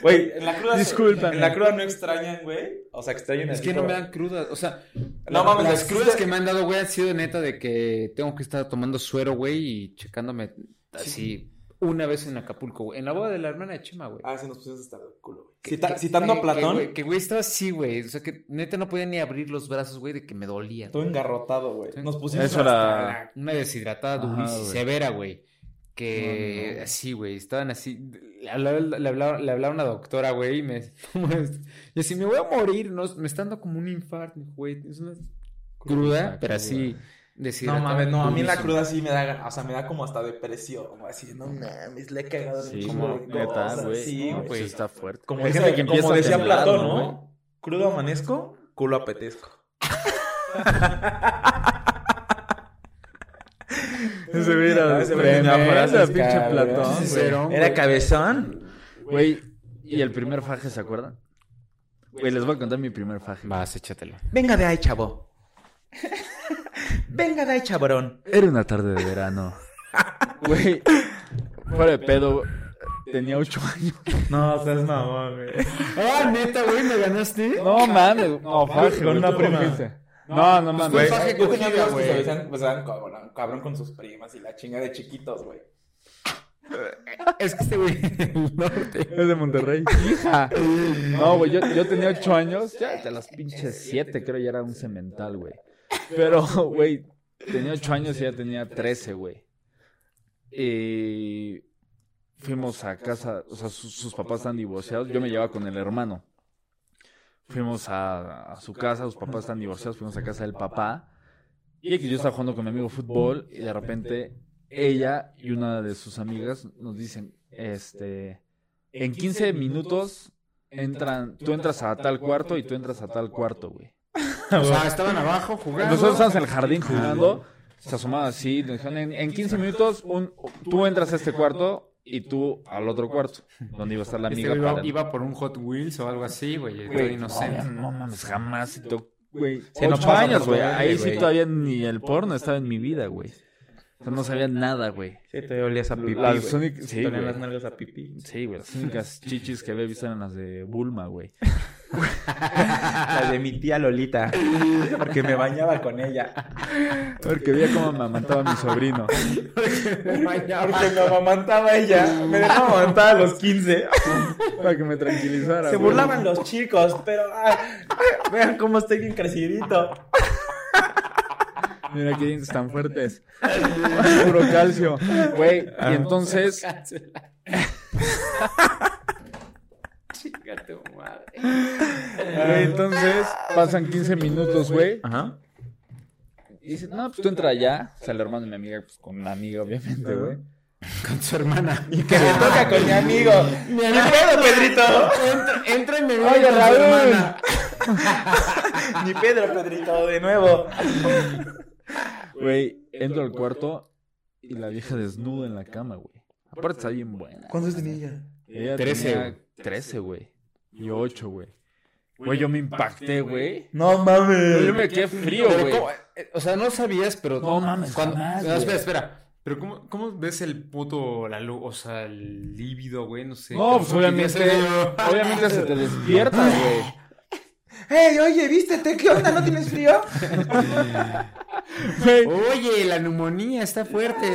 [SPEAKER 2] Güey, en la cruda.
[SPEAKER 1] Discúlpame.
[SPEAKER 2] En la cruda no extrañan, güey. O sea, extrañan
[SPEAKER 3] Es
[SPEAKER 2] así
[SPEAKER 3] que no
[SPEAKER 2] como-
[SPEAKER 3] me dan crudas. O sea,
[SPEAKER 2] No mames,
[SPEAKER 3] las
[SPEAKER 2] las
[SPEAKER 3] crudas
[SPEAKER 2] crudas-
[SPEAKER 3] que me han dado, güey, han sido neta de que tengo que estar tomando suero, güey, y checándome así una vez en Acapulco, güey. En la boda de la hermana de Chema, güey.
[SPEAKER 2] Ah, se nos pusieron hasta el culo, güey.
[SPEAKER 3] Que-
[SPEAKER 2] Cita-
[SPEAKER 3] que-
[SPEAKER 2] citando
[SPEAKER 3] que-
[SPEAKER 2] a Platón.
[SPEAKER 3] Que, güey, que, güey, estaba así, güey. O sea, que neta no podía ni abrir los brazos, güey, de que me dolía.
[SPEAKER 2] Todo engarrotado, güey. Nos pusimos
[SPEAKER 1] Eso
[SPEAKER 2] hasta
[SPEAKER 1] era.
[SPEAKER 3] Ah, Pues Una deshidratada
[SPEAKER 1] Ajá,
[SPEAKER 3] durísima,
[SPEAKER 1] güey.
[SPEAKER 3] severa, güey. Que
[SPEAKER 1] No, no, no.
[SPEAKER 3] así, güey, estaban así. Le hablaba, le hablaba- le hablaba una doctora, güey, y me. y así, me voy a morir, ¿no? Me está dando como un infarto, güey. Es una cruda, pero así.
[SPEAKER 2] No
[SPEAKER 3] deshidratada,
[SPEAKER 2] mames, no, a mí la
[SPEAKER 3] durísima.
[SPEAKER 2] cruda sí me da, gan- o sea, me da como hasta depresión, güey, así, no mames, le he cagado en un
[SPEAKER 1] Sí,
[SPEAKER 2] chingo
[SPEAKER 1] como
[SPEAKER 2] de
[SPEAKER 1] neta,
[SPEAKER 2] cosas, sí,
[SPEAKER 1] güey. No,
[SPEAKER 2] güey.
[SPEAKER 1] pues está fuerte.
[SPEAKER 2] Como,
[SPEAKER 1] Hay
[SPEAKER 2] dice-
[SPEAKER 1] gente que
[SPEAKER 2] como
[SPEAKER 1] empieza a
[SPEAKER 2] decía
[SPEAKER 1] temblar,
[SPEAKER 2] Platón,
[SPEAKER 1] ¿no,
[SPEAKER 2] ¿no?
[SPEAKER 1] güey?
[SPEAKER 2] Crudo amanezco, culo apetezco.
[SPEAKER 4] Se mira,
[SPEAKER 2] Ese güey tenía frases, cabrón.
[SPEAKER 3] Sincerón,
[SPEAKER 2] Era
[SPEAKER 3] güey.
[SPEAKER 2] cabezón.
[SPEAKER 1] Güey, ¿y el primer faje se acuerdan? Güey, les voy a contar mi primer faje.
[SPEAKER 3] Vas, échatelo.
[SPEAKER 2] Venga de ahí, chavo. Venga de ahí, chabrón.
[SPEAKER 1] Era una tarde de verano. Güey, fuera de pedo, tenía ocho años.
[SPEAKER 2] No, seas mamón, güey.
[SPEAKER 3] Ah, neta, güey, me ganaste.
[SPEAKER 1] No mames, no, faje.
[SPEAKER 2] Con una
[SPEAKER 1] güey,
[SPEAKER 2] prima.
[SPEAKER 1] cogiste. No, pues, no mames.
[SPEAKER 3] Güey,
[SPEAKER 2] Yo tenía
[SPEAKER 3] cogida,
[SPEAKER 2] amigos que se
[SPEAKER 3] güey.
[SPEAKER 2] besan, besaban cabrón, cabrón con sus primas y la chinga de chiquitos, güey.
[SPEAKER 3] Es que este güey del norte.
[SPEAKER 1] Es de Monterrey. Hija. No, güey, yo, yo tenía ocho años. Ya de las pinches siete, creo, ya era un cemental, güey. Pero, güey, tenía ocho años y ya tenía trece, güey. Y fuimos a casa, o sea, sus, sus papás están divorciados. Yo me llevaba con el hermano. Fuimos a, a su casa, sus papás están divorciados, fuimos a casa del papá. Y que yo estaba jugando con mi amigo fútbol y de repente ella y una de sus amigas nos dicen, este, en 15 minutos entran, tú entras a tal cuarto y tú entras a tal cuarto, güey.
[SPEAKER 3] O sea, estaban abajo jugando.
[SPEAKER 1] Nosotros estábamos en el jardín jugando, se asomaba así, nos dijeron, en, en 15 minutos un, tú entras a este cuarto y tú al otro cuarto, donde iba a estar la
[SPEAKER 3] Este
[SPEAKER 1] amiga.
[SPEAKER 3] güey iba,
[SPEAKER 1] para-
[SPEAKER 3] iba por un Hot Wheels o algo así, güey. Estaba
[SPEAKER 1] Güey,
[SPEAKER 3] inocente.
[SPEAKER 1] No, no mames, jamás. se te- Güey,
[SPEAKER 2] Sí, no
[SPEAKER 1] ocho
[SPEAKER 2] pasa
[SPEAKER 1] años,
[SPEAKER 2] por
[SPEAKER 1] güey.
[SPEAKER 2] rebelde,
[SPEAKER 1] Ahí sí
[SPEAKER 2] güey.
[SPEAKER 1] todavía ni el porno estaba en mi vida, güey. O sea, no sabía nada, güey.
[SPEAKER 2] Sí, te olías a pipí,
[SPEAKER 1] Las
[SPEAKER 2] güey.
[SPEAKER 1] únicas- sí,
[SPEAKER 2] Te olían
[SPEAKER 1] güey.
[SPEAKER 2] las nalgas a pipí.
[SPEAKER 1] Sí, güey, las únicas chichis que había visto eran las de Bulma, güey.
[SPEAKER 2] La de mi tía Lolita. Porque me bañaba con ella.
[SPEAKER 1] Porque veía cómo me amantaba mi sobrino.
[SPEAKER 2] Porque me amamantaba ella. Me dejaba amamantar a los 15.
[SPEAKER 1] Para que me tranquilizara.
[SPEAKER 2] Se
[SPEAKER 1] güey.
[SPEAKER 2] burlaban los chicos, pero ay, vean cómo estoy bien crecidito.
[SPEAKER 1] Mira qué dientes tan fuertes. Puro calcio. Güey, y entonces.
[SPEAKER 3] Chica tu madre.
[SPEAKER 1] Güey, entonces pasan 15 minutos, güey.
[SPEAKER 2] Ajá.
[SPEAKER 1] Y dice, no, pues tú entra allá. Sale hermano de mi amiga, pues con una amiga, obviamente, güey.
[SPEAKER 3] Con su hermana.
[SPEAKER 5] Y que me toca con mi amigo.
[SPEAKER 3] Mi pedo, Pedrito. Entra, entra y me voy
[SPEAKER 5] Oye,
[SPEAKER 3] con su
[SPEAKER 5] Raúl.
[SPEAKER 3] hermana.
[SPEAKER 5] Ni Pedro, Pedrito, de nuevo.
[SPEAKER 1] Güey, entro al cuarto y la vieja desnuda en la cama, güey. Aparte está bien buena.
[SPEAKER 5] ¿Cuántos tenía ella?
[SPEAKER 1] Ella
[SPEAKER 3] Trece,
[SPEAKER 1] tenía 13, güey. Y 8, güey. Güey, yo me impacté, güey.
[SPEAKER 5] No
[SPEAKER 1] Yo yo
[SPEAKER 5] mames.
[SPEAKER 1] me quedé frío,
[SPEAKER 3] Pero
[SPEAKER 1] güey.
[SPEAKER 3] ¿cómo? Eh, O sea, no sabías, pero.
[SPEAKER 1] No mames,
[SPEAKER 3] Cuando-
[SPEAKER 1] jamás,
[SPEAKER 3] No, espera,
[SPEAKER 1] güey.
[SPEAKER 3] espera. Pero ¿cómo, cómo ves el puto, la luz, o sea, el líbido, güey? No sé.
[SPEAKER 1] No, pues obviamente, obviamente se te despierta, güey.
[SPEAKER 5] Ey, oye, vístete, ¿qué onda? ¿No tienes frío?
[SPEAKER 3] Oye, la neumonía está fuerte.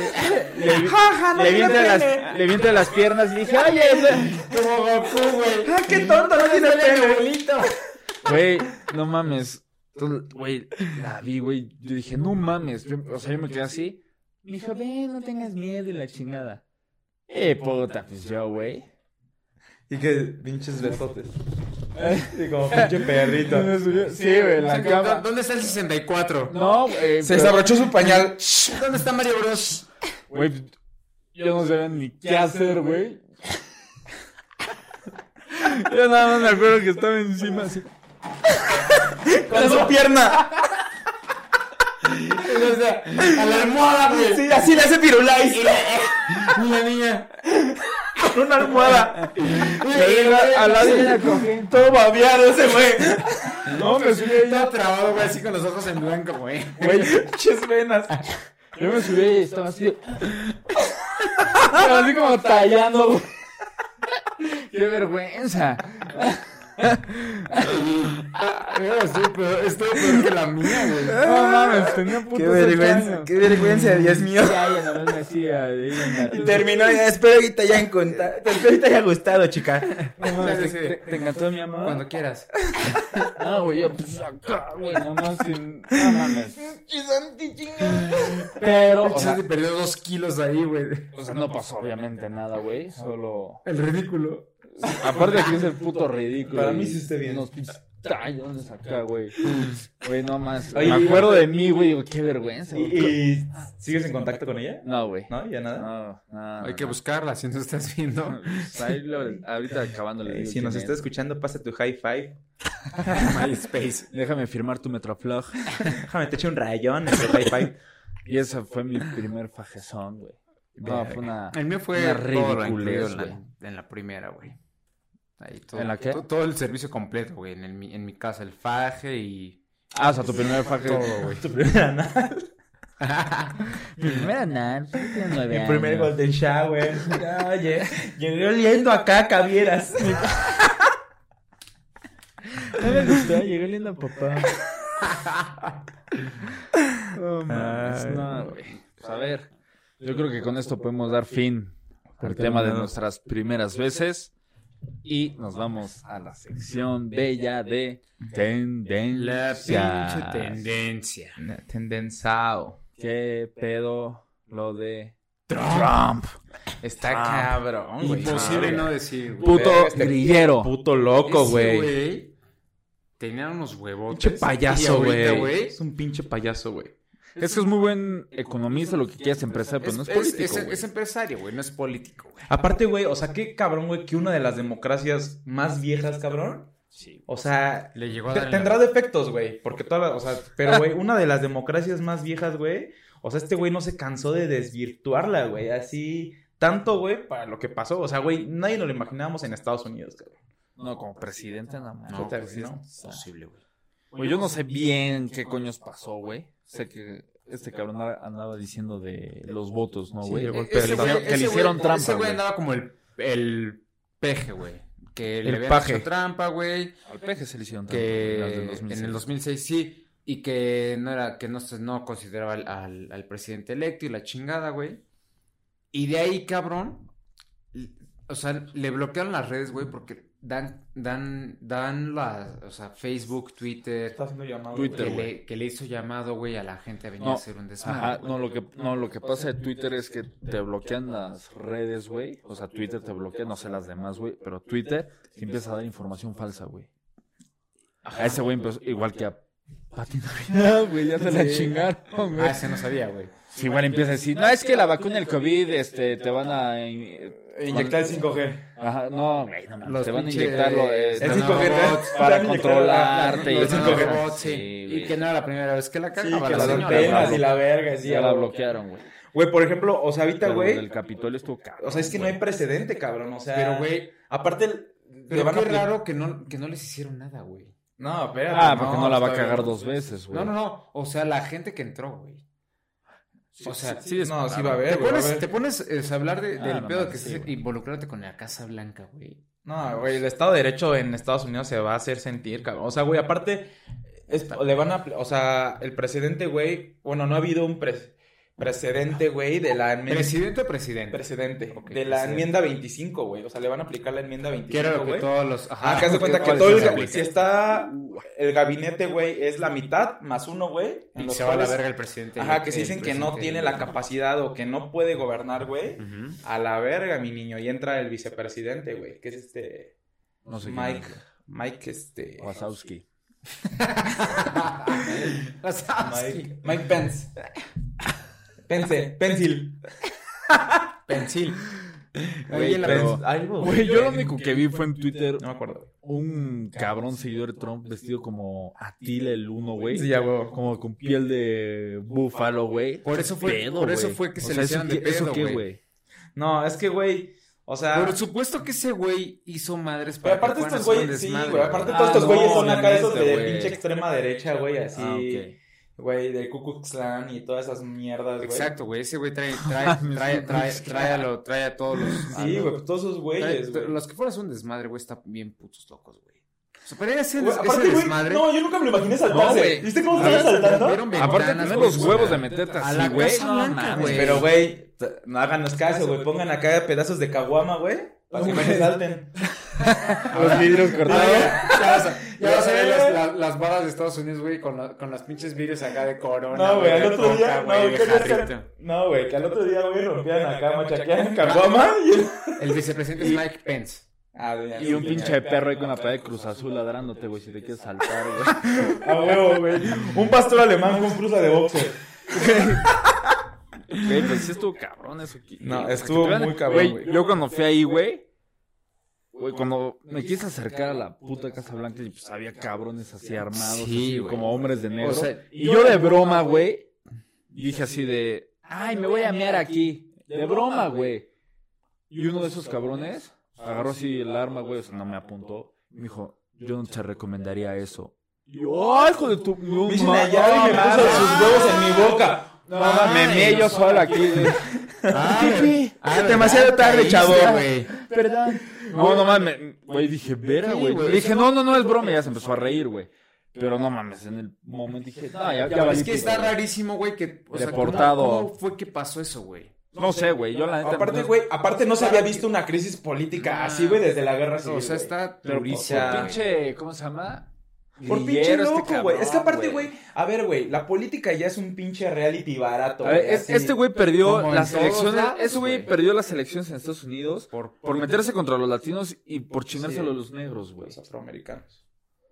[SPEAKER 1] Le, vi-
[SPEAKER 5] Jaja, no
[SPEAKER 1] le vi
[SPEAKER 5] tiene
[SPEAKER 1] entre
[SPEAKER 5] pene.
[SPEAKER 1] las, le vi entre las piernas y dije, oye, ese-".
[SPEAKER 3] Como Goku, güey.
[SPEAKER 5] Ah, qué tonto, no tiene pene.
[SPEAKER 3] Abuelito.
[SPEAKER 1] güey, no mames. Entonces, Güey, la vi, güey. Yo dije, no mames. Yo- o sea, yo me quedé así. Me dijo, ven, no tengas miedo y la chingada. Eh, puta, pues yo, güey.
[SPEAKER 2] Y que pinches besotes. Eh.
[SPEAKER 5] Y como pinche perrito.
[SPEAKER 1] Sí, güey, en la cama.
[SPEAKER 3] ¿Dónde está el 64?
[SPEAKER 1] No, güey.
[SPEAKER 2] Se
[SPEAKER 1] pero-
[SPEAKER 2] desabrochó su pañal.
[SPEAKER 3] ¿Dónde está Mario Bros?
[SPEAKER 1] Güey, yo no sabía ni qué hacer, güey. Yo nada más me acuerdo que estaba encima así.
[SPEAKER 5] Con su pierna.
[SPEAKER 3] O sea, a la almohada, güey.
[SPEAKER 5] Sí, así le hace pirulais.
[SPEAKER 3] Y la niña.
[SPEAKER 5] Con una almohada.
[SPEAKER 1] A la niña cogiendo.
[SPEAKER 5] Todo babeado ese güey.
[SPEAKER 1] No, me subí ahí.
[SPEAKER 3] Está trabado, güey, así con los ojos en blanco, güey.
[SPEAKER 1] Güey,
[SPEAKER 5] Pinches venas.
[SPEAKER 1] yo me subí ahí y estaba así. de- Pero así como tallando, güey. Qué vergüenza.
[SPEAKER 3] Yo estoy peor, estoy peor que la mía, güey.
[SPEAKER 1] No mames, tenía puto
[SPEAKER 5] Qué vergüenza, qué vergüenza, Dios mío.
[SPEAKER 1] Ya, ya, nada más me hacía. ahí en la-
[SPEAKER 5] Terminó, ya, espero que te hayan contado. Espero que te haya gustado, chica.
[SPEAKER 1] No mames, ¿te- te- ¿Te encantó mi amor?
[SPEAKER 3] Cuando quieras.
[SPEAKER 1] No, güey, yo pues acá, güey, nomás sin. No mames. Pero, o sea,
[SPEAKER 3] te perdió dos kilos ahí, güey.
[SPEAKER 1] o sea, no pasó obviamente nada, güey. Solo.
[SPEAKER 3] El ridículo.
[SPEAKER 1] Aparte aquí es el puto ridículo.
[SPEAKER 2] Para
[SPEAKER 1] y
[SPEAKER 2] mí sí está bien.
[SPEAKER 1] Unos pinches tallones acá, güey. Güey, no más. me acuerdo de mí, güey. Digo, qué vergüenza, güey.
[SPEAKER 2] ¿Y, y sigues en contacto con ella?
[SPEAKER 1] No, güey.
[SPEAKER 2] ¿No? ¿Ya nada?
[SPEAKER 1] No, no.
[SPEAKER 3] Ah. Hay
[SPEAKER 1] no,
[SPEAKER 3] que
[SPEAKER 1] no.
[SPEAKER 3] buscarla si no estás viendo.
[SPEAKER 1] Pues ahí lo- ahorita acabando le
[SPEAKER 2] Eh,
[SPEAKER 1] digo
[SPEAKER 2] si nos
[SPEAKER 1] quién
[SPEAKER 2] está
[SPEAKER 1] es.
[SPEAKER 2] escuchando, pasa tu high five.
[SPEAKER 3] MySpace.
[SPEAKER 1] Déjame firmar tu Metroflog.
[SPEAKER 2] Déjame, te eche un rayón en tu high five.
[SPEAKER 1] Y esa fue mi primer fajezón, güey. No, fue una.
[SPEAKER 3] El mío fue
[SPEAKER 1] Una
[SPEAKER 3] todo
[SPEAKER 1] ridiculez,
[SPEAKER 3] incluido en
[SPEAKER 1] güey.
[SPEAKER 3] la, en la primera, güey. Ahí todo,
[SPEAKER 1] ¿En la qué?
[SPEAKER 3] to- Todo, el servicio completo, güey. En, el mi- en mi casa, el faje y.
[SPEAKER 1] Ah, o sea, tu primer faje.
[SPEAKER 3] Todo, güey.
[SPEAKER 2] Tu primera nada.
[SPEAKER 1] Mi primera nan, tenía nueve
[SPEAKER 2] Mi primer
[SPEAKER 1] años.
[SPEAKER 2] golden shower. Oye, llegué oliendo a caca, vieras.
[SPEAKER 1] No me gustó, llegó lindo papá.
[SPEAKER 2] mames,
[SPEAKER 3] Ah,
[SPEAKER 1] no, güey. Pues, a ver, yo creo que con esto podemos dar fin al tema
[SPEAKER 3] Ah,
[SPEAKER 1] de nuestras primeras veces. Y nos vamos a la sección bella de tendencia.
[SPEAKER 3] tendencia.
[SPEAKER 2] Tendenzao.
[SPEAKER 1] ¿Qué pedo lo de
[SPEAKER 2] Está cabrón, güey.
[SPEAKER 3] Imposible no decir, güey.
[SPEAKER 1] puto grillero?
[SPEAKER 2] Puto loco,
[SPEAKER 3] Ese
[SPEAKER 2] güey.
[SPEAKER 3] güey Tenía unos huevotes.
[SPEAKER 2] Pinche
[SPEAKER 3] Y
[SPEAKER 2] payaso,
[SPEAKER 3] ahorita,
[SPEAKER 2] güey. Es un pinche payaso, güey.
[SPEAKER 1] Es que es muy buen economista lo que quieras empresar, pero no es
[SPEAKER 3] es- es-
[SPEAKER 1] político.
[SPEAKER 3] es-
[SPEAKER 1] güey.
[SPEAKER 3] es empresario, güey. No es político, güey.
[SPEAKER 2] Aparte, güey, o sea, qué cabrón, güey, que una de las democracias más viejas, cabrón.
[SPEAKER 3] Sí.
[SPEAKER 2] O sea,
[SPEAKER 3] Le llegó a
[SPEAKER 2] Te-
[SPEAKER 3] dar. en la-
[SPEAKER 2] Tendrá defectos, güey, porque todas las, o sea, pero güey, una de las democracias más viejas, güey, o sea, este güey no se cansó de desvirtuarla, güey, así tanto, güey, para lo que pasó, o sea, güey, nadie nos lo imaginábamos en Estados Unidos, cabrón.
[SPEAKER 1] No, como presidente nada más.
[SPEAKER 3] No,
[SPEAKER 2] Puta,
[SPEAKER 3] güey,
[SPEAKER 2] sí,
[SPEAKER 3] es
[SPEAKER 2] ¿no?
[SPEAKER 3] imposible, güey.
[SPEAKER 1] pues, Güey, yo no sé bien qué coños pasó, güey. Sé que este cabrón andaba diciendo de los votos, ¿no, güey?
[SPEAKER 2] el golpe
[SPEAKER 1] que,
[SPEAKER 2] de
[SPEAKER 1] le
[SPEAKER 2] estado.
[SPEAKER 1] hicieron- que le hicieron
[SPEAKER 3] güey-
[SPEAKER 1] trampa,
[SPEAKER 3] Ese güey
[SPEAKER 1] güey.
[SPEAKER 3] andaba como el, el peje, güey. Que le
[SPEAKER 2] El
[SPEAKER 3] habían
[SPEAKER 2] paje.
[SPEAKER 3] hecho trampa, güey.
[SPEAKER 1] Al peje se le hicieron trampa. las del
[SPEAKER 3] Que
[SPEAKER 1] 2006.
[SPEAKER 3] en el 2006 sí. Y que no era, que no, se- no consideraba al, al- al presidente electo y la chingada, güey. Y de ahí, cabrón. l- O sea, le bloquearon las redes, güey, porque dan, dan, dan las, o sea, Facebook, Twitter,
[SPEAKER 2] Está haciendo llamado.
[SPEAKER 1] Twitter,
[SPEAKER 3] que,
[SPEAKER 1] güey.
[SPEAKER 3] le, que le hizo llamado, güey, a la gente a venir
[SPEAKER 1] No.
[SPEAKER 3] a hacer un desmadre.
[SPEAKER 1] Ajá, no lo, que, no, lo que pasa de Twitter es que te bloquean las redes, güey. O sea, Twitter te bloquea, no sé las demás, güey. Pero Twitter te empieza a dar información falsa, güey. A ese güey empezó igual que a Pati
[SPEAKER 4] No, güey, ya se la chingaron,
[SPEAKER 3] Ah,
[SPEAKER 4] güey.
[SPEAKER 3] ese no sabía, güey.
[SPEAKER 1] Si igual empieza a decir, no, es que la vacuna del COVID, este, te van a... in-
[SPEAKER 5] Inyectar el 5G.
[SPEAKER 1] Ajá, no, güey, no mames,
[SPEAKER 3] Los
[SPEAKER 1] te van a
[SPEAKER 3] pinche-
[SPEAKER 1] inyectar lo de-
[SPEAKER 3] el
[SPEAKER 1] te van a-
[SPEAKER 5] 5G,
[SPEAKER 1] robots
[SPEAKER 5] ¿no? Te
[SPEAKER 1] para
[SPEAKER 5] van a inyectar
[SPEAKER 1] controlarte.
[SPEAKER 3] Los
[SPEAKER 1] y-
[SPEAKER 3] nanobots, sí.
[SPEAKER 1] Sí,
[SPEAKER 3] Y
[SPEAKER 1] güey.
[SPEAKER 3] que no era la primera vez que la
[SPEAKER 5] Sí,
[SPEAKER 3] cagaba
[SPEAKER 5] que
[SPEAKER 3] la
[SPEAKER 5] las
[SPEAKER 3] señora,
[SPEAKER 5] antenas
[SPEAKER 3] güey.
[SPEAKER 5] y la verga, sí.
[SPEAKER 1] Ya la
[SPEAKER 5] güey.
[SPEAKER 1] bloquearon, güey.
[SPEAKER 2] Güey, por ejemplo, o sea, ahorita,
[SPEAKER 1] Pero lo
[SPEAKER 2] güey.
[SPEAKER 1] del Capitolio estuvo caro.
[SPEAKER 2] O sea, es que no hay precedente, cabrón. O sea.
[SPEAKER 3] Pero, güey,
[SPEAKER 2] Aparte, el- le
[SPEAKER 3] pero
[SPEAKER 2] van a
[SPEAKER 3] qué
[SPEAKER 2] apli-
[SPEAKER 3] raro que no, que no les hicieron nada, güey.
[SPEAKER 2] No, espérate.
[SPEAKER 1] Ah, porque no la va a
[SPEAKER 2] está
[SPEAKER 1] cagar
[SPEAKER 2] bien.
[SPEAKER 1] dos veces, güey.
[SPEAKER 3] No, no, no. O sea, la gente que entró, güey. O sea,
[SPEAKER 1] sí, es-
[SPEAKER 2] No, sí va a
[SPEAKER 3] te
[SPEAKER 2] haber, güey. va a
[SPEAKER 3] pones,
[SPEAKER 2] haber.
[SPEAKER 3] te pones eh, a hablar de-
[SPEAKER 1] Ah,
[SPEAKER 3] del
[SPEAKER 1] no
[SPEAKER 3] pedo
[SPEAKER 1] mames,
[SPEAKER 3] que
[SPEAKER 1] sí,
[SPEAKER 3] es
[SPEAKER 1] güey.
[SPEAKER 3] involucrarte con la Casa Blanca, güey.
[SPEAKER 2] No, güey, el Estado de Derecho en Estados Unidos se va a hacer sentir, cabrón. O sea, güey, aparte, es- le van a... O sea, el precedente, güey... Bueno, no ha habido un pre- precedente, güey, de la enmienda...
[SPEAKER 3] Presidente o presidente.
[SPEAKER 2] precedente.
[SPEAKER 3] Ok,
[SPEAKER 2] de la
[SPEAKER 3] presidente.
[SPEAKER 2] enmienda 25, güey. O sea, le van a aplicar la enmienda 25,
[SPEAKER 3] Quiero que
[SPEAKER 2] güey.
[SPEAKER 3] todos los.
[SPEAKER 2] Ah, que haz de cuenta que todo el... ga- Si está... El gabinete, güey, es la mitad más uno, güey. en
[SPEAKER 3] Y
[SPEAKER 2] los
[SPEAKER 3] se va a la
[SPEAKER 2] cuales-
[SPEAKER 3] verga el presidente.
[SPEAKER 2] Ajá, que
[SPEAKER 3] el
[SPEAKER 2] si dicen que no
[SPEAKER 3] presidente-
[SPEAKER 2] tiene la capacidad o que no puede gobernar, güey.
[SPEAKER 3] Ujú.
[SPEAKER 2] A la verga, mi niño. Y entra el vicepresidente, güey, que es este...
[SPEAKER 1] No sé quién
[SPEAKER 2] Mike,
[SPEAKER 1] es.
[SPEAKER 2] Mike, este.
[SPEAKER 1] Wazowski.
[SPEAKER 3] Las asas,
[SPEAKER 2] Mike, Mike Pence. Pence, Pencil.
[SPEAKER 3] Pensil.
[SPEAKER 1] Güey,
[SPEAKER 3] Oye, la
[SPEAKER 1] pero- Güey, yo lo único que vi fue en Twitter
[SPEAKER 2] No me acuerdo.
[SPEAKER 1] un cabrón seguidor de Trump vestido como Atila el Uno, güey.
[SPEAKER 2] Sí, ya, huevo.
[SPEAKER 1] Como con piel de búfalo, güey.
[SPEAKER 3] Por eso fue-
[SPEAKER 1] Pedo,
[SPEAKER 3] por eso
[SPEAKER 1] güey.
[SPEAKER 3] fue que se
[SPEAKER 1] O
[SPEAKER 3] le
[SPEAKER 1] sea,
[SPEAKER 3] hicieron
[SPEAKER 1] eso
[SPEAKER 3] de
[SPEAKER 1] qué- ¿Eso
[SPEAKER 3] pedo,
[SPEAKER 1] qué,
[SPEAKER 3] güey.
[SPEAKER 1] güey?
[SPEAKER 2] No, es que, güey. O sea.
[SPEAKER 3] Por supuesto que ese güey hizo madres
[SPEAKER 2] Pero
[SPEAKER 3] para
[SPEAKER 2] aparte
[SPEAKER 3] que fueran
[SPEAKER 2] estos
[SPEAKER 3] a hacer un
[SPEAKER 2] güeyes, sí,
[SPEAKER 3] desmadre,
[SPEAKER 2] güey. Aparte
[SPEAKER 1] Ah,
[SPEAKER 2] todos estos
[SPEAKER 1] no,
[SPEAKER 2] güeyes son acá
[SPEAKER 1] obviamente,
[SPEAKER 2] esos de
[SPEAKER 1] güey.
[SPEAKER 2] pinche extrema derecha, güey, así.
[SPEAKER 1] Ah, ok.
[SPEAKER 2] Güey, del Ku Klux Klan y todas esas mierdas, güey.
[SPEAKER 3] Exacto, güey. Ese güey trae, trae, trae, trae, trae a lo- trae a todos los. a
[SPEAKER 2] Sí,
[SPEAKER 3] los-
[SPEAKER 2] güey, pues todos esos
[SPEAKER 3] trae-
[SPEAKER 2] güeyes, güey.
[SPEAKER 3] Los que fueron a hacer un desmadre, güey, están bien putos locos, güey. O sea, pero ese,
[SPEAKER 2] Güey,
[SPEAKER 3] ese
[SPEAKER 2] aparte, güey,
[SPEAKER 3] desmadre.
[SPEAKER 2] no, yo nunca me lo imaginé
[SPEAKER 3] No,
[SPEAKER 2] saltarse.
[SPEAKER 3] güey.
[SPEAKER 2] ¿Viste cómo
[SPEAKER 3] A
[SPEAKER 2] estaba
[SPEAKER 3] ver,
[SPEAKER 2] saltando?
[SPEAKER 3] rompieron
[SPEAKER 1] Aparte,
[SPEAKER 3] ventanas,
[SPEAKER 1] tener
[SPEAKER 3] güey,
[SPEAKER 1] los
[SPEAKER 3] o sea,
[SPEAKER 1] huevos de meterte
[SPEAKER 3] a
[SPEAKER 1] así,
[SPEAKER 3] la
[SPEAKER 1] güey.
[SPEAKER 3] Casa
[SPEAKER 1] No
[SPEAKER 3] Blanca,
[SPEAKER 1] mames,
[SPEAKER 3] güey.
[SPEAKER 2] Pero, güey, t- no háganos caso, Pues, güey. Pongan acá pedazos de caguama, güey. Para que no se salten.
[SPEAKER 4] Los vidrios cortados.
[SPEAKER 3] Ya vas a, ya vas a ver las, las, las barras de Estados Unidos, güey, con, la- con las pinches vidrios acá de corona.
[SPEAKER 2] No, güey, al
[SPEAKER 3] de
[SPEAKER 2] otro día,
[SPEAKER 3] coca,
[SPEAKER 2] no,
[SPEAKER 3] güey,
[SPEAKER 2] güey,
[SPEAKER 3] de
[SPEAKER 2] que
[SPEAKER 3] jarrito.
[SPEAKER 2] al- no, güey, que al otro día, güey, rompían acá, machaquean caguama y el...
[SPEAKER 3] El vicepresidente es Mike Pence.
[SPEAKER 1] Ah, Y un pinche perro ahí con la pared de Cruz Azul ladrándote, güey, si te quieres saltar, güey.
[SPEAKER 2] A huevo, güey. Un pastor alemán con cruza de boxe.
[SPEAKER 1] Güey, pero pues sí estuvo cabrón eso. aquí.
[SPEAKER 2] No,
[SPEAKER 1] O sea, que
[SPEAKER 2] estuvo
[SPEAKER 1] te van a-
[SPEAKER 2] muy cabrón, güey.
[SPEAKER 1] Yo cuando fui ahí, güey, güey, cuando me quise acercar a la puta Casa Blanca y pues había cabrones así armados,
[SPEAKER 3] Sí,
[SPEAKER 1] así,
[SPEAKER 3] güey.
[SPEAKER 1] como hombres de negro.
[SPEAKER 3] O sea,
[SPEAKER 1] y yo de broma, güey, dije así de, ay, me voy a mear aquí. De broma, güey. Y uno de esos cabrones agarró así el arma, güey, o sea, no me apuntó. Me dijo, yo no te recomendaría eso. Y yo, ¡ay, hijo de tu... No,
[SPEAKER 2] Me hice
[SPEAKER 1] ma-
[SPEAKER 2] una llave y me
[SPEAKER 1] no,
[SPEAKER 2] puso
[SPEAKER 1] ma-
[SPEAKER 2] sus huevos en mi boca.
[SPEAKER 1] no, ma- me meé yo solo aquí, güey.
[SPEAKER 3] Ah, demasiado tarde,
[SPEAKER 1] chavo.
[SPEAKER 3] güey.
[SPEAKER 1] Perdón. No, no mames. Güey, dije, vera,
[SPEAKER 3] Sí,
[SPEAKER 1] güey.
[SPEAKER 3] güey,
[SPEAKER 1] dije, no, no, no es broma. Y ya se empezó a reír, güey. Pero no mames, en el momento dije, no, ya, ya valí
[SPEAKER 3] Es que está
[SPEAKER 1] pito, güey.
[SPEAKER 3] rarísimo, güey, que... o sea, ¿cómo-
[SPEAKER 1] Deportado.
[SPEAKER 3] ¿Cómo fue que pasó eso, güey?
[SPEAKER 1] No sé, güey. Yo la neta.
[SPEAKER 2] Aparte,
[SPEAKER 1] no-
[SPEAKER 2] güey, aparte no se había visto una crisis
[SPEAKER 1] Ah,
[SPEAKER 2] política así, güey, desde la guerra civil.
[SPEAKER 3] O sea,
[SPEAKER 2] güey.
[SPEAKER 3] está
[SPEAKER 1] Pero por
[SPEAKER 3] durísimo,
[SPEAKER 2] sea,
[SPEAKER 3] güey.
[SPEAKER 1] pinche, ¿cómo se llama?
[SPEAKER 2] Por pinche
[SPEAKER 1] Grillero este
[SPEAKER 2] loco, güey. es que
[SPEAKER 1] cabrón,
[SPEAKER 2] aparte, güey, a ver, güey, la política ya es un pinche reality barato.
[SPEAKER 1] A ver,
[SPEAKER 2] güey,
[SPEAKER 1] es-
[SPEAKER 2] así.
[SPEAKER 1] este güey perdió
[SPEAKER 3] Como en
[SPEAKER 1] las
[SPEAKER 3] todos
[SPEAKER 1] elecciones.
[SPEAKER 3] lados,
[SPEAKER 1] este güey
[SPEAKER 3] güey.
[SPEAKER 1] perdió las elecciones en Estados Unidos por, por meterse contra los latinos y por chinárselo a los negros, güey.
[SPEAKER 2] Los afroamericanos.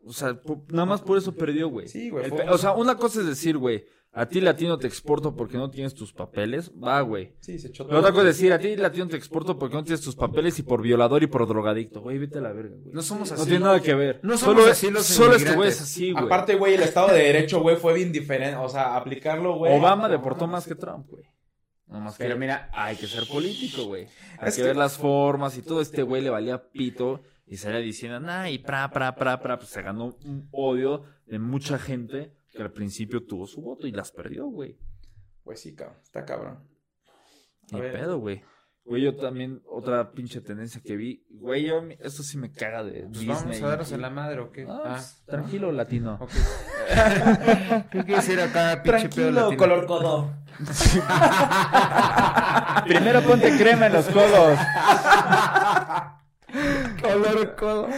[SPEAKER 1] O sea, po- nada más por eso perdió, güey.
[SPEAKER 2] Sí, güey,
[SPEAKER 1] El
[SPEAKER 2] fue
[SPEAKER 1] pe-
[SPEAKER 2] un-
[SPEAKER 1] O sea, una cosa es decir, güey, a ti latino te exporto porque no tienes tus papeles. Va, güey.
[SPEAKER 2] Sí, se echó
[SPEAKER 1] Pero otra cosa es decir, a ti latino te exporto porque no tienes tus papeles y por violador y por drogadicto. Güey, vete a la verga, güey.
[SPEAKER 3] No somos así.
[SPEAKER 1] No tiene nada que ver.
[SPEAKER 3] No somos
[SPEAKER 1] solo
[SPEAKER 3] así los
[SPEAKER 1] solo este
[SPEAKER 3] inmigrantes.
[SPEAKER 1] güey es así, güey.
[SPEAKER 2] Aparte, güey, el Estado de Derecho, güey, fue bien diferente. O sea, aplicarlo, güey.
[SPEAKER 1] Obama deportó más que Trump, güey. No más que
[SPEAKER 3] Pero mira, ah,
[SPEAKER 1] hay que ser político, güey. Hay
[SPEAKER 2] Es
[SPEAKER 1] que,
[SPEAKER 2] que-
[SPEAKER 1] ver las formas y todo. Este güey le valía pito y salía diciendo, nah, y pra, pra, pra, pra. Pues se ganó un odio de mucha gente que al principio tuvo su voto y las perdió, güey.
[SPEAKER 2] Pues sí, cabrón. Está cabrón. A
[SPEAKER 1] Ni
[SPEAKER 2] ver.
[SPEAKER 1] pedo, güey. Güey, yo también, otra pinche tendencia que vi, güey, yo, esto sí me caga de
[SPEAKER 3] Pues
[SPEAKER 1] Disney.
[SPEAKER 3] vamos a darnos en la madre, ¿o qué?
[SPEAKER 1] Ah, pues, tranquilo, latino.
[SPEAKER 3] ok. ¿Qué quieres ir acá, pinche
[SPEAKER 2] Tranquilo,
[SPEAKER 3] pedo latino?
[SPEAKER 2] color codo.
[SPEAKER 1] Ah,
[SPEAKER 4] Primero ponte crema en los codos.
[SPEAKER 3] Color codo.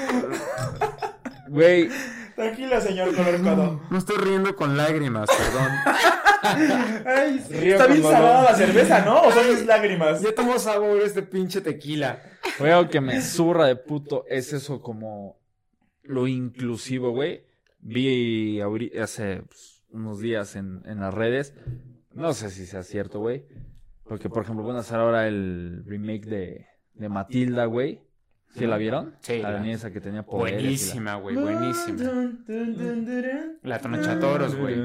[SPEAKER 1] Güey,
[SPEAKER 2] Tranquilo, señor color codo.
[SPEAKER 3] No estoy riendo con lágrimas, perdón.
[SPEAKER 2] Ay,
[SPEAKER 4] Río
[SPEAKER 2] está
[SPEAKER 4] con
[SPEAKER 2] bien
[SPEAKER 4] dolor.
[SPEAKER 2] salada la cerveza, ¿no? O son mis lágrimas.
[SPEAKER 3] ya tomo sabor este pinche tequila.
[SPEAKER 1] Güey, algo que me zurra de puto es eso como lo inclusivo, güey. Vi ahori- hace pues, unos días en, en las redes. No sé si sea cierto, güey. Porque, por ejemplo, van a hacer ahora el remake de, de Matilda, güey. ¿Sí la vieron?
[SPEAKER 3] Sí,
[SPEAKER 1] La
[SPEAKER 3] la-
[SPEAKER 1] niña esa que tenía poderes. y la-
[SPEAKER 3] Buenísima, güey, buenísima. La tronchatoros, güey.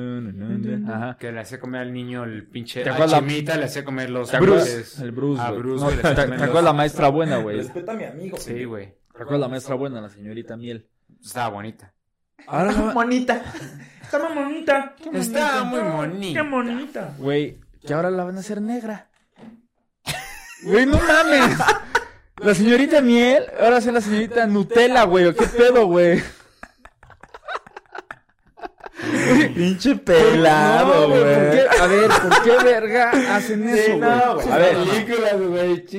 [SPEAKER 1] Ajá.
[SPEAKER 3] Que le hacía comer al niño el pinche.
[SPEAKER 1] Mm. ¿Te
[SPEAKER 3] A
[SPEAKER 1] acuerdas la-
[SPEAKER 3] Chimita le hacía comer los.
[SPEAKER 1] ¿Te acuerdas?
[SPEAKER 3] dulces.
[SPEAKER 1] El Bruce,
[SPEAKER 3] A
[SPEAKER 1] güey.
[SPEAKER 3] Bruce,
[SPEAKER 1] No,
[SPEAKER 3] güey, le
[SPEAKER 1] ¿Te
[SPEAKER 3] hacía
[SPEAKER 1] te
[SPEAKER 3] comer
[SPEAKER 1] acuerdas
[SPEAKER 3] los-
[SPEAKER 1] la maestra buena, güey? ¿Te
[SPEAKER 5] Respeta a mi amigo.
[SPEAKER 3] Sí, güey.
[SPEAKER 1] acuerdas la maestra buena, la señorita Miel?
[SPEAKER 3] Estaba bonita.
[SPEAKER 1] Ahora la-
[SPEAKER 5] Monita. Está muy monita. qué
[SPEAKER 3] Estaba muy
[SPEAKER 5] monita.
[SPEAKER 3] bonita.
[SPEAKER 5] Qué monita.
[SPEAKER 1] Güey, que ahora la van a hacer negra. Güey, no mames. La señorita Miel, ahora sí la señorita Nutella, güey. ¿o ¿Qué pedo, güey? Pinche pelado, güey. pues, A ver, ¿por qué verga hacen eso, güey? a ver,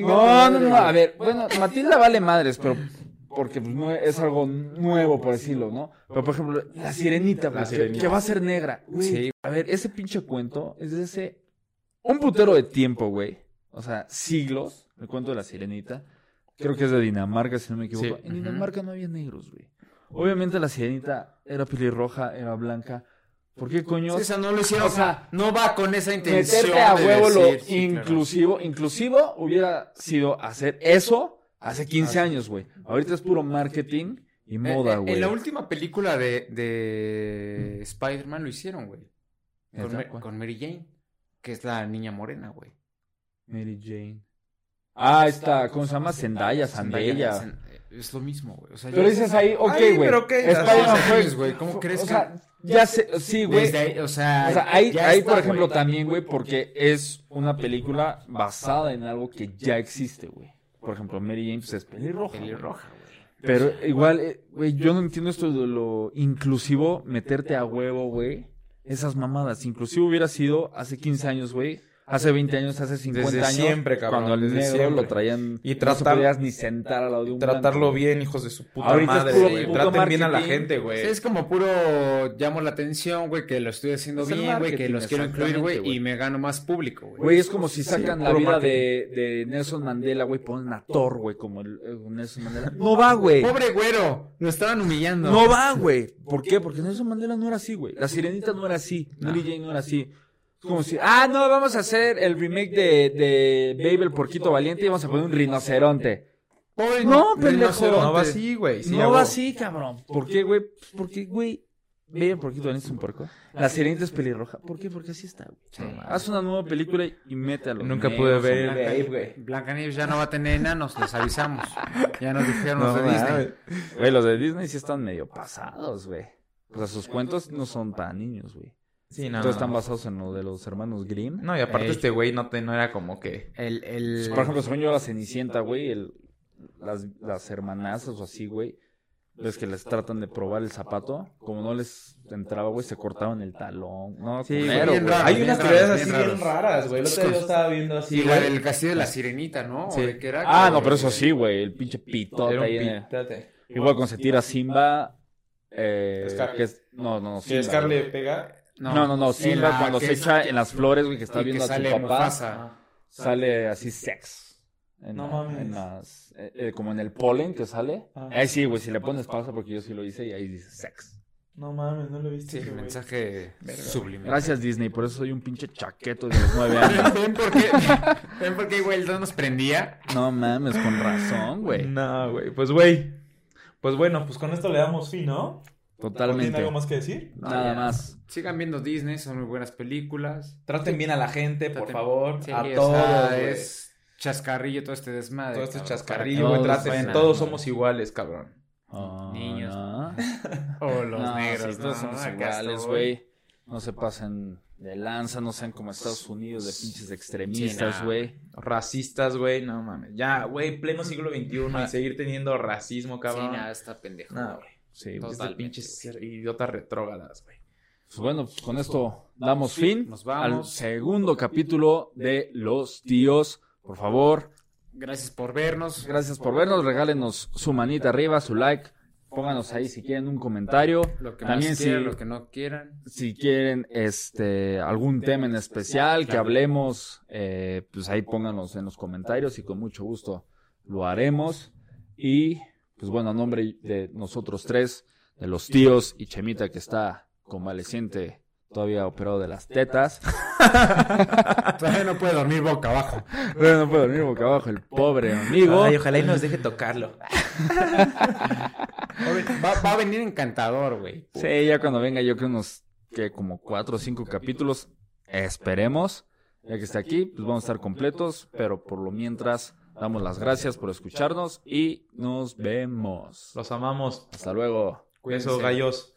[SPEAKER 1] no, no, no, a ver, bueno, Matilda vale madres, pero porque pues, no es algo nuevo, por decirlo, ¿no? Pero, por ejemplo, la sirenita, güey, que- Que, va a ser negra. Güey, a ver, ese pinche cuento es de ese un putero de tiempo, güey. O sea, siglos, el cuento de la sirenita. Creo que es de Dinamarca, si no me equivoco.
[SPEAKER 3] Sí,
[SPEAKER 1] En
[SPEAKER 3] ujú.
[SPEAKER 1] Dinamarca no había negros, güey. Obviamente la sirenita era pelirroja, era blanca. ¿Por qué coño?
[SPEAKER 3] Esa no lo hicieron.
[SPEAKER 1] O sea,
[SPEAKER 3] no va con esa intención.
[SPEAKER 1] meterte a
[SPEAKER 3] de
[SPEAKER 1] huevo lo
[SPEAKER 3] decir, sí, claro.
[SPEAKER 1] inclusivo. Inclusivo hubiera sido hacer eso hace 15 años, güey. Ahorita es puro marketing y
[SPEAKER 3] Eh,
[SPEAKER 1] moda,
[SPEAKER 3] eh,
[SPEAKER 1] güey.
[SPEAKER 3] En la última película de, de Spider-Man lo hicieron, güey. Con,
[SPEAKER 1] ¿Neta?
[SPEAKER 3] Ma-
[SPEAKER 1] ¿Cuál?
[SPEAKER 3] con Mary Jane, que es la niña morena, güey.
[SPEAKER 1] Mary Jane. Ah, está, ¿cómo se llama? Zendaya, Zandella.
[SPEAKER 3] Zendaya, Zen- Es lo mismo, güey. O sea,
[SPEAKER 1] Pero
[SPEAKER 3] yo-
[SPEAKER 1] dices ahí, ok,
[SPEAKER 2] Ay,
[SPEAKER 1] güey.
[SPEAKER 2] pero qué-
[SPEAKER 1] Spider-Man
[SPEAKER 3] Hace
[SPEAKER 1] fue.
[SPEAKER 3] años, güey, ¿cómo crees
[SPEAKER 1] o
[SPEAKER 3] que-
[SPEAKER 1] sea, ya sé, sí, güey.
[SPEAKER 3] desde ahí, o sea,
[SPEAKER 1] O sea, ahí,
[SPEAKER 3] ya
[SPEAKER 1] ahí,
[SPEAKER 3] está,
[SPEAKER 1] por ejemplo,
[SPEAKER 3] güey.
[SPEAKER 1] también, güey, porque es una película basada en algo que ya existe, güey. Por ejemplo, Mary Jane pues, es pelirroja. güey.
[SPEAKER 3] Pelirroja, güey.
[SPEAKER 1] Pero igual, eh, güey, yo no entiendo esto de lo inclusivo, meterte a huevo, güey. Esas mamadas. Inclusive hubiera sido hace 15 años, güey. Hace 20 años, hace 50
[SPEAKER 2] Desde
[SPEAKER 1] años.
[SPEAKER 2] siempre, cabrón,
[SPEAKER 1] Cuando al
[SPEAKER 2] desde
[SPEAKER 1] negro
[SPEAKER 2] siempre.
[SPEAKER 1] lo traían.
[SPEAKER 2] Y
[SPEAKER 1] no se
[SPEAKER 2] tratar-
[SPEAKER 1] podías ni sentar al lado de un
[SPEAKER 2] Tratarlo
[SPEAKER 1] blanco.
[SPEAKER 2] bien, hijos de su puta
[SPEAKER 1] Ahorita es
[SPEAKER 2] madre,
[SPEAKER 1] puro-
[SPEAKER 2] güey.
[SPEAKER 1] puro
[SPEAKER 2] Traten bien a la
[SPEAKER 1] marketing.
[SPEAKER 2] gente, güey.
[SPEAKER 3] Sí, es como puro llamo la atención, güey, que lo estoy haciendo
[SPEAKER 1] Es el
[SPEAKER 3] bien, güey, que
[SPEAKER 1] marketing,
[SPEAKER 3] los quiero incluir,
[SPEAKER 1] exactamente,
[SPEAKER 3] güey, y me gano más público, güey.
[SPEAKER 1] Güey, es como si sacan la
[SPEAKER 2] Pues, puro
[SPEAKER 1] vida de, de Nelson Mandela, güey, ponen a Thor, güey, como el, eh, Nelson Mandela. No va, güey.
[SPEAKER 3] Pobre güero, lo estaban humillando.
[SPEAKER 1] No va, güey. ¿Por qué? Porque Nelson Mandela no era así, güey. La Sirenita no era así. Mary Jane no era así. Es como si, ah, no, vamos a hacer el remake de, de Babe el Porquito Valiente y vamos a poner un rinoceronte.
[SPEAKER 3] Pobre
[SPEAKER 1] No, pendejo.
[SPEAKER 3] rinoceronte.
[SPEAKER 2] No va así, güey. Sí, a
[SPEAKER 1] no
[SPEAKER 2] huevo.
[SPEAKER 1] va así, cabrón. ¿Por qué, güey? Pues Porque, güey, Babe el Porquito Valiente es un puerco. La Sirenita es pelirroja. ¿Por qué? Porque así está, güey. Haz una nueva película y métalo.
[SPEAKER 2] Nunca pude ver el
[SPEAKER 3] Blanca-
[SPEAKER 2] Babe, güey.
[SPEAKER 3] Blancanieves ya no va a tener enanos, les avisamos. Ya nos dijeron los
[SPEAKER 1] No,
[SPEAKER 3] de Disney.
[SPEAKER 1] Güey, los de Disney sí están medio pasados, güey. O sea, sus cuentos no son para niños, güey.
[SPEAKER 2] Sí, no.
[SPEAKER 1] Entonces
[SPEAKER 2] no,
[SPEAKER 1] están
[SPEAKER 2] no.
[SPEAKER 1] basados en lo de los hermanos Grimm.
[SPEAKER 2] No, y aparte
[SPEAKER 3] Ey.
[SPEAKER 2] este güey no, te- no era como que...
[SPEAKER 3] El,
[SPEAKER 1] Pues,
[SPEAKER 3] el...
[SPEAKER 1] Por ejemplo, según yo, la Cenicienta, güey, el- las, las hermanazas o así, güey, ves que les tratan de probar el zapato, como no les entraba, güey, se cortaban el talón. No,
[SPEAKER 3] Sí,
[SPEAKER 1] culero,
[SPEAKER 3] güey, bien
[SPEAKER 1] güey.
[SPEAKER 3] raro,
[SPEAKER 2] Hay
[SPEAKER 3] bien
[SPEAKER 2] unas
[SPEAKER 3] raros,
[SPEAKER 2] teorías
[SPEAKER 3] bien
[SPEAKER 2] así bien
[SPEAKER 3] raros.
[SPEAKER 2] raras, güey. El otro día yo estaba viendo así,
[SPEAKER 3] Sí, la
[SPEAKER 2] güey.
[SPEAKER 3] del castillo de la sirenita, ¿no? ¿O de qué era?
[SPEAKER 1] Ah,
[SPEAKER 3] Que-
[SPEAKER 1] no, pero eso sí, güey, el pinche pitote
[SPEAKER 2] Era un
[SPEAKER 1] ahí en el-
[SPEAKER 2] pítate.
[SPEAKER 1] Igual cuando se tira Simba, eh,
[SPEAKER 2] Scarlett.
[SPEAKER 1] que es- No, no, no,
[SPEAKER 2] Si es
[SPEAKER 1] Simba,
[SPEAKER 2] Carly
[SPEAKER 1] güey.
[SPEAKER 2] pega...
[SPEAKER 1] No, no, no, Simba
[SPEAKER 3] la
[SPEAKER 1] cuando
[SPEAKER 3] que
[SPEAKER 1] se
[SPEAKER 3] es-
[SPEAKER 1] echa en las flores, güey, que está
[SPEAKER 3] y que
[SPEAKER 1] viendo a su
[SPEAKER 3] sale
[SPEAKER 1] papá, Ah,
[SPEAKER 3] Mufasa.
[SPEAKER 1] sale así sex. En
[SPEAKER 2] No
[SPEAKER 1] la-
[SPEAKER 2] mames.
[SPEAKER 1] en las- eh, eh, como en el polen que sale.
[SPEAKER 2] Ah.
[SPEAKER 1] Ahí sí, güey, si le pones pausa porque yo sí lo hice y ahí dice sex.
[SPEAKER 2] No mames, no lo
[SPEAKER 3] Sí,
[SPEAKER 2] viste,
[SPEAKER 3] el
[SPEAKER 2] güey.
[SPEAKER 3] mensaje subliminal.
[SPEAKER 1] Gracias, Disney, por eso soy un pinche chaqueto de los nueve años.
[SPEAKER 3] ¿Ven por qué? ¿Ven por qué igual no nos prendía?
[SPEAKER 1] No mames, con razón, güey.
[SPEAKER 2] No, güey. Pues, güey. Pues bueno, pues con esto le damos fin, ¿no? ¿Tiene
[SPEAKER 1] Totalmente.
[SPEAKER 2] algo más que decir?
[SPEAKER 1] Nada más.
[SPEAKER 3] Sigan viendo Disney, son muy buenas películas.
[SPEAKER 2] Traten ah, bien a la gente, por
[SPEAKER 3] Traten-
[SPEAKER 2] favor.
[SPEAKER 3] Sí,
[SPEAKER 2] a
[SPEAKER 3] o
[SPEAKER 2] todos,
[SPEAKER 3] sea,
[SPEAKER 2] güey.
[SPEAKER 3] es chascarrillo todo este desmadre.
[SPEAKER 2] Todo este
[SPEAKER 3] cabrón,
[SPEAKER 2] chascarrillo,
[SPEAKER 1] para
[SPEAKER 2] güey.
[SPEAKER 1] que todos
[SPEAKER 2] Traten,
[SPEAKER 1] vayan a-
[SPEAKER 2] todos somos iguales, cabrón.
[SPEAKER 1] Oh,
[SPEAKER 3] Niños.
[SPEAKER 1] No,
[SPEAKER 3] para que- O los
[SPEAKER 1] No,
[SPEAKER 3] negros,
[SPEAKER 1] sí, todos
[SPEAKER 3] ¿no?
[SPEAKER 1] somos
[SPEAKER 3] Acá
[SPEAKER 1] iguales,
[SPEAKER 3] estoy.
[SPEAKER 1] güey. No se pasen de lanza, no sean como Estados Unidos de pinches extremistas,
[SPEAKER 3] nah.
[SPEAKER 1] güey.
[SPEAKER 2] Racistas, güey, no mames. Ya, güey, pleno siglo XXI y seguir teniendo racismo,
[SPEAKER 3] Ah. Sí,
[SPEAKER 2] cabrón.
[SPEAKER 3] nada, está pendejo.
[SPEAKER 2] No, güey.
[SPEAKER 1] Sí, güey.
[SPEAKER 3] Todos-
[SPEAKER 2] Es de
[SPEAKER 3] Totalmente,
[SPEAKER 2] pinches ser- idiotas retrógadas, güey.
[SPEAKER 1] Pues bueno, pues con esto damos fin
[SPEAKER 3] Nos
[SPEAKER 1] al
[SPEAKER 3] vamos.
[SPEAKER 1] segundo capítulo de Los Tíos. Por favor,
[SPEAKER 3] Gracias por vernos.
[SPEAKER 1] Gracias por vernos. Regálenos su manita arriba, su like. Pónganos ahí si quieren un comentario.
[SPEAKER 3] Lo que
[SPEAKER 1] También
[SPEAKER 3] más quieran,
[SPEAKER 1] si-
[SPEAKER 3] lo que no quieran.
[SPEAKER 1] Si quieren este algún tema en especial que hablemos, eh, pues ahí pónganos en los comentarios y con mucho gusto lo haremos. Y pues bueno, a nombre de nosotros tres, de los tíos y Chemita que está convaleciente, todavía operado de las tetas.
[SPEAKER 3] Todavía no puede dormir boca abajo.
[SPEAKER 1] Pero no puede dormir boca abajo el pobre amigo.
[SPEAKER 2] Ay, ojalá y nos deje tocarlo.
[SPEAKER 3] Va, va a venir encantador, güey.
[SPEAKER 1] Sí, ya cuando venga yo creo unos que como cuatro o cinco capítulos, esperemos. Ya que está aquí, pues vamos a estar completos, pero por lo mientras damos las gracias por escucharnos y nos vemos.
[SPEAKER 2] Los amamos.
[SPEAKER 1] Hasta luego.
[SPEAKER 2] Besos, gallos.